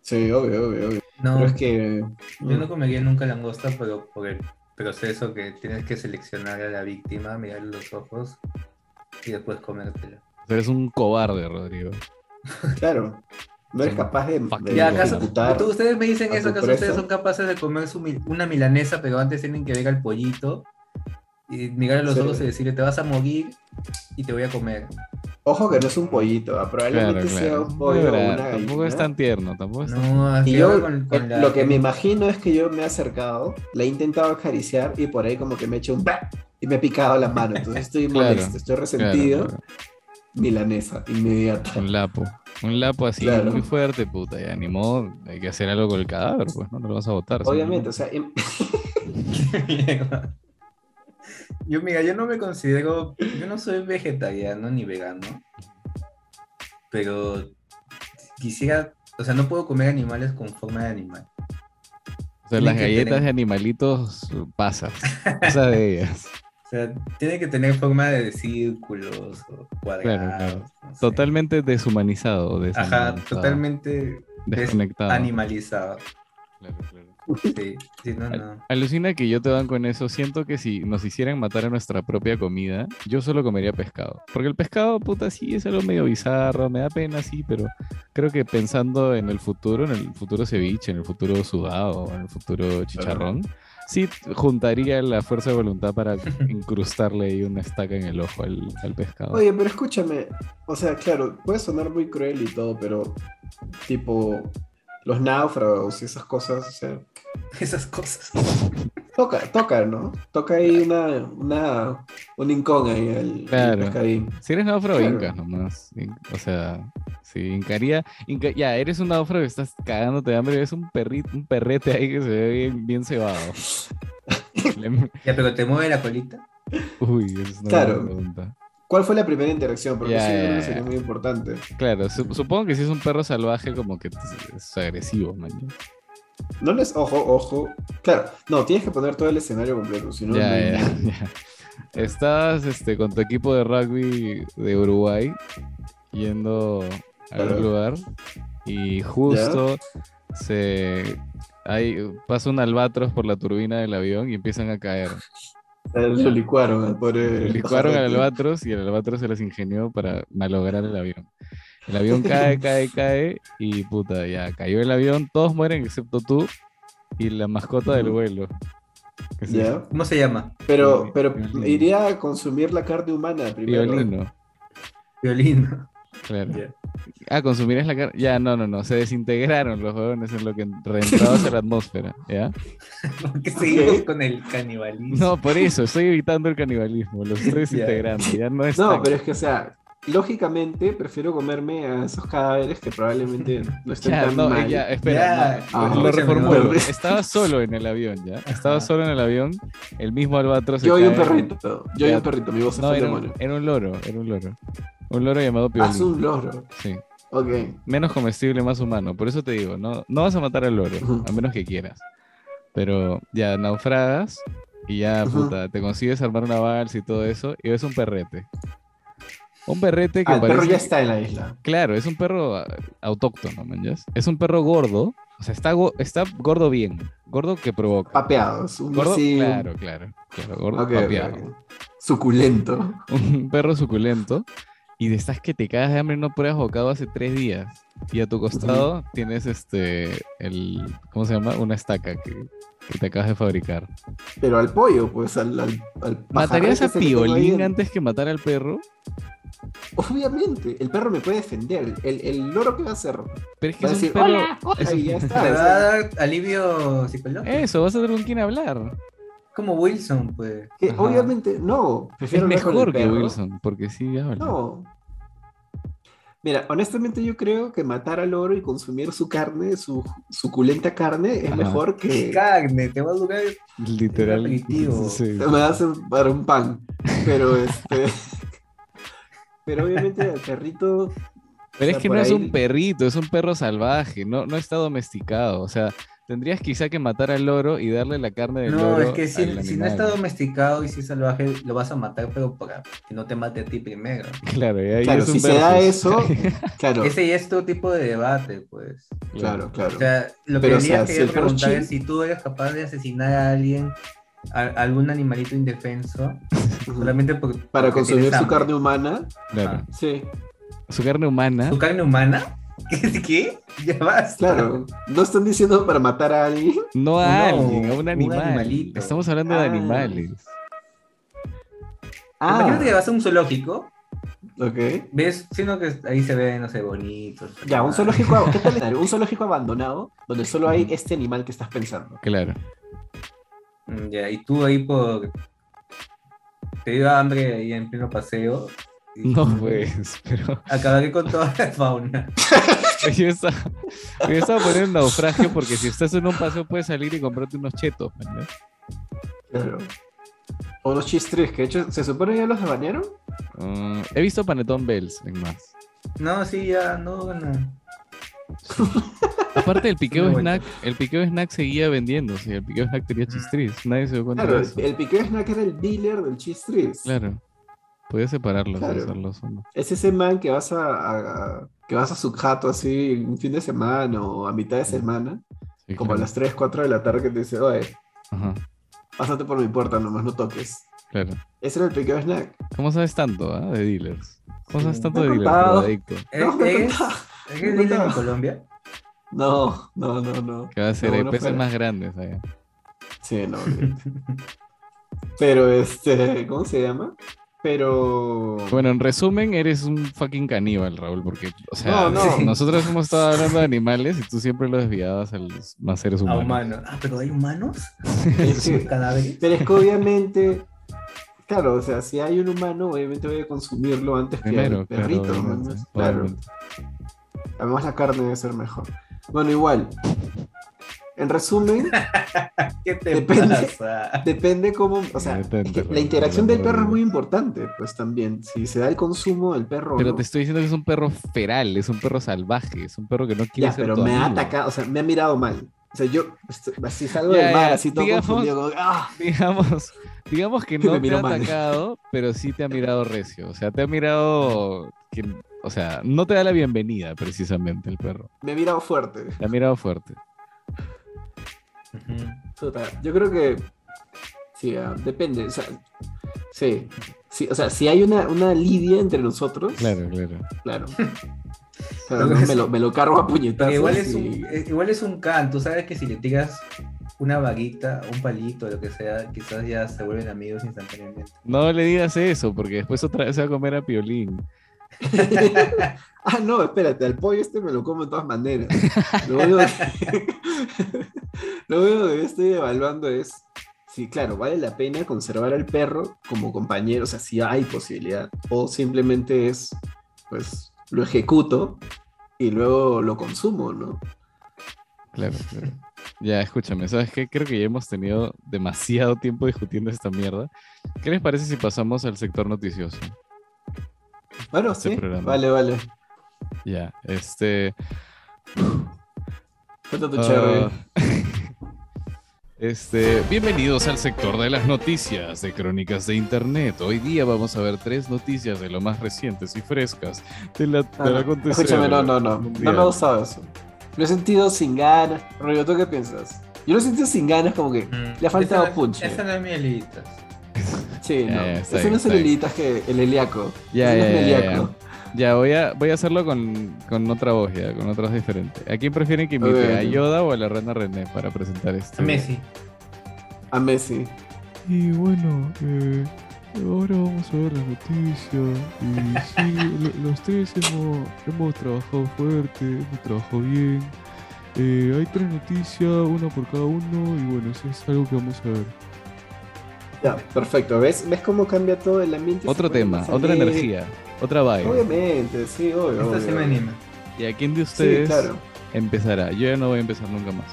[SPEAKER 2] Sí, obvio, obvio, obvio.
[SPEAKER 3] No,
[SPEAKER 2] Pero es que.
[SPEAKER 3] Ah. yo no comería nunca langosta, pero por el proceso que tienes que seleccionar a la víctima, mirarle los ojos y después comértela.
[SPEAKER 1] O sea, eres un cobarde, Rodrigo.
[SPEAKER 2] Claro. No eres capaz de,
[SPEAKER 1] Fuck.
[SPEAKER 2] de
[SPEAKER 1] Ya,
[SPEAKER 3] Ya, ¿acaso,
[SPEAKER 2] eh, ejecutar.
[SPEAKER 3] tú- ustedes me dicen
[SPEAKER 2] a
[SPEAKER 3] eso,
[SPEAKER 2] tu
[SPEAKER 3] ¿acaso
[SPEAKER 2] presa.
[SPEAKER 3] ustedes son capaces de comer su mil- una milanesa, pero antes tienen que ver al pollito y mirarle los
[SPEAKER 2] Sí.
[SPEAKER 3] ojos y decirle, te vas a morir y te voy a comer?
[SPEAKER 2] Ojo que no es un pollito,
[SPEAKER 1] Claro,
[SPEAKER 2] ah, probablemente sea
[SPEAKER 1] claro.
[SPEAKER 2] un pollo o
[SPEAKER 1] Ahora,
[SPEAKER 2] una gallina.
[SPEAKER 1] tampoco es tan tierno, tampoco es tan
[SPEAKER 3] No,
[SPEAKER 2] Y
[SPEAKER 3] así
[SPEAKER 2] yo,
[SPEAKER 3] ahora con- con
[SPEAKER 2] eh,
[SPEAKER 3] la-
[SPEAKER 2] lo que
[SPEAKER 3] [LAUGHS]
[SPEAKER 2] me imagino es que yo me he acercado, la he intentado acariciar y por ahí como que me he hecho un ¡bah! y me he picado la mano. Entonces
[SPEAKER 1] [LAUGHS]
[SPEAKER 2] estoy
[SPEAKER 1] Claro,
[SPEAKER 2] molesto, estoy
[SPEAKER 1] claro,
[SPEAKER 2] resentido.
[SPEAKER 1] claro.
[SPEAKER 2] Milanesa, inmediata.
[SPEAKER 1] Un lapo. Un lapo así
[SPEAKER 2] Claro.
[SPEAKER 1] muy fuerte, puta. Ya ni modo, hay que hacer algo con el cadáver, pues, ¿no? No lo vas a botar.
[SPEAKER 2] Obviamente, o sea, em-
[SPEAKER 3] Mierda. Yo, mira, yo no me considero, yo no soy vegetariano ni vegano, pero quisiera, o sea, no puedo comer animales con forma de animal.
[SPEAKER 1] O sea, las
[SPEAKER 3] tienen que
[SPEAKER 1] galletas
[SPEAKER 3] tener-
[SPEAKER 1] de animalitos eh,
[SPEAKER 3] [LAUGHS]
[SPEAKER 1] pasas. Pasa de ellas.
[SPEAKER 3] O sea, tiene que tener forma de círculos o cuadrados.
[SPEAKER 1] claro.
[SPEAKER 3] no sé.
[SPEAKER 1] Totalmente deshumanizado. o
[SPEAKER 3] Ajá,
[SPEAKER 1] desanimanizado,
[SPEAKER 3] totalmente
[SPEAKER 1] Desconectado.
[SPEAKER 3] animalizado.
[SPEAKER 1] Claro, claro.
[SPEAKER 3] Sí, sí, no, no. [LAUGHS]
[SPEAKER 1] Alucina que yo te van con eso. Siento que si nos hicieran matar a nuestra propia comida, yo solo comería pescado. Porque el pescado, puta, sí es algo medio bizarro, me da pena, sí, pero creo que pensando en el futuro, en el futuro ceviche, en el futuro sudado, en el futuro chicharrón, sí juntaría la fuerza de voluntad para incrustarle ahí una estaca en el ojo al, al pescado.
[SPEAKER 2] oye, pero escúchame. O sea, claro, puede sonar muy cruel y todo, pero tipo los náufragos y esas cosas, o sea,
[SPEAKER 3] Esas cosas.
[SPEAKER 2] Toca, toca, ¿no? Toca ahí una, una, un rincón ahí al
[SPEAKER 1] Claro.
[SPEAKER 2] al pescadín.
[SPEAKER 1] Si eres náufrago,
[SPEAKER 2] Claro.
[SPEAKER 1] incas nomás. In- O sea, si hincaría. inca- ya, eres un náufrago, estás cagándote de hambre, ves un perrito, un perrete ahí que se ve bien, bien cebado. Le-
[SPEAKER 3] Ya, pero te mueve la colita.
[SPEAKER 1] Uy, esa es una
[SPEAKER 2] Claro.
[SPEAKER 1] buena pregunta.
[SPEAKER 2] ¿Cuál fue la primera interacción? Porque
[SPEAKER 1] Ya,
[SPEAKER 2] eso yo
[SPEAKER 1] ya,
[SPEAKER 2] creo que
[SPEAKER 1] ya.
[SPEAKER 2] sería muy importante.
[SPEAKER 1] Claro, su- supongo que si es un perro salvaje, como que es agresivo, man.
[SPEAKER 2] No les, ojo, ojo. Claro, no, tienes que poner todo el escenario completo, si no, no hay-
[SPEAKER 1] ya, ya, [LAUGHS] ya. Estabas este, con tu equipo de rugby de Uruguay yendo a
[SPEAKER 2] Claro.
[SPEAKER 1] algún lugar y justo se hay, pasa un albatros por la turbina del avión y empiezan a
[SPEAKER 2] [LAUGHS]
[SPEAKER 1] caer.
[SPEAKER 2] Lo licuaron, al pobre. [LAUGHS]
[SPEAKER 1] Licuaron al
[SPEAKER 2] pajarote.
[SPEAKER 1] albatros y el albatros se las ingenió para malograr el avión. El avión cae, cae, cae y puta, ya cayó el avión, todos mueren excepto tú y la mascota del
[SPEAKER 2] Ujú.
[SPEAKER 1] vuelo. Que se-
[SPEAKER 2] Ya.
[SPEAKER 3] ¿Cómo se llama?
[SPEAKER 2] Pero, pero
[SPEAKER 1] Violín.
[SPEAKER 2] iría a consumir la carne humana primero.
[SPEAKER 1] Violino,
[SPEAKER 3] [LAUGHS] Violín.
[SPEAKER 1] claro.
[SPEAKER 3] Ya.
[SPEAKER 1] Ah, consumirás la carne. Ya, no, no, no. Se desintegraron los huevones en lo que reentraba hacia la atmósfera. ¿Ya?
[SPEAKER 3] Porque seguimos con el canibalismo.
[SPEAKER 1] No, por eso, estoy evitando el canibalismo. Los
[SPEAKER 2] [LAUGHS]
[SPEAKER 1] estoy desintegrando. Ya no es.
[SPEAKER 2] No, pero es que, o sea, lógicamente prefiero comerme a esos cadáveres
[SPEAKER 1] [LAUGHS]
[SPEAKER 2] que probablemente no estén
[SPEAKER 1] Ya,
[SPEAKER 2] tan
[SPEAKER 1] no, eh,
[SPEAKER 2] mal.
[SPEAKER 1] ya, espera.
[SPEAKER 3] Ya,
[SPEAKER 1] no,
[SPEAKER 2] ah,
[SPEAKER 1] lo
[SPEAKER 3] escúchame,
[SPEAKER 1] reformulo.
[SPEAKER 2] no.
[SPEAKER 1] Estaba solo en el avión, ¿ya? Estaba solo en el avión. El mismo albatros. se
[SPEAKER 2] Yo y un
[SPEAKER 1] cae.
[SPEAKER 2] perrito. Yo y
[SPEAKER 1] Ya.
[SPEAKER 2] un perrito. Mi voz es
[SPEAKER 1] No,
[SPEAKER 2] fue el
[SPEAKER 1] era un,
[SPEAKER 2] demonio.
[SPEAKER 1] era un loro, era un loro. Un loro llamado
[SPEAKER 2] Haz
[SPEAKER 1] Piolín.
[SPEAKER 2] un loro.
[SPEAKER 1] Sí.
[SPEAKER 2] Ok.
[SPEAKER 1] Menos comestible, más humano. Por eso te digo, no, no vas a matar al loro,
[SPEAKER 2] Ujú.
[SPEAKER 1] a menos que quieras. Pero ya naufragas y ya,
[SPEAKER 2] Ujú.
[SPEAKER 1] puta, te consigues armar una balsa y todo eso y ves un perrete. Un perrete que
[SPEAKER 2] Ah, el
[SPEAKER 1] parece...
[SPEAKER 2] perro ya está en la isla.
[SPEAKER 1] Claro, es un perro ah, autóctono, man, ¿ya? Es un perro gordo, o sea, está, go- está gordo bien, gordo que provoca.
[SPEAKER 2] Papeados. Un
[SPEAKER 1] Gordo,
[SPEAKER 2] sí, un-
[SPEAKER 1] claro, claro, claro, gordo
[SPEAKER 2] Ok, ok,
[SPEAKER 1] papeado.
[SPEAKER 2] ok. Suculento.
[SPEAKER 1] un perro suculento y de estas que te cagas de hambre no pruebas bocado hace tres días. Y a tu costado tienes este, el, ¿cómo se llama? Una estaca que, que te acabas de fabricar.
[SPEAKER 2] Pero al pollo, pues, al, al, al
[SPEAKER 1] ¿Matarías
[SPEAKER 2] pajarete
[SPEAKER 1] a
[SPEAKER 2] ese que tengo ahí
[SPEAKER 1] Piolín
[SPEAKER 2] en-
[SPEAKER 1] antes que matar al perro?
[SPEAKER 2] Obviamente, el perro me puede defender. El, el loro que va a hacer.
[SPEAKER 1] Pero es que
[SPEAKER 2] Va a
[SPEAKER 1] es un
[SPEAKER 2] decir,
[SPEAKER 1] perro...
[SPEAKER 2] "Hola,
[SPEAKER 1] es un-
[SPEAKER 2] Ahí ya
[SPEAKER 1] [LAUGHS]
[SPEAKER 2] está.
[SPEAKER 3] Te
[SPEAKER 1] pues,
[SPEAKER 2] o
[SPEAKER 3] va a
[SPEAKER 2] sea,
[SPEAKER 1] eh.
[SPEAKER 3] dar alivio psicológico.
[SPEAKER 1] Eso, vas a tener con quién hablar.
[SPEAKER 3] Como Wilson, pues.
[SPEAKER 2] que
[SPEAKER 1] Ajá.
[SPEAKER 2] obviamente, no.
[SPEAKER 1] Es
[SPEAKER 2] Prefiero hablar con el
[SPEAKER 1] mejor que
[SPEAKER 2] perro.
[SPEAKER 1] Wilson, porque sí habla.
[SPEAKER 2] No. Mira, honestamente yo creo que matar al loro y consumir su carne, su suculenta carne, es
[SPEAKER 1] Ajá.
[SPEAKER 2] mejor que...
[SPEAKER 3] Carne, te va a durar.
[SPEAKER 1] Literal. [LAUGHS]
[SPEAKER 3] Repetitivo.
[SPEAKER 1] sí.
[SPEAKER 2] me hace para un pan. Pero
[SPEAKER 3] [LAUGHS]
[SPEAKER 2] este... pero obviamente al perrito...
[SPEAKER 1] Pero
[SPEAKER 2] o sea,
[SPEAKER 1] es que
[SPEAKER 2] por
[SPEAKER 1] no es
[SPEAKER 2] ahí-
[SPEAKER 1] un perrito, es un perro salvaje, no, no está domesticado. O sea, tendrías quizá que matar al loro y darle la carne del loro.
[SPEAKER 3] No, es que si,
[SPEAKER 1] al
[SPEAKER 3] si no
[SPEAKER 1] animal.
[SPEAKER 3] está domesticado y si es salvaje, lo vas a matar, pero para que no te mate a ti primero.
[SPEAKER 1] Claro, y ahí
[SPEAKER 2] Claro,
[SPEAKER 1] es un
[SPEAKER 2] si se da
[SPEAKER 1] versus. [LAUGHS]
[SPEAKER 2] eso, claro,
[SPEAKER 3] Ese ya es tu tipo de debate, pues.
[SPEAKER 2] claro,
[SPEAKER 3] O
[SPEAKER 2] claro.
[SPEAKER 3] sea, lo que
[SPEAKER 2] Pero, o
[SPEAKER 3] deberías
[SPEAKER 2] sea, si
[SPEAKER 3] querer
[SPEAKER 2] el perro
[SPEAKER 3] preguntar
[SPEAKER 2] chill-
[SPEAKER 3] es si tú eres capaz de asesinar a alguien, a, a algún animalito indefenso,
[SPEAKER 2] Ujú.
[SPEAKER 3] solamente por,
[SPEAKER 2] Para
[SPEAKER 3] porque
[SPEAKER 2] consumir
[SPEAKER 3] tienes
[SPEAKER 2] su
[SPEAKER 3] hambre.
[SPEAKER 2] carne humana,
[SPEAKER 1] Claro.
[SPEAKER 2] sí, Ah.
[SPEAKER 1] Su carne humana.
[SPEAKER 3] ¿Su carne humana? [LAUGHS] ¿Qué? ¿Qué? Ya vas.
[SPEAKER 2] claro. No están diciendo para matar a alguien.
[SPEAKER 1] No a
[SPEAKER 3] No,
[SPEAKER 1] alguien, a un
[SPEAKER 3] un
[SPEAKER 1] animal.
[SPEAKER 3] animalito.
[SPEAKER 1] Estamos hablando de
[SPEAKER 2] Ah.
[SPEAKER 1] animales.
[SPEAKER 3] Imagínate que
[SPEAKER 2] Ah,
[SPEAKER 3] vas a un zoológico,
[SPEAKER 2] ok.
[SPEAKER 3] ves, sino que ahí se ve, no sé, bonito.
[SPEAKER 2] Ya, un zoológico, ab- ¿qué tal escenario? Un zoológico abandonado donde solo hay este animal que estás pensando.
[SPEAKER 1] Claro.
[SPEAKER 3] Mm, Ya, y tú ahí por. Te dio hambre ahí en pleno paseo. y-
[SPEAKER 1] No, pues. [LAUGHS] Pero
[SPEAKER 3] Acabaré con toda la fauna.
[SPEAKER 1] yo estaba, yo estaba poniendo un naufragio porque si estás en un paseo puedes salir y comprarte unos chetos. ¿no?
[SPEAKER 2] Claro. O los chistres, que de hecho, ¿se supone ya los banearon?
[SPEAKER 1] Mm, he visto Panetón Bells en más.
[SPEAKER 3] No, sí, ya, no, no.
[SPEAKER 2] [LAUGHS]
[SPEAKER 1] Aparte, el piqueo
[SPEAKER 3] Una vuelta.
[SPEAKER 1] snack, el piqueo snack seguía vendiéndose. El piqueo snack tenía chistriz. Nadie se dio cuenta
[SPEAKER 2] Mm. Claro,
[SPEAKER 1] de eso.
[SPEAKER 2] el piqueo snack era el dealer del chistres.
[SPEAKER 1] Claro. Podía separarlos y
[SPEAKER 2] Claro.
[SPEAKER 1] hacerlos uno.
[SPEAKER 2] Es ese man que vas a, a- a- que vas a su jato así un fin de semana o a mitad de semana,
[SPEAKER 1] Sí,
[SPEAKER 2] como a
[SPEAKER 1] claro.
[SPEAKER 2] las 3, 4 de la tarde que te dice, oye,
[SPEAKER 1] Ajá,
[SPEAKER 2] pásate por mi puerta, nomás no toques.
[SPEAKER 1] claro.
[SPEAKER 2] Ese era el piqueo snack.
[SPEAKER 1] ¿Cómo sabes tanto ah, de dealers? ¿Cómo
[SPEAKER 3] Sí.
[SPEAKER 1] sabes tanto
[SPEAKER 2] Me
[SPEAKER 1] de
[SPEAKER 2] han
[SPEAKER 1] dealers?
[SPEAKER 2] contado.
[SPEAKER 1] drogadicto?
[SPEAKER 3] ¿Es,
[SPEAKER 2] No, me
[SPEAKER 3] ¿E, es,
[SPEAKER 2] contaba.
[SPEAKER 3] es
[SPEAKER 2] me
[SPEAKER 3] el dealer
[SPEAKER 2] contaba.
[SPEAKER 3] en Colombia?
[SPEAKER 2] No, no, no, no.
[SPEAKER 1] Que va a ser
[SPEAKER 2] No,
[SPEAKER 1] hay
[SPEAKER 2] no
[SPEAKER 1] peces
[SPEAKER 2] fuera.
[SPEAKER 1] más grandes allá.
[SPEAKER 2] Sí, no.
[SPEAKER 1] [LAUGHS]
[SPEAKER 2] olvídate. Pero este, ¿cómo se llama? Pero...
[SPEAKER 1] Bueno, en resumen, eres un fucking caníbal, Raúl, porque, o sea,
[SPEAKER 2] No, no.
[SPEAKER 1] [LAUGHS] nosotros hemos estado hablando de animales y tú siempre lo desviabas a los más seres
[SPEAKER 3] A
[SPEAKER 1] humanos.
[SPEAKER 3] humanos. Ah, pero hay humanos.
[SPEAKER 2] es que- [LAUGHS]
[SPEAKER 3] Cadáveres.
[SPEAKER 2] Pero es que obviamente, claro, o sea, si hay un humano, obviamente voy a consumirlo antes que
[SPEAKER 1] Primero,
[SPEAKER 2] el perrito.
[SPEAKER 1] claro,
[SPEAKER 2] ¿no?
[SPEAKER 1] obviamente,
[SPEAKER 2] Claro.
[SPEAKER 1] obviamente.
[SPEAKER 2] Además la carne debe ser mejor. Bueno, igual. En resumen,
[SPEAKER 3] ¿Qué te
[SPEAKER 2] Depende.
[SPEAKER 3] pasa?
[SPEAKER 2] depende cómo, o sea,
[SPEAKER 1] Depende,
[SPEAKER 2] que la
[SPEAKER 1] bueno,
[SPEAKER 2] interacción del
[SPEAKER 1] bueno,
[SPEAKER 2] perro es muy
[SPEAKER 1] bueno.
[SPEAKER 2] importante, pues también, si se da el consumo del perro. o
[SPEAKER 1] Pero
[SPEAKER 2] no.
[SPEAKER 1] te estoy diciendo que es un perro feral, es un perro salvaje, es un perro que no quiere
[SPEAKER 2] Ya,
[SPEAKER 1] ser
[SPEAKER 2] pero
[SPEAKER 1] tu
[SPEAKER 2] me ha
[SPEAKER 1] amigo.
[SPEAKER 2] atacado, o sea, me ha mirado mal. O sea, yo estoy- así salgo
[SPEAKER 1] Ya,
[SPEAKER 2] del mar,
[SPEAKER 1] ya,
[SPEAKER 2] así todo
[SPEAKER 1] digamos-
[SPEAKER 2] confundido. como, ¡ah!
[SPEAKER 1] [LAUGHS] Digamos, digamos que no
[SPEAKER 2] Me
[SPEAKER 1] te
[SPEAKER 2] miró
[SPEAKER 1] ha
[SPEAKER 2] mal.
[SPEAKER 1] atacado, pero sí te ha mirado recio. O sea, te ha mirado. que- o sea, no te da la bienvenida precisamente el perro.
[SPEAKER 2] Me ha mirado fuerte.
[SPEAKER 1] Te ha mirado fuerte.
[SPEAKER 3] Ujú.
[SPEAKER 2] Puta, Yo creo que. Sí, ah, depende. O sea, sí, sí. O sea, si hay una, una lidia entre nosotros.
[SPEAKER 1] Claro, claro.
[SPEAKER 2] Claro. Pero no, me, lo, me lo cargo a puñetazos.
[SPEAKER 3] Porque igual es,
[SPEAKER 2] y-
[SPEAKER 3] un, eh, igual es un can, tú sabes que si le tiras una vaguita, un palito, lo que sea, quizás ya se vuelven amigos instantáneamente.
[SPEAKER 1] No le digas eso, porque después otra vez se va a comer a Piolín.
[SPEAKER 2] ah, no, espérate, al pollo este me lo como de todas maneras. Lo único que, [LAUGHS] lo único que yo estoy evaluando es si, claro, vale la pena conservar al perro como compañero, o sea, si hay posibilidad, o simplemente es, pues, lo ejecuto y luego lo consumo, ¿no?
[SPEAKER 1] Claro, claro. Ya, escúchame, ¿sabes qué? Creo que ya hemos tenido demasiado tiempo discutiendo esta mierda. ¿Qué les parece si pasamos al sector noticioso?
[SPEAKER 2] Bueno,
[SPEAKER 1] Este
[SPEAKER 2] sí,
[SPEAKER 1] programa.
[SPEAKER 2] vale, vale.
[SPEAKER 1] Ya, este.
[SPEAKER 2] Cuenta tu
[SPEAKER 1] ah,
[SPEAKER 2] chévere.
[SPEAKER 1] [LAUGHS] este, bienvenidos al sector de las noticias de Crónicas de Internet. Hoy día vamos a ver tres noticias de lo más recientes y frescas de la,
[SPEAKER 2] Ah,
[SPEAKER 1] del
[SPEAKER 2] no.
[SPEAKER 1] acontecer
[SPEAKER 2] Escúchame, no, no, no. No
[SPEAKER 1] mundial.
[SPEAKER 2] me ha gustado eso. Lo he sentido sin ganas. Rodrigo, ¿tú qué piensas? Yo lo he sentido sin ganas, como que le ha faltado
[SPEAKER 3] Esa-
[SPEAKER 2] punch.
[SPEAKER 3] Esas son las mielitas.
[SPEAKER 1] Ya,
[SPEAKER 2] Sí, no.
[SPEAKER 1] ya, Eh, está
[SPEAKER 2] Ese
[SPEAKER 1] bien,
[SPEAKER 2] no es el
[SPEAKER 1] está bien.
[SPEAKER 2] Elitas que el Eliaco.
[SPEAKER 1] Ya,
[SPEAKER 2] Ese no es
[SPEAKER 1] ya,
[SPEAKER 2] el
[SPEAKER 1] ya, ya.
[SPEAKER 2] Eliaco.
[SPEAKER 1] Ya, voy a, voy a hacerlo con, con otra voz, ya, con otras diferentes. ¿A quién prefieren que invite?
[SPEAKER 2] Ok.
[SPEAKER 1] ¿A Yoda o a la reina René para presentar este? esto?
[SPEAKER 3] Messi.
[SPEAKER 2] A Messi.
[SPEAKER 1] Y bueno, eh, ahora vamos a ver las noticias. Y sí, lo- los tres hemos, hemos trabajado fuerte, hemos trabajado bien. Eh, hay tres noticias, una por cada uno, y bueno, eso es algo que vamos a ver.
[SPEAKER 2] Ya, perfecto. ¿Ves, ¿Ves cómo cambia todo el ambiente?
[SPEAKER 1] Otro
[SPEAKER 2] Se pone
[SPEAKER 1] tema,
[SPEAKER 2] más
[SPEAKER 1] otra
[SPEAKER 2] alegre.
[SPEAKER 1] energía, otra vibe.
[SPEAKER 2] Obviamente, sí, obvio.
[SPEAKER 3] Esta
[SPEAKER 2] obvio,
[SPEAKER 3] sí me
[SPEAKER 2] obvio.
[SPEAKER 3] anima.
[SPEAKER 1] ¿Y a quién de
[SPEAKER 2] Sí,
[SPEAKER 1] ustedes
[SPEAKER 2] claro.
[SPEAKER 1] empezará? Yo ya no voy a empezar nunca más.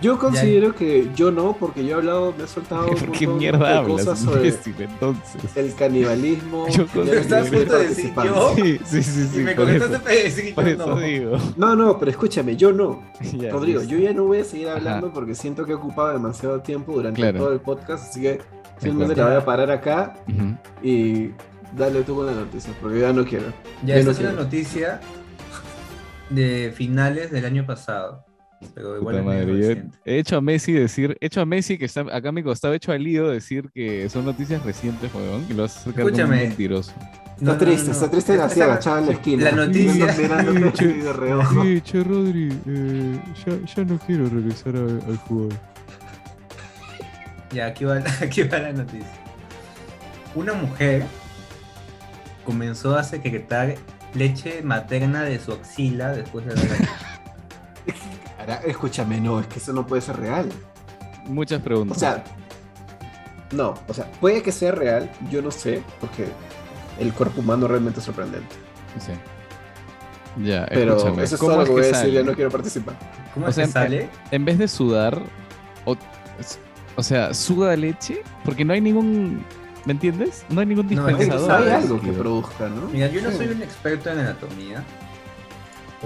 [SPEAKER 2] Yo considero que yo no, porque yo he hablado, me he soltado un
[SPEAKER 1] [LAUGHS] ¿Por qué
[SPEAKER 2] montón
[SPEAKER 1] mierda
[SPEAKER 2] de
[SPEAKER 1] hablas,
[SPEAKER 2] cosas eh. sobre
[SPEAKER 1] imbécil, entonces?
[SPEAKER 2] el
[SPEAKER 1] [LAUGHS]
[SPEAKER 2] canibalismo.
[SPEAKER 1] Yo
[SPEAKER 2] ya
[SPEAKER 1] considero-
[SPEAKER 2] no
[SPEAKER 1] Estás a
[SPEAKER 2] soy
[SPEAKER 3] punto de decir
[SPEAKER 2] participante.
[SPEAKER 3] yo.
[SPEAKER 1] Sí, sí, sí, sí.
[SPEAKER 3] y me
[SPEAKER 1] por eso,
[SPEAKER 3] contestaste para decir
[SPEAKER 1] por
[SPEAKER 3] yo
[SPEAKER 1] eso
[SPEAKER 3] no.
[SPEAKER 1] digo. [LAUGHS]
[SPEAKER 2] No, no, pero escúchame, yo no.
[SPEAKER 1] Ya,
[SPEAKER 2] Rodrigo,
[SPEAKER 1] listo.
[SPEAKER 2] yo ya no voy a seguir
[SPEAKER 1] Ajá.
[SPEAKER 2] hablando porque siento que he ocupado demasiado tiempo durante
[SPEAKER 1] Claro.
[SPEAKER 2] todo el podcast, así que
[SPEAKER 1] acuerdo.
[SPEAKER 2] simplemente la voy a parar acá
[SPEAKER 1] Ujú.
[SPEAKER 2] y dale tú con la noticia, porque ya no quiero. Yo
[SPEAKER 3] Ya, esta
[SPEAKER 2] no
[SPEAKER 3] es una
[SPEAKER 2] quiero.
[SPEAKER 3] noticia de finales del año pasado. Pero
[SPEAKER 1] Puta
[SPEAKER 3] igual es medio
[SPEAKER 1] madre, yo
[SPEAKER 3] reciente.
[SPEAKER 1] he hecho a Messi decir, he hecho a Messi que está acá a mi costado, he hecho a Lío decir que son noticias recientes, weón, que lo has sacado un
[SPEAKER 3] Escúchame.
[SPEAKER 2] [LAUGHS]
[SPEAKER 1] mentiroso.
[SPEAKER 2] Está
[SPEAKER 3] No, no,
[SPEAKER 2] triste,
[SPEAKER 3] no, no.
[SPEAKER 2] está triste y así
[SPEAKER 3] Esa-
[SPEAKER 2] agachado en la esquina.
[SPEAKER 3] La noticia.
[SPEAKER 2] Mirando-
[SPEAKER 3] [LAUGHS]
[SPEAKER 2] mirando
[SPEAKER 1] Sí,
[SPEAKER 2] el reojo.
[SPEAKER 1] Sí, che Rodri, eh, ya, ya no quiero regresar a- al juego.
[SPEAKER 3] Ya, aquí va, [LAUGHS] aquí va la noticia. Una mujer comenzó a secretar leche materna de su axila después de dar a luz.
[SPEAKER 2] Ahora, Escúchame, no, es que eso no puede ser real.
[SPEAKER 1] Muchas
[SPEAKER 2] O
[SPEAKER 1] preguntas.
[SPEAKER 2] sea, no, o sea, puede que sea real, yo no sé, porque el cuerpo humano realmente es sorprendente.
[SPEAKER 1] Sí. Ya,
[SPEAKER 2] Pero
[SPEAKER 1] escúchame.
[SPEAKER 2] eso es
[SPEAKER 1] ¿Cómo
[SPEAKER 2] todo lo
[SPEAKER 1] es
[SPEAKER 2] que voy
[SPEAKER 1] que
[SPEAKER 2] a decir, ya
[SPEAKER 1] sale?
[SPEAKER 2] no quiero participar.
[SPEAKER 3] ¿Cómo
[SPEAKER 1] O
[SPEAKER 3] se
[SPEAKER 1] sea,
[SPEAKER 3] sale?
[SPEAKER 1] En vez de sudar, o, o sea, suda leche, porque no hay ningún, ¿me entiendes? No hay ningún
[SPEAKER 3] No, Pues es
[SPEAKER 2] Oye,
[SPEAKER 3] que
[SPEAKER 1] dispensador.
[SPEAKER 2] no hay
[SPEAKER 3] sabes,
[SPEAKER 2] algo que produzca, ¿no?
[SPEAKER 3] Mira, yo no
[SPEAKER 2] Sí.
[SPEAKER 3] soy un experto en anatomía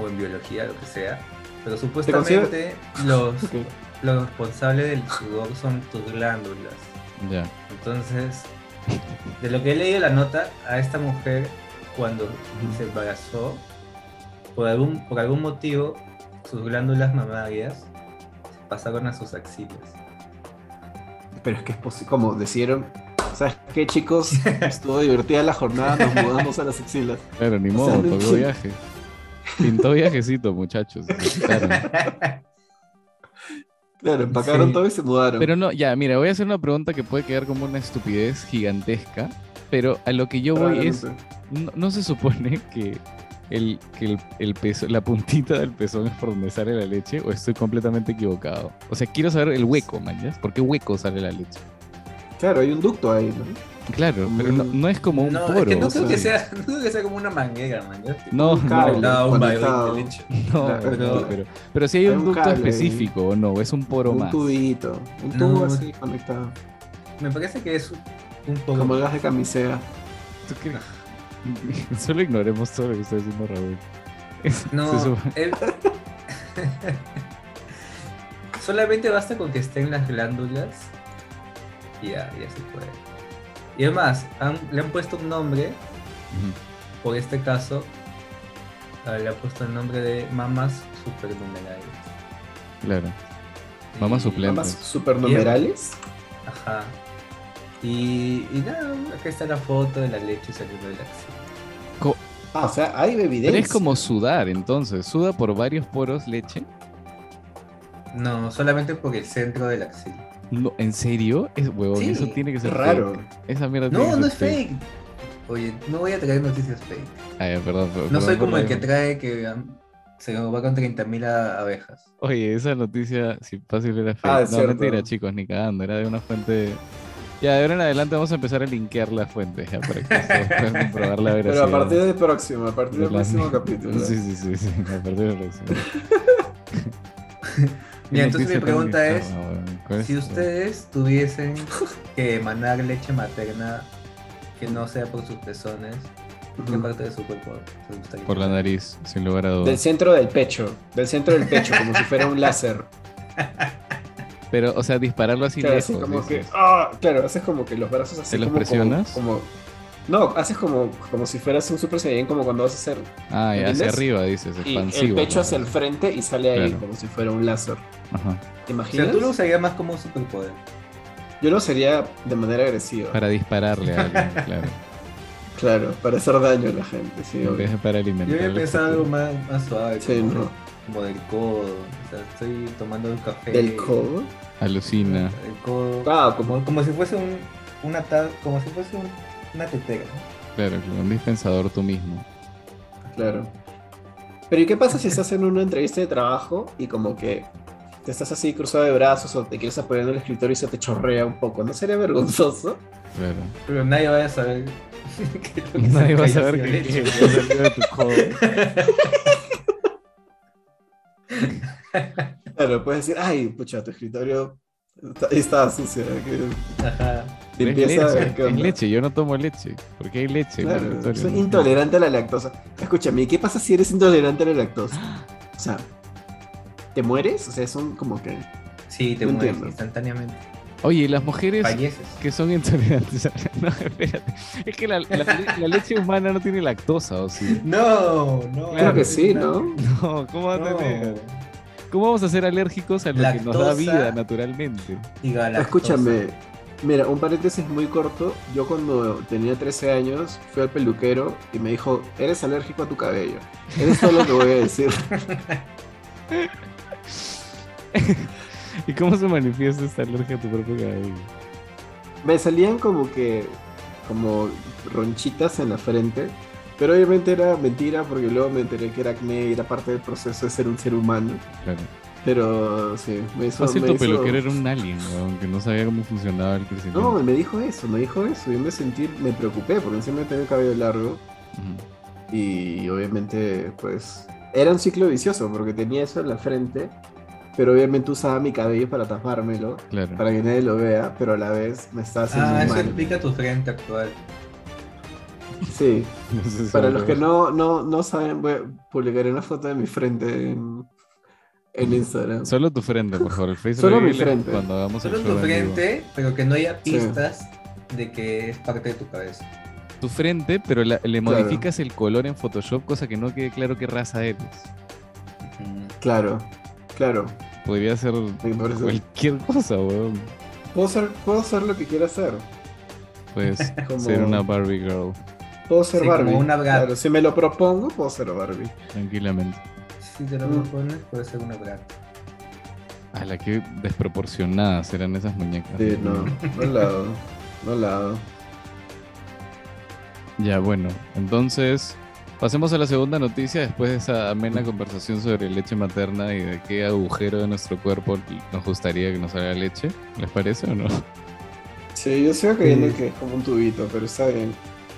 [SPEAKER 3] o en biología, lo que sea, pero
[SPEAKER 2] considero-
[SPEAKER 3] supuestamente los,
[SPEAKER 2] Ok.
[SPEAKER 3] los responsables del sudor son tus glándulas.
[SPEAKER 1] Ya.
[SPEAKER 3] Entonces, de lo que he leído la nota, a esta mujer cuando se embarazó, por algún, por algún motivo, sus glándulas mamarias pasaron a sus axilas.
[SPEAKER 2] Pero es que es posible, como decidieron, ¿sabes qué
[SPEAKER 3] [LAUGHS]
[SPEAKER 2] chicos? Estuvo divertida la jornada, nos mudamos a las axilas.
[SPEAKER 1] Claro, ni
[SPEAKER 2] O
[SPEAKER 1] modo,
[SPEAKER 2] sea, no
[SPEAKER 1] tocó
[SPEAKER 2] entiendo.
[SPEAKER 1] viaje. Pintó viajecito, muchachos. se quitaron.
[SPEAKER 2] Claro, empacaron
[SPEAKER 3] Sí.
[SPEAKER 2] todo y se mudaron.
[SPEAKER 1] Pero no, ya, mira, voy a hacer una pregunta que puede quedar como una estupidez gigantesca, pero a lo que yo voy es,
[SPEAKER 2] Probablemente.
[SPEAKER 1] no, no se supone que el, que el, el pezo- la puntita del pezón es por donde sale la leche o estoy completamente equivocado. O sea, quiero saber el hueco, man, ¿ya? ¿Por qué hueco sale la leche?
[SPEAKER 2] Claro, hay un ducto ahí, ¿no?
[SPEAKER 1] Claro, pero no, no es como un
[SPEAKER 3] no,
[SPEAKER 1] poro.
[SPEAKER 3] es que no
[SPEAKER 1] o
[SPEAKER 3] creo
[SPEAKER 1] sea,
[SPEAKER 3] que sea, [LAUGHS] no creo que sea como una manguera, man. Yo estoy
[SPEAKER 1] No,
[SPEAKER 2] Un
[SPEAKER 1] no,
[SPEAKER 2] cable.
[SPEAKER 3] conectado a un
[SPEAKER 2] Conectado.
[SPEAKER 3] vaivén de leche.
[SPEAKER 1] no,
[SPEAKER 2] Claro.
[SPEAKER 1] pero, pero, pero si hay
[SPEAKER 2] Hay
[SPEAKER 1] un
[SPEAKER 2] un
[SPEAKER 1] ducto
[SPEAKER 2] cable ahí.
[SPEAKER 1] específico o no, es un poro
[SPEAKER 2] un
[SPEAKER 1] más.
[SPEAKER 2] tubito, un tubo
[SPEAKER 3] No.
[SPEAKER 2] así conectado,
[SPEAKER 3] Me parece que es un un poco.
[SPEAKER 2] como las de camisea.
[SPEAKER 1] ¿Tú qué? [LAUGHS] Solo ignoremos todo lo que está diciendo Raúl. Es-
[SPEAKER 3] No.
[SPEAKER 1] se supone-
[SPEAKER 3] él- [LAUGHS] Solamente basta con que estén las glándulas. Y ya, ya se puede. Y además, han- le han puesto un nombre,
[SPEAKER 1] Ujú.
[SPEAKER 3] por este caso, eh, le han puesto el nombre de mamas supernumerarias.
[SPEAKER 1] Claro. Mamas
[SPEAKER 3] Y-
[SPEAKER 1] suplentes.
[SPEAKER 2] Ambas supernumerales.
[SPEAKER 3] Ajá. Y, y nada, acá está la foto de la leche saliendo de la axila.
[SPEAKER 1] Co-
[SPEAKER 2] Ah, o sea, hay
[SPEAKER 1] pero
[SPEAKER 2] evidencia.
[SPEAKER 1] es como sudar, entonces. Suda por varios poros leche.
[SPEAKER 3] No, solamente por el centro de la axila.
[SPEAKER 1] No, ¿En serio? Es huevón,
[SPEAKER 3] Sí,
[SPEAKER 1] eso tiene que ser
[SPEAKER 2] raro.
[SPEAKER 1] fake. Esa mierda tiene
[SPEAKER 3] No,
[SPEAKER 1] que
[SPEAKER 3] no
[SPEAKER 1] ser
[SPEAKER 3] es fake. Oye, no voy a traer noticias fake.
[SPEAKER 1] Ah, ya, perdón, perdón,
[SPEAKER 3] No soy
[SPEAKER 1] perdón,
[SPEAKER 3] como el que
[SPEAKER 1] perdón.
[SPEAKER 3] trae que um, se va con 30.000 a- abejas.
[SPEAKER 1] Oye, esa noticia, si fácil era fake.
[SPEAKER 2] Ah, es
[SPEAKER 1] no,
[SPEAKER 2] cierto.
[SPEAKER 1] mentira, chicos, ni cagando. Era de una fuente. Ya, de ahora en adelante vamos a empezar a linkear las fuentes. Ya,
[SPEAKER 3] [LAUGHS]
[SPEAKER 1] para que ustedes puedan comprobar la
[SPEAKER 2] Pero
[SPEAKER 1] veracidad.
[SPEAKER 2] a partir del próximo, a partir
[SPEAKER 1] de
[SPEAKER 2] del
[SPEAKER 1] las
[SPEAKER 2] próximo
[SPEAKER 1] mismas.
[SPEAKER 2] capítulo.
[SPEAKER 1] Sí, sí, sí, sí, a partir del próximo.
[SPEAKER 3] [LAUGHS]
[SPEAKER 1] [LAUGHS]
[SPEAKER 3] Mira, entonces mi
[SPEAKER 1] Noticia
[SPEAKER 3] pregunta
[SPEAKER 1] tan
[SPEAKER 3] es,
[SPEAKER 1] bizarra, weón. Ah, ¿Cuál es
[SPEAKER 3] Si
[SPEAKER 1] tu-
[SPEAKER 3] ustedes tuviesen que emanar leche materna que no sea por sus pezones, ¿qué
[SPEAKER 2] Ujú.
[SPEAKER 3] parte de su cuerpo te gustaría?
[SPEAKER 1] Por la nariz, sin lugar a
[SPEAKER 2] Del
[SPEAKER 1] dudas.
[SPEAKER 2] centro del pecho, del centro del pecho, como si fuera
[SPEAKER 1] [LAUGHS]
[SPEAKER 2] un láser.
[SPEAKER 1] Pero, o sea, dispararlo así
[SPEAKER 2] Claro,
[SPEAKER 1] lejos.
[SPEAKER 2] haces como que,
[SPEAKER 1] dices.
[SPEAKER 2] ah, claro, haces como que los brazos así
[SPEAKER 1] ¿Te los
[SPEAKER 2] como,
[SPEAKER 1] presionas?
[SPEAKER 2] Como, como- no, haces como, como si fueras un super saiyan, como cuando vas a hacer
[SPEAKER 1] Ah, ya, hacia
[SPEAKER 2] ¿Entiendes?
[SPEAKER 1] arriba, dices,
[SPEAKER 2] y
[SPEAKER 1] expansivo.
[SPEAKER 2] el pecho
[SPEAKER 1] ¿no?
[SPEAKER 2] hacia el frente y sale ahí
[SPEAKER 1] Claro.
[SPEAKER 2] como si fuera un láser.
[SPEAKER 1] Ajá.
[SPEAKER 2] ¿Te
[SPEAKER 3] O
[SPEAKER 2] imaginas?
[SPEAKER 3] sea, tú lo usarías más como un superpoder.
[SPEAKER 2] Yo lo sería de manera agresiva,
[SPEAKER 1] Para dispararle
[SPEAKER 2] [LAUGHS]
[SPEAKER 1] a alguien, claro.
[SPEAKER 2] claro, para hacer daño a la gente, sí,
[SPEAKER 1] En
[SPEAKER 2] obvio.
[SPEAKER 1] vez de para alimentar.
[SPEAKER 3] Yo había
[SPEAKER 1] el
[SPEAKER 3] pensado algo
[SPEAKER 1] futuro.
[SPEAKER 3] más, más suave,
[SPEAKER 2] Sí,
[SPEAKER 3] como,
[SPEAKER 2] no.
[SPEAKER 3] como del codo. O sea, estoy tomando un café.
[SPEAKER 2] ¿Del codo?
[SPEAKER 1] Alucina.
[SPEAKER 3] Del codo.
[SPEAKER 2] Ah, como
[SPEAKER 3] Como, como si fuese un, una tab- como si fuese un- una tetera. ¿no?
[SPEAKER 1] Claro, un dispensador tú mismo.
[SPEAKER 2] Claro. Pero ¿y qué pasa si estás en una entrevista de trabajo y como que te estás así cruzado de brazos o te quieres apoyar en el escritorio y se te chorrea un poco? ¿No sería vergonzoso?
[SPEAKER 1] Claro.
[SPEAKER 3] Pero nadie va a saber. [LAUGHS] que lo
[SPEAKER 1] [LAUGHS]
[SPEAKER 3] que
[SPEAKER 1] Nadie va a
[SPEAKER 3] sale
[SPEAKER 1] saber
[SPEAKER 3] ha sido
[SPEAKER 1] que
[SPEAKER 3] leche.
[SPEAKER 1] que salió de tu codo.
[SPEAKER 3] [LAUGHS]
[SPEAKER 2] Claro, puedes decir, ay, pucha, tu escritorio está- estaba sucio. que
[SPEAKER 3] Ajá.
[SPEAKER 1] Es
[SPEAKER 2] Limpieza
[SPEAKER 1] leche,
[SPEAKER 2] ¿qué
[SPEAKER 1] es
[SPEAKER 2] onda?".
[SPEAKER 1] leche, yo no tomo leche. Porque hay leche en el
[SPEAKER 2] Claro,
[SPEAKER 1] escritorio,
[SPEAKER 2] soy
[SPEAKER 1] este, ¿no?
[SPEAKER 2] intolerante a la lactosa. Escúchame, ¿y ¿qué pasa si eres intolerante a la lactosa? O sea, ¿te mueres? O sea, son como que...
[SPEAKER 3] Sí, te
[SPEAKER 2] No
[SPEAKER 3] mueres
[SPEAKER 2] entiendo.
[SPEAKER 3] instantáneamente.
[SPEAKER 1] Oye, ¿y las mujeres
[SPEAKER 3] Falleces.
[SPEAKER 1] que son intolerantes. [LAUGHS] a- No, espérate. Es que la, la- la leche humana no tiene lactosa, ¿o
[SPEAKER 2] [LAUGHS]
[SPEAKER 1] sí?
[SPEAKER 3] No, no.
[SPEAKER 2] Claro que sí, ¿no?
[SPEAKER 1] No, ¿cómo, va a tener? ¿Cómo vamos a ser alérgicos a lo que nos da
[SPEAKER 3] Lactosa.
[SPEAKER 1] vida naturalmente?
[SPEAKER 3] Y galactosa.
[SPEAKER 2] Escúchame, mira, un paréntesis muy corto. Yo cuando tenía 13 años fui al peluquero y me dijo, eres alérgico a tu cabello. Eres todo lo que voy a decir.
[SPEAKER 1] ¿Y cómo se manifiesta esta alergia a tu propio cabello?
[SPEAKER 2] Me salían como que, como ronchitas en la frente. Pero obviamente era mentira porque luego me enteré que era acné y era parte del proceso de ser un ser humano.
[SPEAKER 1] Claro.
[SPEAKER 2] Pero sí, me hizo...
[SPEAKER 1] Fácil,
[SPEAKER 2] me
[SPEAKER 1] tu
[SPEAKER 2] hizo-
[SPEAKER 1] peluquero era un alien, weón, que no sabía cómo funcionaba el crecimiento.
[SPEAKER 2] No, me dijo eso, me dijo eso. Yo me sentí, me preocupé porque encima tenía el cabello largo.
[SPEAKER 1] Ujú.
[SPEAKER 2] Y obviamente, pues, era un ciclo vicioso porque tenía eso en la frente, pero obviamente usaba mi cabello para tapármelo,
[SPEAKER 1] Claro. [LAUGHS]
[SPEAKER 2] para que nadie lo vea, pero a la vez me estaba haciendo
[SPEAKER 3] Ah, eso
[SPEAKER 2] mal.
[SPEAKER 3] explica tu frente actual.
[SPEAKER 2] Sí,
[SPEAKER 1] No sé si
[SPEAKER 2] para
[SPEAKER 1] lo
[SPEAKER 2] los que
[SPEAKER 1] veo.
[SPEAKER 2] no, no, no saben, voy a- publicaré una foto de mi frente en, en Instagram.
[SPEAKER 1] Solo tu frente, por
[SPEAKER 2] [LAUGHS]
[SPEAKER 1] favor. El face
[SPEAKER 2] Solo mi
[SPEAKER 1] reveal es
[SPEAKER 2] frente.
[SPEAKER 1] Cuando hagamos el
[SPEAKER 3] Solo
[SPEAKER 1] show
[SPEAKER 3] tu
[SPEAKER 1] en vivo.
[SPEAKER 3] frente, pero que no haya
[SPEAKER 2] Sí.
[SPEAKER 3] pistas de que es parte de tu cabeza.
[SPEAKER 1] Tu frente, pero la- le
[SPEAKER 2] Claro.
[SPEAKER 1] modificas el color en Photoshop, cosa que no quede claro qué raza eres.
[SPEAKER 3] Mm.
[SPEAKER 2] Claro, claro.
[SPEAKER 1] Podría ser
[SPEAKER 2] me parece-
[SPEAKER 1] cualquier cosa, weón.
[SPEAKER 2] Puedo ser, puedo ser lo que quiera ser. [LAUGHS]
[SPEAKER 1] Pues
[SPEAKER 2] Como-
[SPEAKER 1] ser una Barbie Girl,
[SPEAKER 2] Puedo ser
[SPEAKER 3] Sí, como
[SPEAKER 2] Barbie.
[SPEAKER 3] una Brat.
[SPEAKER 2] Claro, si me lo propongo, puedo ser Barbie.
[SPEAKER 1] tranquilamente.
[SPEAKER 3] Si te lo
[SPEAKER 2] Mm.
[SPEAKER 3] propones, puede ser una brat.
[SPEAKER 1] A la que desproporcionadas eran esas muñecas.
[SPEAKER 2] Sí, no, no la hago, No la hago.
[SPEAKER 1] Ya, bueno. Entonces, pasemos a la segunda noticia después de esa amena conversación sobre leche materna y de qué agujero de nuestro cuerpo nos gustaría que nos haga leche. ¿Les parece o no?
[SPEAKER 2] Sí, yo sigo creyendo que es como un tubito, pero está bien.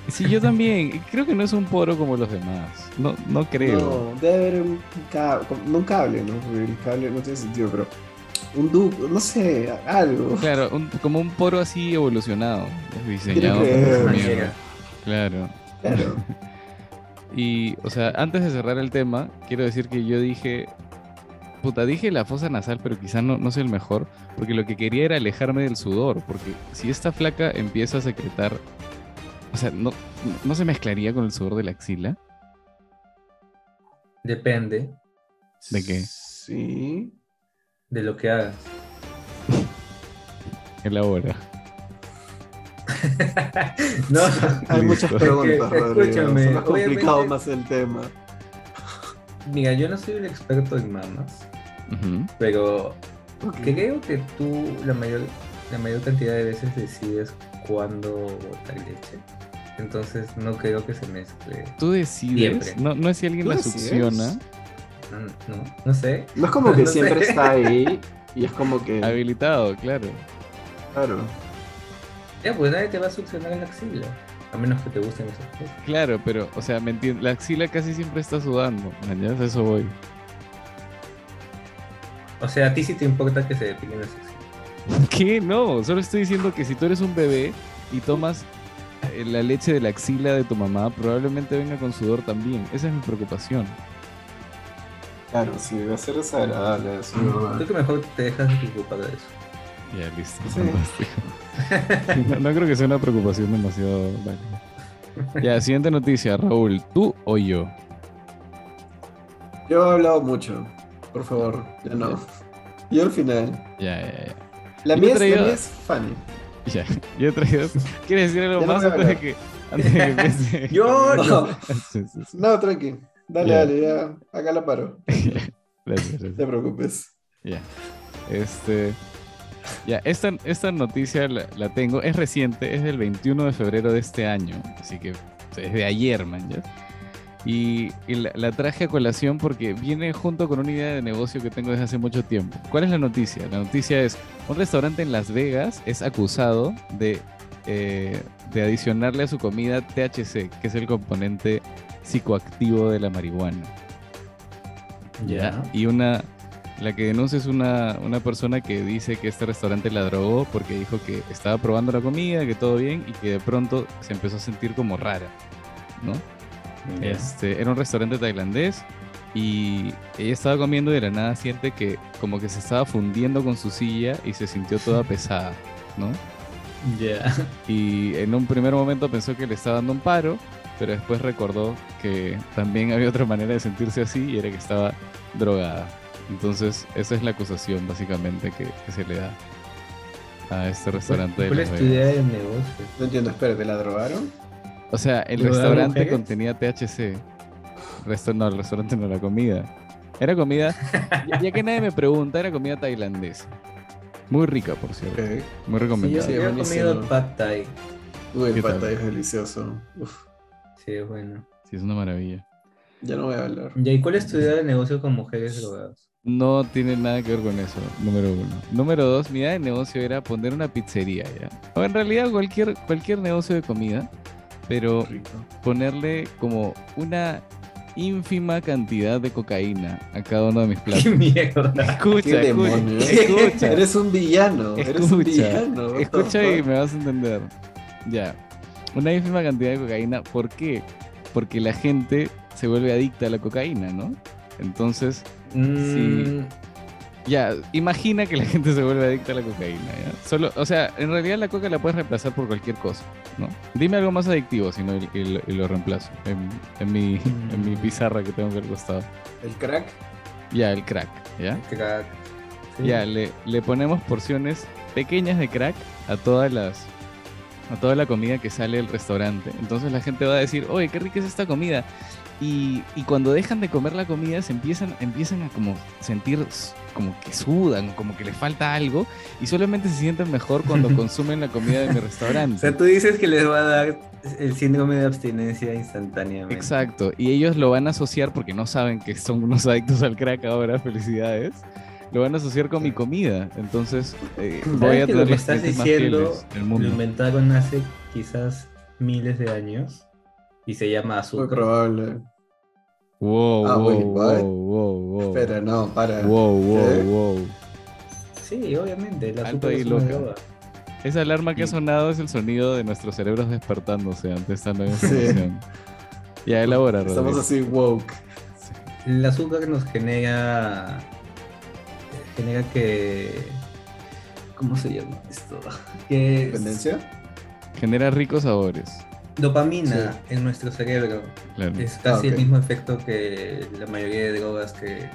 [SPEAKER 1] Sí, yo también. Creo que no es un poro como los demás. No, no creo.
[SPEAKER 2] No, debe haber un cable, no un cable, ¿no? Porque el cable no tiene sentido, pero un duco, no sé, algo.
[SPEAKER 1] Claro, un- como un poro así evolucionado.
[SPEAKER 2] Quiero
[SPEAKER 1] Diseñado para
[SPEAKER 2] creer.
[SPEAKER 1] esa
[SPEAKER 3] Manchega.
[SPEAKER 1] mierda. Claro.
[SPEAKER 2] Claro.
[SPEAKER 1] Y, o sea, antes de cerrar el tema, quiero decir que yo dije. Puta, dije la fosa nasal, pero quizás no, no soy el mejor, porque lo que quería era alejarme del sudor, porque si esta flaca empieza a secretar, o sea, ¿no, no se mezclaría con el sudor de la axila?
[SPEAKER 3] Depende
[SPEAKER 1] ¿De qué?
[SPEAKER 2] Sí.
[SPEAKER 3] de lo que hagas.
[SPEAKER 1] En la hora.
[SPEAKER 3] no, [LAUGHS]
[SPEAKER 2] Hay muchas
[SPEAKER 1] Listo.
[SPEAKER 2] preguntas,
[SPEAKER 3] Porque,
[SPEAKER 2] Rodrigo.
[SPEAKER 3] escúchame,
[SPEAKER 2] Se nos ha complicado
[SPEAKER 3] obviamente-
[SPEAKER 2] más el tema.
[SPEAKER 3] mira, yo no soy un experto en mamas,
[SPEAKER 1] Ujú.
[SPEAKER 3] pero
[SPEAKER 2] Ok.
[SPEAKER 3] creo que tú la mayor, la mayor cantidad de veces decides cuándo botar leche. Entonces no creo que se mezcle.
[SPEAKER 1] Tú decides,
[SPEAKER 3] Siempre.
[SPEAKER 1] no, no es si alguien
[SPEAKER 2] Tú
[SPEAKER 1] la
[SPEAKER 2] decides.
[SPEAKER 1] succiona,
[SPEAKER 3] No, no, no sé.
[SPEAKER 2] No es como que
[SPEAKER 3] [LAUGHS] No sé.
[SPEAKER 2] siempre está ahí y es como que.
[SPEAKER 1] habilitado, claro.
[SPEAKER 2] Claro.
[SPEAKER 3] Ya, pues nadie te va a succionar la axila. A menos que te gusten esas cosas.
[SPEAKER 1] Claro, pero, o sea, me entien- La axila casi siempre está sudando. Mañana a eso voy.
[SPEAKER 3] O sea, a ti sí te importa que se depilen las axilas.
[SPEAKER 1] ¿Qué? No, solo estoy diciendo que si tú eres un bebé y tomas eh, la leche de la axila de tu mamá, probablemente venga con sudor también. Esa es mi preocupación.
[SPEAKER 2] Claro, sí, va a ser desagradable. Eso,
[SPEAKER 3] Creo que mejor te dejas de preocupar de eso.
[SPEAKER 1] Ya, listo.
[SPEAKER 2] Sí.
[SPEAKER 1] fantástico. [LAUGHS] No, no creo que sea una preocupación demasiado válida. Ya, siguiente noticia, Raúl. ¿Tú o yo?
[SPEAKER 2] Yo he hablado mucho. Por favor, ya no. Yo al final.
[SPEAKER 1] Ya, ya, ya.
[SPEAKER 2] La
[SPEAKER 1] Yo
[SPEAKER 2] mía, es, la
[SPEAKER 1] traía-
[SPEAKER 2] mía es Fanny.
[SPEAKER 1] Ya, yo he traído. ¿Quieres decir algo
[SPEAKER 2] Ya no
[SPEAKER 1] más
[SPEAKER 2] voy a
[SPEAKER 1] antes de
[SPEAKER 2] hablar.
[SPEAKER 1] que, antes de que empiece?
[SPEAKER 2] [LAUGHS]
[SPEAKER 3] Yo
[SPEAKER 2] No,
[SPEAKER 1] [LAUGHS] Sí, sí, sí.
[SPEAKER 2] no, tranqui. Dale,
[SPEAKER 1] Ya.
[SPEAKER 2] dale, ya. Acá la paro.
[SPEAKER 1] Gracias,
[SPEAKER 2] No
[SPEAKER 1] gracias.
[SPEAKER 2] te preocupes.
[SPEAKER 1] Este. Ya, esta, esta noticia la, la tengo, es reciente, es del 21 de febrero de este año, así que o sea, es de ayer, man. ¿ya? Y, y la, la traje a colación porque viene junto con una idea de negocio que tengo desde hace mucho tiempo. ¿Cuál es la noticia? La noticia es, un restaurante en Las Vegas es acusado de, eh, de adicionarle a su comida THC, que es el componente psicoactivo de la marihuana. Y una. La que denuncia es una, una persona que dice que este restaurante la drogó porque dijo que estaba probando la comida, que todo bien y que de pronto se empezó a sentir como rara, ¿no? Este, era un restaurante tailandés y ella estaba comiendo y de la nada siente que como que se estaba fundiendo con su silla y se sintió toda pesada, ¿no?
[SPEAKER 3] Ya.
[SPEAKER 1] y en un primer momento pensó que le estaba dando un paro, pero después recordó que también había otra manera de sentirse así y era que estaba drogada. Entonces, esa es la acusación básicamente que, que se le da a este restaurante de
[SPEAKER 3] ¿Cuál
[SPEAKER 1] Las
[SPEAKER 3] es tu
[SPEAKER 1] Vegas.
[SPEAKER 3] idea de negocio?
[SPEAKER 2] No entiendo, espérate, ¿la drogaron?
[SPEAKER 1] O sea, el
[SPEAKER 3] ¿Drogar
[SPEAKER 1] restaurante
[SPEAKER 3] mujeres?
[SPEAKER 1] contenía THC. Resto, no, el restaurante no, la comida. Era comida, ya- ya que nadie me pregunta, era comida tailandesa. Muy rica, por cierto.
[SPEAKER 2] Ok.
[SPEAKER 1] Muy
[SPEAKER 3] Sí, yo,
[SPEAKER 1] recomendable.
[SPEAKER 2] Sí,
[SPEAKER 3] yo he
[SPEAKER 2] buenísimo.
[SPEAKER 3] comido pad thai.
[SPEAKER 2] Uy,
[SPEAKER 1] ¿Qué
[SPEAKER 2] el
[SPEAKER 1] tal?
[SPEAKER 2] pata es delicioso. Uf,
[SPEAKER 3] Sí, es bueno.
[SPEAKER 1] sí, es una maravilla.
[SPEAKER 2] ya no voy a hablar.
[SPEAKER 3] Ya, ¿Y cuál es tu idea de negocio con mujeres drogadas?
[SPEAKER 1] No tiene nada que ver con eso, número uno. Número dos, mi idea de negocio era poner una pizzería ya. O en realidad cualquier, cualquier negocio de comida, pero
[SPEAKER 2] Rico.
[SPEAKER 1] ponerle como una ínfima cantidad de cocaína a cada uno de mis
[SPEAKER 3] [LAUGHS] ¡Qué
[SPEAKER 1] platos.
[SPEAKER 3] mierda!
[SPEAKER 1] [LAUGHS] Escucha,
[SPEAKER 2] ¿Qué
[SPEAKER 1] escucha,
[SPEAKER 2] demonios?
[SPEAKER 1] escucha,
[SPEAKER 2] [LAUGHS] Eres un villano, eres
[SPEAKER 1] Escucha,
[SPEAKER 2] un villano. what
[SPEAKER 1] [LAUGHS]
[SPEAKER 2] the
[SPEAKER 1] escucha y
[SPEAKER 2] fuck.
[SPEAKER 1] me vas a entender. Ya, una ínfima cantidad de cocaína, ¿por qué? Porque la gente se vuelve adicta a la cocaína, ¿no? Entonces,
[SPEAKER 3] Mm,
[SPEAKER 1] Ya, imagina que la gente se vuelve adicta a la cocaína. ¿ya? Solo, o sea, en realidad la coca la puedes reemplazar por cualquier cosa, ¿no? Dime algo más adictivo si no y, y lo- y lo reemplazo en, en mi, en mi pizarra que tengo que al costado.
[SPEAKER 2] El crack.
[SPEAKER 1] Ya, el crack, ¿ya?
[SPEAKER 3] crack. Sí.
[SPEAKER 1] Ya, le, le ponemos porciones pequeñas de crack a todas las a toda la comida que sale del restaurante. Entonces la gente va a decir, oye, qué rica es esta comida. Y, y cuando dejan de comer la comida, se empiezan, empiezan a como sentir s- como que sudan, como que les falta algo, y solamente se sienten mejor cuando consumen la comida de mi
[SPEAKER 3] O sea,
[SPEAKER 1] restaurante.
[SPEAKER 3] tú dices que les va a dar el síndrome de abstinencia instantáneamente.
[SPEAKER 1] Exacto. Y ellos lo van a asociar porque no saben que son unos adictos al crack ahora, [LAUGHS] felicidades. lo van a asociar con mi comida. Entonces, eh,
[SPEAKER 3] ¿Sabes
[SPEAKER 1] voy a
[SPEAKER 3] que
[SPEAKER 1] tener
[SPEAKER 3] lo que
[SPEAKER 1] las
[SPEAKER 3] estás
[SPEAKER 1] clientes más
[SPEAKER 3] diciendo
[SPEAKER 1] fieles del
[SPEAKER 3] lo
[SPEAKER 1] mundo.
[SPEAKER 3] inventaron hace quizás miles de años y se llama
[SPEAKER 2] Muy
[SPEAKER 3] azúcar.
[SPEAKER 2] probable.
[SPEAKER 1] Wow,
[SPEAKER 2] Ah,
[SPEAKER 1] wow,
[SPEAKER 2] oye, vale.
[SPEAKER 1] wow, wow, wow.
[SPEAKER 2] Espera, no, para.
[SPEAKER 1] Wow, wow,
[SPEAKER 3] ¿Eh?
[SPEAKER 2] ¿Qué?
[SPEAKER 1] wow.
[SPEAKER 3] Sí, obviamente, el
[SPEAKER 1] Alto
[SPEAKER 3] azúcar
[SPEAKER 1] ahí,
[SPEAKER 3] es una
[SPEAKER 1] loca.
[SPEAKER 3] droga.
[SPEAKER 1] Esa alarma que ha
[SPEAKER 3] Sí.
[SPEAKER 1] sonado es el sonido de nuestros cerebros despertándose ante esta nueva
[SPEAKER 2] Sí.
[SPEAKER 1] información. Ya elabora,
[SPEAKER 2] Estamos
[SPEAKER 1] Rodrigo.
[SPEAKER 2] así woke.
[SPEAKER 3] El azúcar nos genera genera que ¿cómo se llama esto? [LAUGHS] Que
[SPEAKER 1] [LAUGHS]
[SPEAKER 3] es
[SPEAKER 2] ¿Dependencia?
[SPEAKER 1] Genera ricos sabores.
[SPEAKER 3] dopamina en nuestro cerebro.
[SPEAKER 1] Claro.
[SPEAKER 3] Es casi
[SPEAKER 2] ok.
[SPEAKER 3] el mismo efecto que la mayoría de drogas que,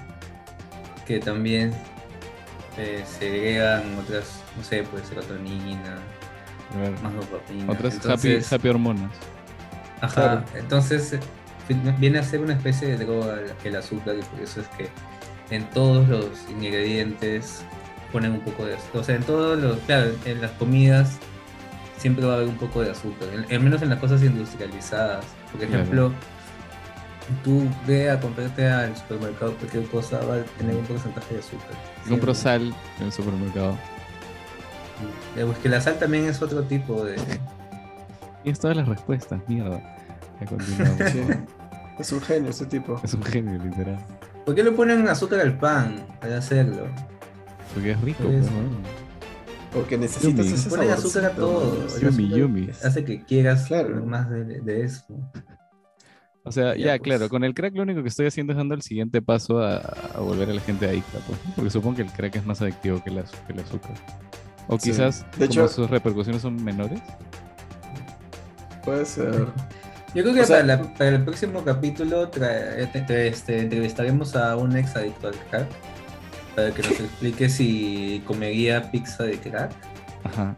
[SPEAKER 3] que también eh, segregan otras, no sé, pues serotonina,
[SPEAKER 1] Claro.
[SPEAKER 3] más dopamina.
[SPEAKER 1] Otras
[SPEAKER 3] Entonces,
[SPEAKER 1] happy, happy hormonas.
[SPEAKER 3] Ajá,
[SPEAKER 2] Claro.
[SPEAKER 3] entonces eh, viene a ser una especie de droga el azúcar y por eso es que en todos los ingredientes ponen un poco de azúcar. O sea, en todos los, claro, en las comidas siempre va a haber un poco de azúcar, en- al menos en las cosas industrializadas. Por
[SPEAKER 1] Claro.
[SPEAKER 3] ejemplo, tú ve a comprarte al supermercado cualquier cosa, va a tener un porcentaje de azúcar.
[SPEAKER 1] Compro
[SPEAKER 3] Siempre.
[SPEAKER 1] sal en el supermercado.
[SPEAKER 3] Eh, pues que la sal también es otro tipo de...
[SPEAKER 1] Y es todas las respuestas, mierda. Ya continuamos.
[SPEAKER 2] [LAUGHS] Sí. Es un genio ese tipo.
[SPEAKER 1] es un genio, literal.
[SPEAKER 3] ¿Por qué le ponen azúcar al pan al hacerlo?
[SPEAKER 1] Porque es rico,
[SPEAKER 3] Pues,
[SPEAKER 1] pues, bueno.
[SPEAKER 2] Porque necesitas
[SPEAKER 1] Yumi.
[SPEAKER 2] ese
[SPEAKER 3] Ponle azúcar a
[SPEAKER 2] saborcito,
[SPEAKER 3] todo.
[SPEAKER 2] ¿no?
[SPEAKER 3] El
[SPEAKER 1] Yumi,
[SPEAKER 3] azúcar
[SPEAKER 1] yumi.
[SPEAKER 3] Hace que quieras
[SPEAKER 2] Claro.
[SPEAKER 3] más de, de eso.
[SPEAKER 1] O sea, ya,
[SPEAKER 3] Ya, pues.
[SPEAKER 1] claro, con el crack lo único que estoy haciendo es dando el siguiente paso a, a volver a la gente adicta, pues, ¿no? porque supongo que el crack es más adictivo que el, azu- que el azúcar. O
[SPEAKER 2] Sí.
[SPEAKER 1] quizás
[SPEAKER 2] De
[SPEAKER 1] como
[SPEAKER 2] hecho-
[SPEAKER 1] sus repercusiones son menores.
[SPEAKER 2] Puede ser.
[SPEAKER 3] Yo creo que
[SPEAKER 2] O sea-
[SPEAKER 3] para, la- para el próximo capítulo trae- te- te- este, entrevistaremos a un ex adicto al crack para que
[SPEAKER 2] [LAUGHS]
[SPEAKER 3] nos explique si comería pizza de crack.
[SPEAKER 1] Ajá,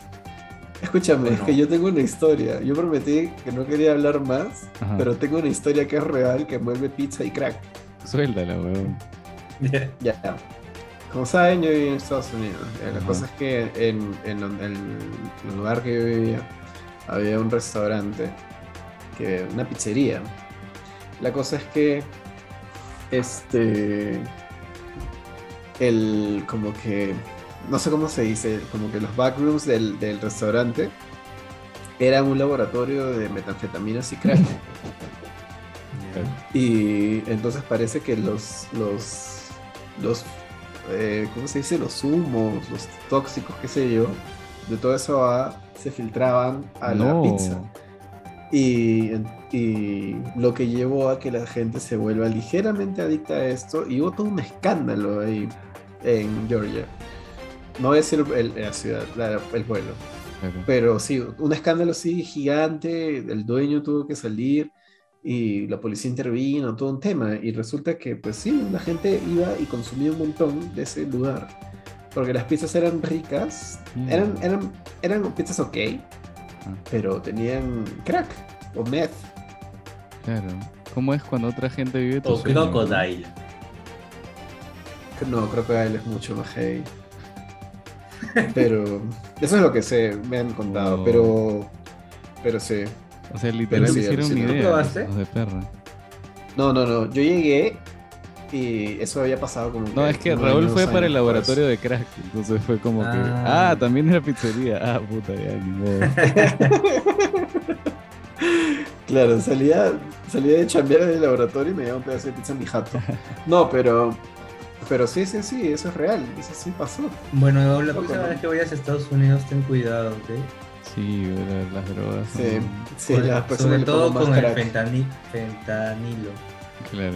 [SPEAKER 2] Escúchame,
[SPEAKER 3] Bueno.
[SPEAKER 2] es que yo tengo una historia. Yo prometí que no quería hablar más,
[SPEAKER 1] ajá.
[SPEAKER 2] pero tengo una historia que es real que mueve pizza y crack.
[SPEAKER 1] Suéltala, weón.
[SPEAKER 2] [LAUGHS] Ya. Como saben, yo vivía en Estados Unidos. Eh, La
[SPEAKER 1] Ajá.
[SPEAKER 2] cosa es que en, en don- en el lugar que yo vivía había un restaurante, que, una pizzería. La cosa es que, este, el, como que, no sé cómo se dice, como que los backrooms del, del restaurante eran un laboratorio de metanfetaminas y crack. Y entonces parece que los, los, los, eh, ¿cómo se dice? Los humos, los tóxicos, qué sé yo, de toda esa va se filtraban a
[SPEAKER 1] No.
[SPEAKER 2] la pizza. Y, y lo que llevó a que la gente se vuelva ligeramente adicta a esto y hubo todo un escándalo ahí en Georgia. No voy a decir el- la ciudad, la- el pueblo.
[SPEAKER 1] Claro.
[SPEAKER 2] Pero sí, un escándalo así gigante, el dueño tuvo que salir y la policía intervino, todo un tema. Y resulta que, pues sí, la gente iba y consumía un montón de ese lugar. Porque las pizzas eran ricas,
[SPEAKER 1] Mm.
[SPEAKER 2] eran, eran, eran pizzas ok, pero tenían crack o meth.
[SPEAKER 1] Claro. ¿Cómo es cuando otra gente vive tu
[SPEAKER 3] O
[SPEAKER 1] sueño, no?
[SPEAKER 3] crocodile.
[SPEAKER 2] No, creo que él es mucho más heavy. Pero eso es lo que sé, me han contado,
[SPEAKER 1] Oh.
[SPEAKER 2] pero, pero sí.
[SPEAKER 1] O sea, literal
[SPEAKER 2] Pero sí,
[SPEAKER 1] hicieron una
[SPEAKER 2] alucinante.
[SPEAKER 1] idea.
[SPEAKER 3] ¿Lo probaste?
[SPEAKER 1] hijos de perra.
[SPEAKER 2] No, no, no. Yo llegué y eso había pasado como.
[SPEAKER 1] No, es que
[SPEAKER 2] unos
[SPEAKER 1] Raúl fue
[SPEAKER 2] años
[SPEAKER 1] para el
[SPEAKER 2] después.
[SPEAKER 1] laboratorio de crack, entonces fue como que,
[SPEAKER 3] Ah.
[SPEAKER 1] ah, también era pizzería, ah, puta, ya, ni [LAUGHS] modo.
[SPEAKER 2] Claro, salía, salía de chambear del laboratorio y me llevaba un pedazo de pizza en
[SPEAKER 1] [LAUGHS]
[SPEAKER 2] mi jato. No, pero. Pero sí, sí, sí, eso es real. Eso sí pasó.
[SPEAKER 3] Bueno, la
[SPEAKER 2] Loco,
[SPEAKER 3] próxima
[SPEAKER 2] ¿no?
[SPEAKER 3] vez que vayas a Estados Unidos, ten cuidado, ¿ok?
[SPEAKER 1] Sí, brother, las drogas.
[SPEAKER 2] Sí,
[SPEAKER 1] son-
[SPEAKER 2] sí, pues,
[SPEAKER 3] Sobre-
[SPEAKER 2] las personas
[SPEAKER 3] sobre
[SPEAKER 2] le
[SPEAKER 3] todo
[SPEAKER 2] ponen
[SPEAKER 3] con
[SPEAKER 2] más
[SPEAKER 3] el
[SPEAKER 2] crack.
[SPEAKER 3] fentani- fentanilo.
[SPEAKER 1] Claro.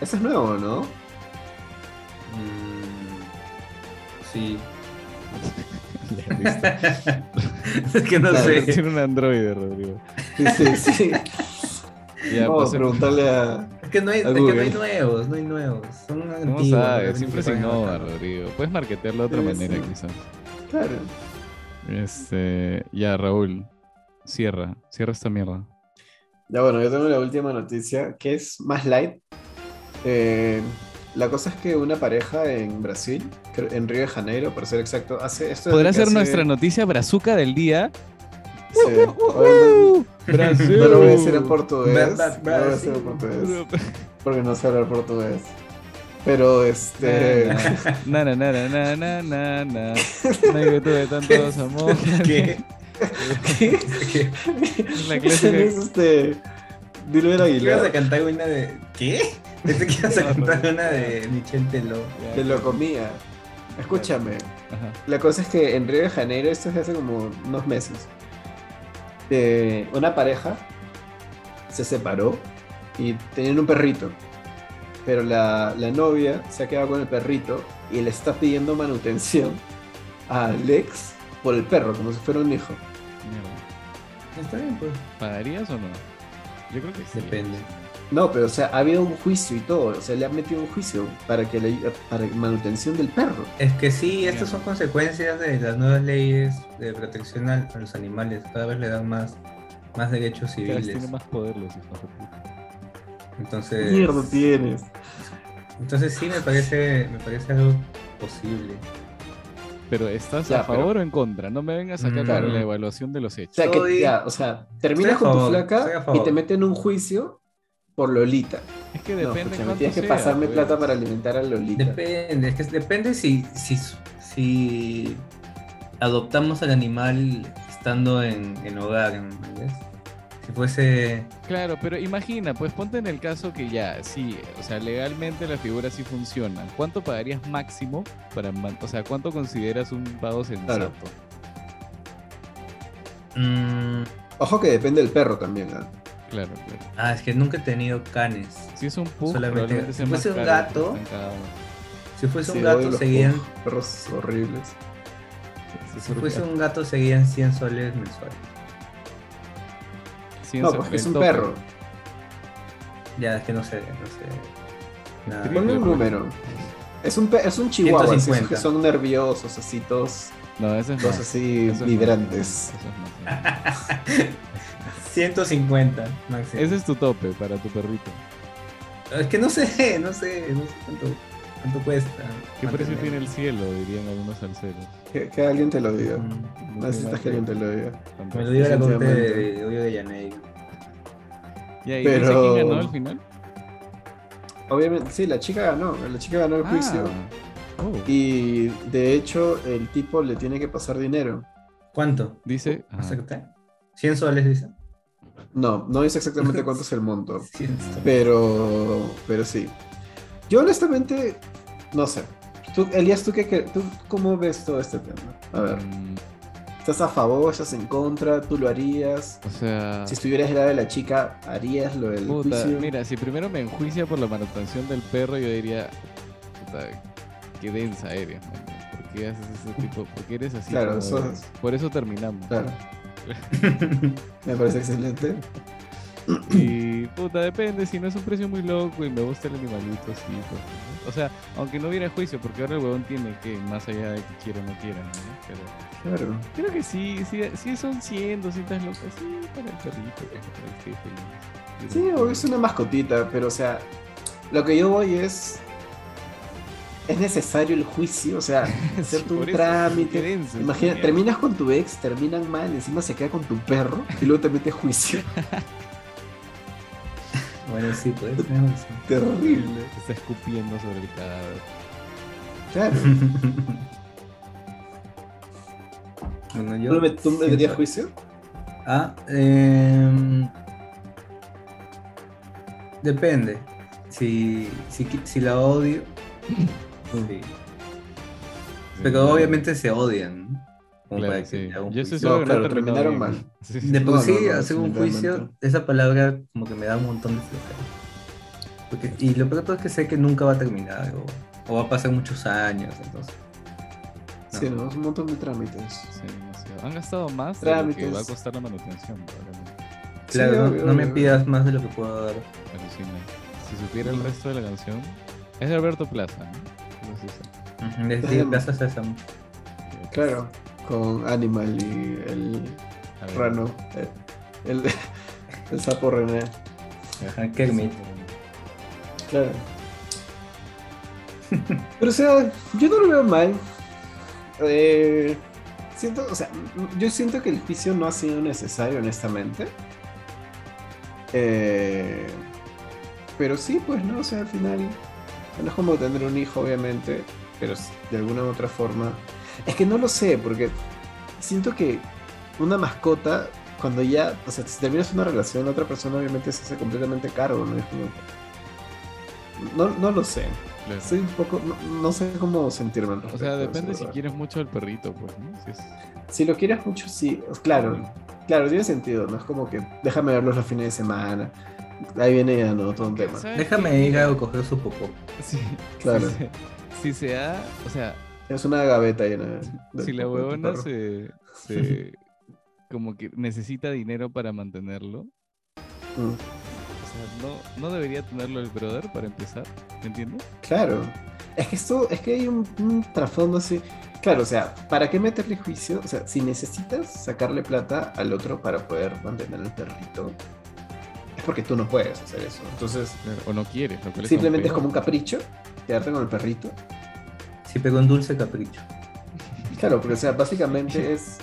[SPEAKER 2] Eso es nuevo, ¿no?
[SPEAKER 3] Mm, sí.
[SPEAKER 1] [LAUGHS]
[SPEAKER 3] [LAUGHS]
[SPEAKER 1] Ya, [LAUGHS] listo.
[SPEAKER 3] es que no
[SPEAKER 2] Claro,
[SPEAKER 3] sé.
[SPEAKER 1] Tiene un androide, Rodrigo.
[SPEAKER 2] Sí, sí, sí.
[SPEAKER 1] [LAUGHS] Ya, pues,
[SPEAKER 2] Vamos a
[SPEAKER 1] pasemos-
[SPEAKER 2] preguntarle a.
[SPEAKER 3] Es que no
[SPEAKER 2] A
[SPEAKER 3] hay, es que no hay
[SPEAKER 2] Google.
[SPEAKER 3] nuevos, no hay nuevos. Son antiguos.
[SPEAKER 1] ¿Cómo
[SPEAKER 3] realmente
[SPEAKER 1] sabes? Siempre se
[SPEAKER 3] pueden
[SPEAKER 1] innova,
[SPEAKER 3] adaptar.
[SPEAKER 1] Rodrigo. Puedes marketearlo de otra
[SPEAKER 2] Sí,
[SPEAKER 1] manera,
[SPEAKER 2] sí.
[SPEAKER 1] quizás.
[SPEAKER 2] Claro.
[SPEAKER 1] Este, ya, Raúl. Cierra. Cierra esta mierda.
[SPEAKER 2] Ya bueno, yo tengo la última noticia, que es más light. Eh, la cosa es que una pareja en Brasil, creo- en Río de Janeiro, para ser exacto, hace esto.
[SPEAKER 1] Podrá ser nuestra
[SPEAKER 2] nuestra
[SPEAKER 1] noticia brazuca del día.
[SPEAKER 2] No
[SPEAKER 1] Brasil.
[SPEAKER 2] lo voy a decir en portugués.
[SPEAKER 3] Verdad,
[SPEAKER 2] No lo voy a decir en
[SPEAKER 3] Brasil.
[SPEAKER 2] portugués. Porque no sé hablar portugués. Pero
[SPEAKER 1] Eh,
[SPEAKER 2] [LAUGHS] este.
[SPEAKER 1] [LAUGHS] Na, na, na, na, na, na, na, na. No hay virtud de tantos
[SPEAKER 2] [LAUGHS]
[SPEAKER 1] amores.
[SPEAKER 3] [LAUGHS] ¿Qué? ¿Qué? ¿Qué?
[SPEAKER 1] La
[SPEAKER 2] Ese no [LAUGHS] es
[SPEAKER 1] clásica.
[SPEAKER 2] este. Dilber
[SPEAKER 3] ¿Qué ibas a
[SPEAKER 2] Aguilar.
[SPEAKER 3] cantar una de. ¿Qué? Pensé que
[SPEAKER 1] [LAUGHS]
[SPEAKER 3] ibas a cantar una de Michelle Teló.
[SPEAKER 2] Te lo comía. Escúchame.
[SPEAKER 1] Ajá.
[SPEAKER 2] La cosa es que en Río de Janeiro, esto es hace como unos meses, eh, una pareja se separó y tenían un perrito. Pero la, la novia se ha quedado con el perrito y le está pidiendo manutención a Alex por el perro, como si fuera un hijo.
[SPEAKER 1] Mierda.
[SPEAKER 3] Está bien, pues.
[SPEAKER 1] ¿Pagarías o no? Yo creo que sí.
[SPEAKER 3] Depende.
[SPEAKER 2] No, pero o sea, ha habido un juicio y todo. O sea, le han metido un juicio para que le, para manutención del perro.
[SPEAKER 3] Es que sí, estas son consecuencias de las nuevas leyes de protección al- a los animales. Cada vez le dan más, más derechos
[SPEAKER 1] Cada vez
[SPEAKER 3] civiles.
[SPEAKER 1] tiene más poder los hijos de puta.
[SPEAKER 3] Entonces,
[SPEAKER 2] Mierda tienes.
[SPEAKER 3] entonces sí me parece, me parece algo posible.
[SPEAKER 1] Pero ¿estás
[SPEAKER 2] Ya,
[SPEAKER 1] a favor o en contra? No me
[SPEAKER 2] Mm,
[SPEAKER 1] vengas acá
[SPEAKER 3] Claro.
[SPEAKER 1] con la evaluación de los
[SPEAKER 2] O
[SPEAKER 1] hechos.
[SPEAKER 2] sea, que,
[SPEAKER 3] Estoy-
[SPEAKER 2] ya, o sea, terminas
[SPEAKER 3] estoy
[SPEAKER 2] con
[SPEAKER 3] a
[SPEAKER 2] tu
[SPEAKER 3] favor, estoy a
[SPEAKER 2] flaca
[SPEAKER 3] favor.
[SPEAKER 2] y te meten un juicio por Lolita.
[SPEAKER 1] Es que
[SPEAKER 2] No,
[SPEAKER 1] depende
[SPEAKER 2] escúchame,
[SPEAKER 1] cuánto
[SPEAKER 2] tienes que
[SPEAKER 1] sea,
[SPEAKER 2] pasarme
[SPEAKER 1] pues.
[SPEAKER 2] plata para alimentar a Lolita.
[SPEAKER 3] Depende, es que depende si, si, si adoptamos al animal estando en, en hogar, ¿me entiendes? Si fuese...
[SPEAKER 1] Claro, pero imagina, pues ponte en el caso que ya, sí, o sea, legalmente la figura sí funciona. ¿Cuánto pagarías máximo para, man- o sea, cuánto consideras un pago sensato?
[SPEAKER 3] pues. mm,
[SPEAKER 2] Ojo que depende del perro también. ¿ah?
[SPEAKER 1] Claro, claro.
[SPEAKER 3] ah, es que nunca he tenido canes.
[SPEAKER 1] Si es un pug,
[SPEAKER 3] Solamente-
[SPEAKER 1] probablemente sea
[SPEAKER 3] si
[SPEAKER 1] más
[SPEAKER 3] fuese un
[SPEAKER 1] caro
[SPEAKER 3] gato-
[SPEAKER 1] que están cada uno.
[SPEAKER 3] Si fuese Pues un
[SPEAKER 2] Sí, odio
[SPEAKER 3] gato
[SPEAKER 2] los
[SPEAKER 3] seguían...
[SPEAKER 2] pugs, Perros horribles.
[SPEAKER 1] Sí,
[SPEAKER 3] Si
[SPEAKER 1] sí,
[SPEAKER 3] fuese
[SPEAKER 1] sí.
[SPEAKER 3] un gato seguían 100 soles mensuales.
[SPEAKER 1] Sí,
[SPEAKER 2] No,
[SPEAKER 1] se-
[SPEAKER 2] pues
[SPEAKER 1] el
[SPEAKER 2] es un
[SPEAKER 1] tope.
[SPEAKER 2] perro.
[SPEAKER 3] Ya, es que no sé, no sé. Nada.
[SPEAKER 1] Triple.
[SPEAKER 2] Ponle un número. Es un, pe- es un chihuahua, así, esos
[SPEAKER 3] 150.
[SPEAKER 2] que son nerviosos, así, todos,
[SPEAKER 1] No, eso es
[SPEAKER 2] todos
[SPEAKER 1] más.
[SPEAKER 2] así,
[SPEAKER 1] Eso es
[SPEAKER 2] vibrantes.
[SPEAKER 1] más, eso es más.
[SPEAKER 3] [LAUGHS] 150 máximo.
[SPEAKER 1] Ese es tu tope para tu perrito.
[SPEAKER 3] Es que no sé, [LAUGHS] no sé, no sé cuánto, cuánto cuesta.
[SPEAKER 1] ¿Qué precio
[SPEAKER 3] mantenerlo.
[SPEAKER 1] tiene el cielo? Dirían algunos salseros.
[SPEAKER 2] Que, que alguien te lo diga.
[SPEAKER 3] Mm,
[SPEAKER 1] No
[SPEAKER 2] Necesitas que alguien te lo diga.
[SPEAKER 3] Me lo dio la corte
[SPEAKER 2] Definitivamente.
[SPEAKER 3] de Hoyo de Janeiro.
[SPEAKER 1] Ya, ¿y
[SPEAKER 2] Pero-
[SPEAKER 1] dice quién ganó al final?
[SPEAKER 2] Obviamente, sí, la chica ganó. La chica ganó el juicio.
[SPEAKER 1] Ah. Oh.
[SPEAKER 2] Y de hecho, el tipo le tiene que pasar dinero.
[SPEAKER 3] ¿Cuánto?
[SPEAKER 1] Dice. ah,
[SPEAKER 3] ¿Acepta? ¿100 soles, dice?
[SPEAKER 2] No, no dice exactamente cuánto es el monto.
[SPEAKER 3] 100 soles.
[SPEAKER 2] Pero, pero sí. Yo honestamente, no sé. Tú, Elías, ¿tú, qué, cre- ¿tú cómo ves todo este tema? A ver,
[SPEAKER 1] mm,
[SPEAKER 2] ¿estás a favor? ¿Estás en contra? ¿Tú lo harías?
[SPEAKER 1] O sea.
[SPEAKER 2] Si estuvieras del lado de la chica, ¿harías lo del
[SPEAKER 1] Puta,
[SPEAKER 2] juicio?
[SPEAKER 1] mira, si primero me enjuicia por la manutención del perro, yo diría, puta, qué densa eres, man. ¿Por qué haces ese tipo? ¿Por qué eres así?
[SPEAKER 2] Claro,
[SPEAKER 1] como
[SPEAKER 2] eso
[SPEAKER 1] eres? Por eso terminamos. [LAUGHS]
[SPEAKER 2] Claro. Me parece excelente.
[SPEAKER 1] Y puta, depende, si no es un precio muy loco y me gusta el animalito, sí. pues, ¿no? O sea, aunque no hubiera juicio, porque ahora el huevón tiene que, más allá de que quiera o no quiera, ¿no? Pero
[SPEAKER 2] Claro.
[SPEAKER 1] creo que sí, sí, sí son 100, 200 locas, sí, para el perrito, que esté feliz.
[SPEAKER 2] Sí, o es una mascotita, pero o sea, lo que yo voy es. Es necesario el juicio, o sea,
[SPEAKER 1] [LAUGHS]
[SPEAKER 2] hacer
[SPEAKER 1] Sí,
[SPEAKER 2] tu
[SPEAKER 1] por eso,
[SPEAKER 2] trámite.
[SPEAKER 1] qué denso,
[SPEAKER 2] Imagina,
[SPEAKER 1] mierda.
[SPEAKER 2] terminas con tu ex, terminan mal, encima se queda con tu perro y luego te metes juicio.
[SPEAKER 3] Bueno, sí, pues. [LAUGHS] no sé.
[SPEAKER 2] Terrible.
[SPEAKER 1] Está escupiendo sobre el cadáver.
[SPEAKER 2] Claro.
[SPEAKER 3] bueno,
[SPEAKER 2] ¿Tú,
[SPEAKER 3] yo.
[SPEAKER 2] me- tú me
[SPEAKER 3] 100
[SPEAKER 2] meterías
[SPEAKER 3] soles.
[SPEAKER 2] juicio?
[SPEAKER 3] Ah, em, depende. Si, si, qui- si la [LAUGHS] odio. sí. Pero
[SPEAKER 1] Sí.
[SPEAKER 3] obviamente se odian. ¿no? Como
[SPEAKER 1] Claro,
[SPEAKER 3] para que
[SPEAKER 1] sí.
[SPEAKER 3] haya un
[SPEAKER 1] Yo estoy
[SPEAKER 3] juicio.
[SPEAKER 1] seguro
[SPEAKER 2] No,
[SPEAKER 1] que no
[SPEAKER 2] claro,
[SPEAKER 1] terminó
[SPEAKER 2] terminaron
[SPEAKER 1] bien.
[SPEAKER 2] mal.
[SPEAKER 1] Sí, sí.
[SPEAKER 3] De por
[SPEAKER 2] No,
[SPEAKER 3] sí,
[SPEAKER 2] no, no,
[SPEAKER 3] hacer un juicio,
[SPEAKER 2] definitivamente.
[SPEAKER 3] esa palabra como que me da un montón de flojera. Porque, y lo peor de todo es que sé que nunca va a terminar o, o va a pasar muchos años, entonces. No.
[SPEAKER 2] Sí, no, es un montón de trámites.
[SPEAKER 1] Sí, demasiado. Han gastado más de lo que
[SPEAKER 2] Trámites.
[SPEAKER 1] va a costar la manutención. probablemente.
[SPEAKER 3] Claro, no,
[SPEAKER 2] obvio,
[SPEAKER 3] no me
[SPEAKER 2] obvio.
[SPEAKER 3] pidas más de lo que puedo dar.
[SPEAKER 1] Alucina. Si supiera el
[SPEAKER 2] Ujú.
[SPEAKER 1] resto de la canción, es de Alberto Plaza. ¿no? No sé si-
[SPEAKER 3] Les digo, gracias a Sam.
[SPEAKER 2] Claro, con Animal y el
[SPEAKER 1] A ver.
[SPEAKER 2] rano, eh, el, [LAUGHS] el sapo René.
[SPEAKER 3] Ajá, Kermit.
[SPEAKER 2] Claro. Pero o sea, yo no lo veo mal. Eh, siento, o sea, yo siento que el juicio no ha sido necesario, honestamente. Eh, pero sí, pues no, o sea, al final No es como tener un hijo, obviamente, pero s- de alguna u otra forma. Es que no lo sé, porque siento que una mascota, cuando ya, o sea, si terminas una relación, la otra persona obviamente se hace completamente cargo, ¿no? Es como- No, no lo sé.
[SPEAKER 1] Claro.
[SPEAKER 2] Soy un poco, no, no sé cómo sentirme. al
[SPEAKER 1] O sea,
[SPEAKER 2] respecto,
[SPEAKER 1] depende
[SPEAKER 2] es
[SPEAKER 1] si
[SPEAKER 2] verdad.
[SPEAKER 1] quieres mucho al perrito, pues, ¿no? Si es-
[SPEAKER 2] Si lo quieres mucho, sí. Pues, Claro, claro, tiene sentido, ¿no? Es como que déjame verlos los fines de semana. Ahí viene ya, ¿no? Todo un tema.
[SPEAKER 1] ¿Sabes qué?
[SPEAKER 3] Déjame ir a coger su popó.
[SPEAKER 1] Sí,
[SPEAKER 2] Claro.
[SPEAKER 1] Si se, si se da, o sea,
[SPEAKER 2] Es una gaveta llena de.
[SPEAKER 1] si la
[SPEAKER 2] de- de tu
[SPEAKER 1] huevona
[SPEAKER 2] perro.
[SPEAKER 1] se, [LAUGHS] se- como que necesita dinero para mantenerlo,
[SPEAKER 2] Mm,
[SPEAKER 1] o sea, no, no debería tenerlo el brother para empezar, ¿me entiendes?
[SPEAKER 2] Claro. Es que esto, es que hay un, un trasfondo así. Claro, o sea, ¿para qué meterle juicio? O sea, si necesitas sacarle plata al otro para poder mantener al perrito, es porque tú no puedes hacer eso. Entonces,
[SPEAKER 1] O no quieres, lo cual es
[SPEAKER 2] simplemente es
[SPEAKER 1] aún
[SPEAKER 2] como un capricho quedarte con el perrito.
[SPEAKER 3] Si pegó un dulce capricho.
[SPEAKER 2] Claro, porque o sea, básicamente es.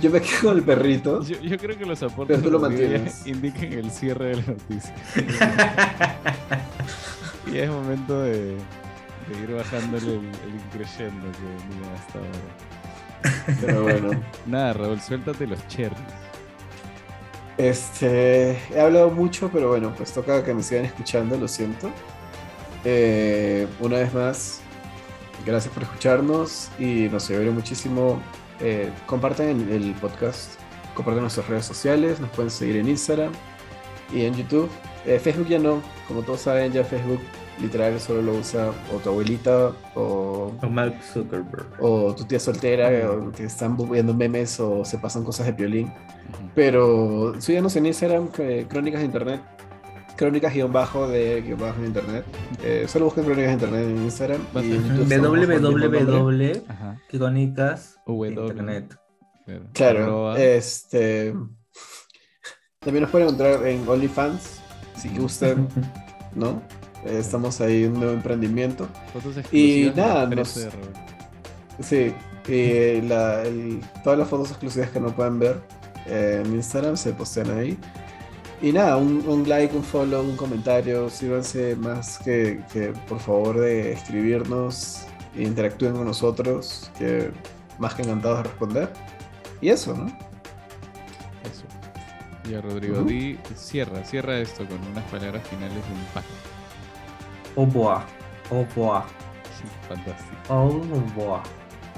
[SPEAKER 2] Yo me quedo con el perrito.
[SPEAKER 1] peor. Yo, yo creo que los aportes
[SPEAKER 2] Pero tú lo
[SPEAKER 1] de Bolivia
[SPEAKER 2] mantienes.
[SPEAKER 1] indican el cierre de la
[SPEAKER 2] [LAUGHS]
[SPEAKER 1] noticia. y es momento de, de ir bajándole el, el increyendo que venía hasta ahora.
[SPEAKER 2] Pero bueno.
[SPEAKER 1] Nada, Raúl, suéltate los cherries.
[SPEAKER 2] Este, he hablado mucho, pero bueno, pues toca que me sigan escuchando, lo siento. Eh, una vez más, gracias por escucharnos y nos ayudaron muchísimo. Eh, compartan el, el podcast, compartan nuestras redes sociales, nos pueden seguir en Instagram y en YouTube. Eh, Facebook ya no, como todos saben, ya Facebook literal solo lo usa o tu abuelita o
[SPEAKER 3] O Mark Zuckerberg.
[SPEAKER 2] o tu tía soltera, o que están viendo memes o se pasan cosas de violín. Pero síganos en Instagram, eh, Crónicas de Internet, Crónicas guión bajo de guión bajo en Internet. Eh, solo busquen Crónicas de Internet en Instagram.
[SPEAKER 1] Vas a-
[SPEAKER 2] en YouTube estamos con el mismo nombre.
[SPEAKER 3] www.crónicas
[SPEAKER 1] Ajá,
[SPEAKER 3] de
[SPEAKER 1] W.
[SPEAKER 3] internet.
[SPEAKER 1] claro.
[SPEAKER 2] Claro,
[SPEAKER 1] Arroba.
[SPEAKER 2] este. También nos pueden encontrar en OnlyFans, si gustan, ¿no? Eh, Estamos ahí en un nuevo emprendimiento.
[SPEAKER 1] Fotos
[SPEAKER 2] Y
[SPEAKER 1] exclusivas de
[SPEAKER 2] nada,
[SPEAKER 1] los
[SPEAKER 2] nos-
[SPEAKER 1] 13 de Raúl.
[SPEAKER 2] Sí, y la- el- todas las fotos exclusivas que no pueden ver eh, en Instagram se postean ahí. Y nada, un, un like, un follow, un comentario, sírvanse más que, que, por favor de escribirnos, e interactúen con nosotros, que más que encantados de responder. Y eso, ¿no?
[SPEAKER 1] Eso. Y a Rodrigo,
[SPEAKER 2] Ujú.
[SPEAKER 1] di, cierra, cierra esto con unas palabras finales de impacto.
[SPEAKER 3] Au revoir. Au revoir.
[SPEAKER 1] Sí, fantástico.
[SPEAKER 3] Au revoir.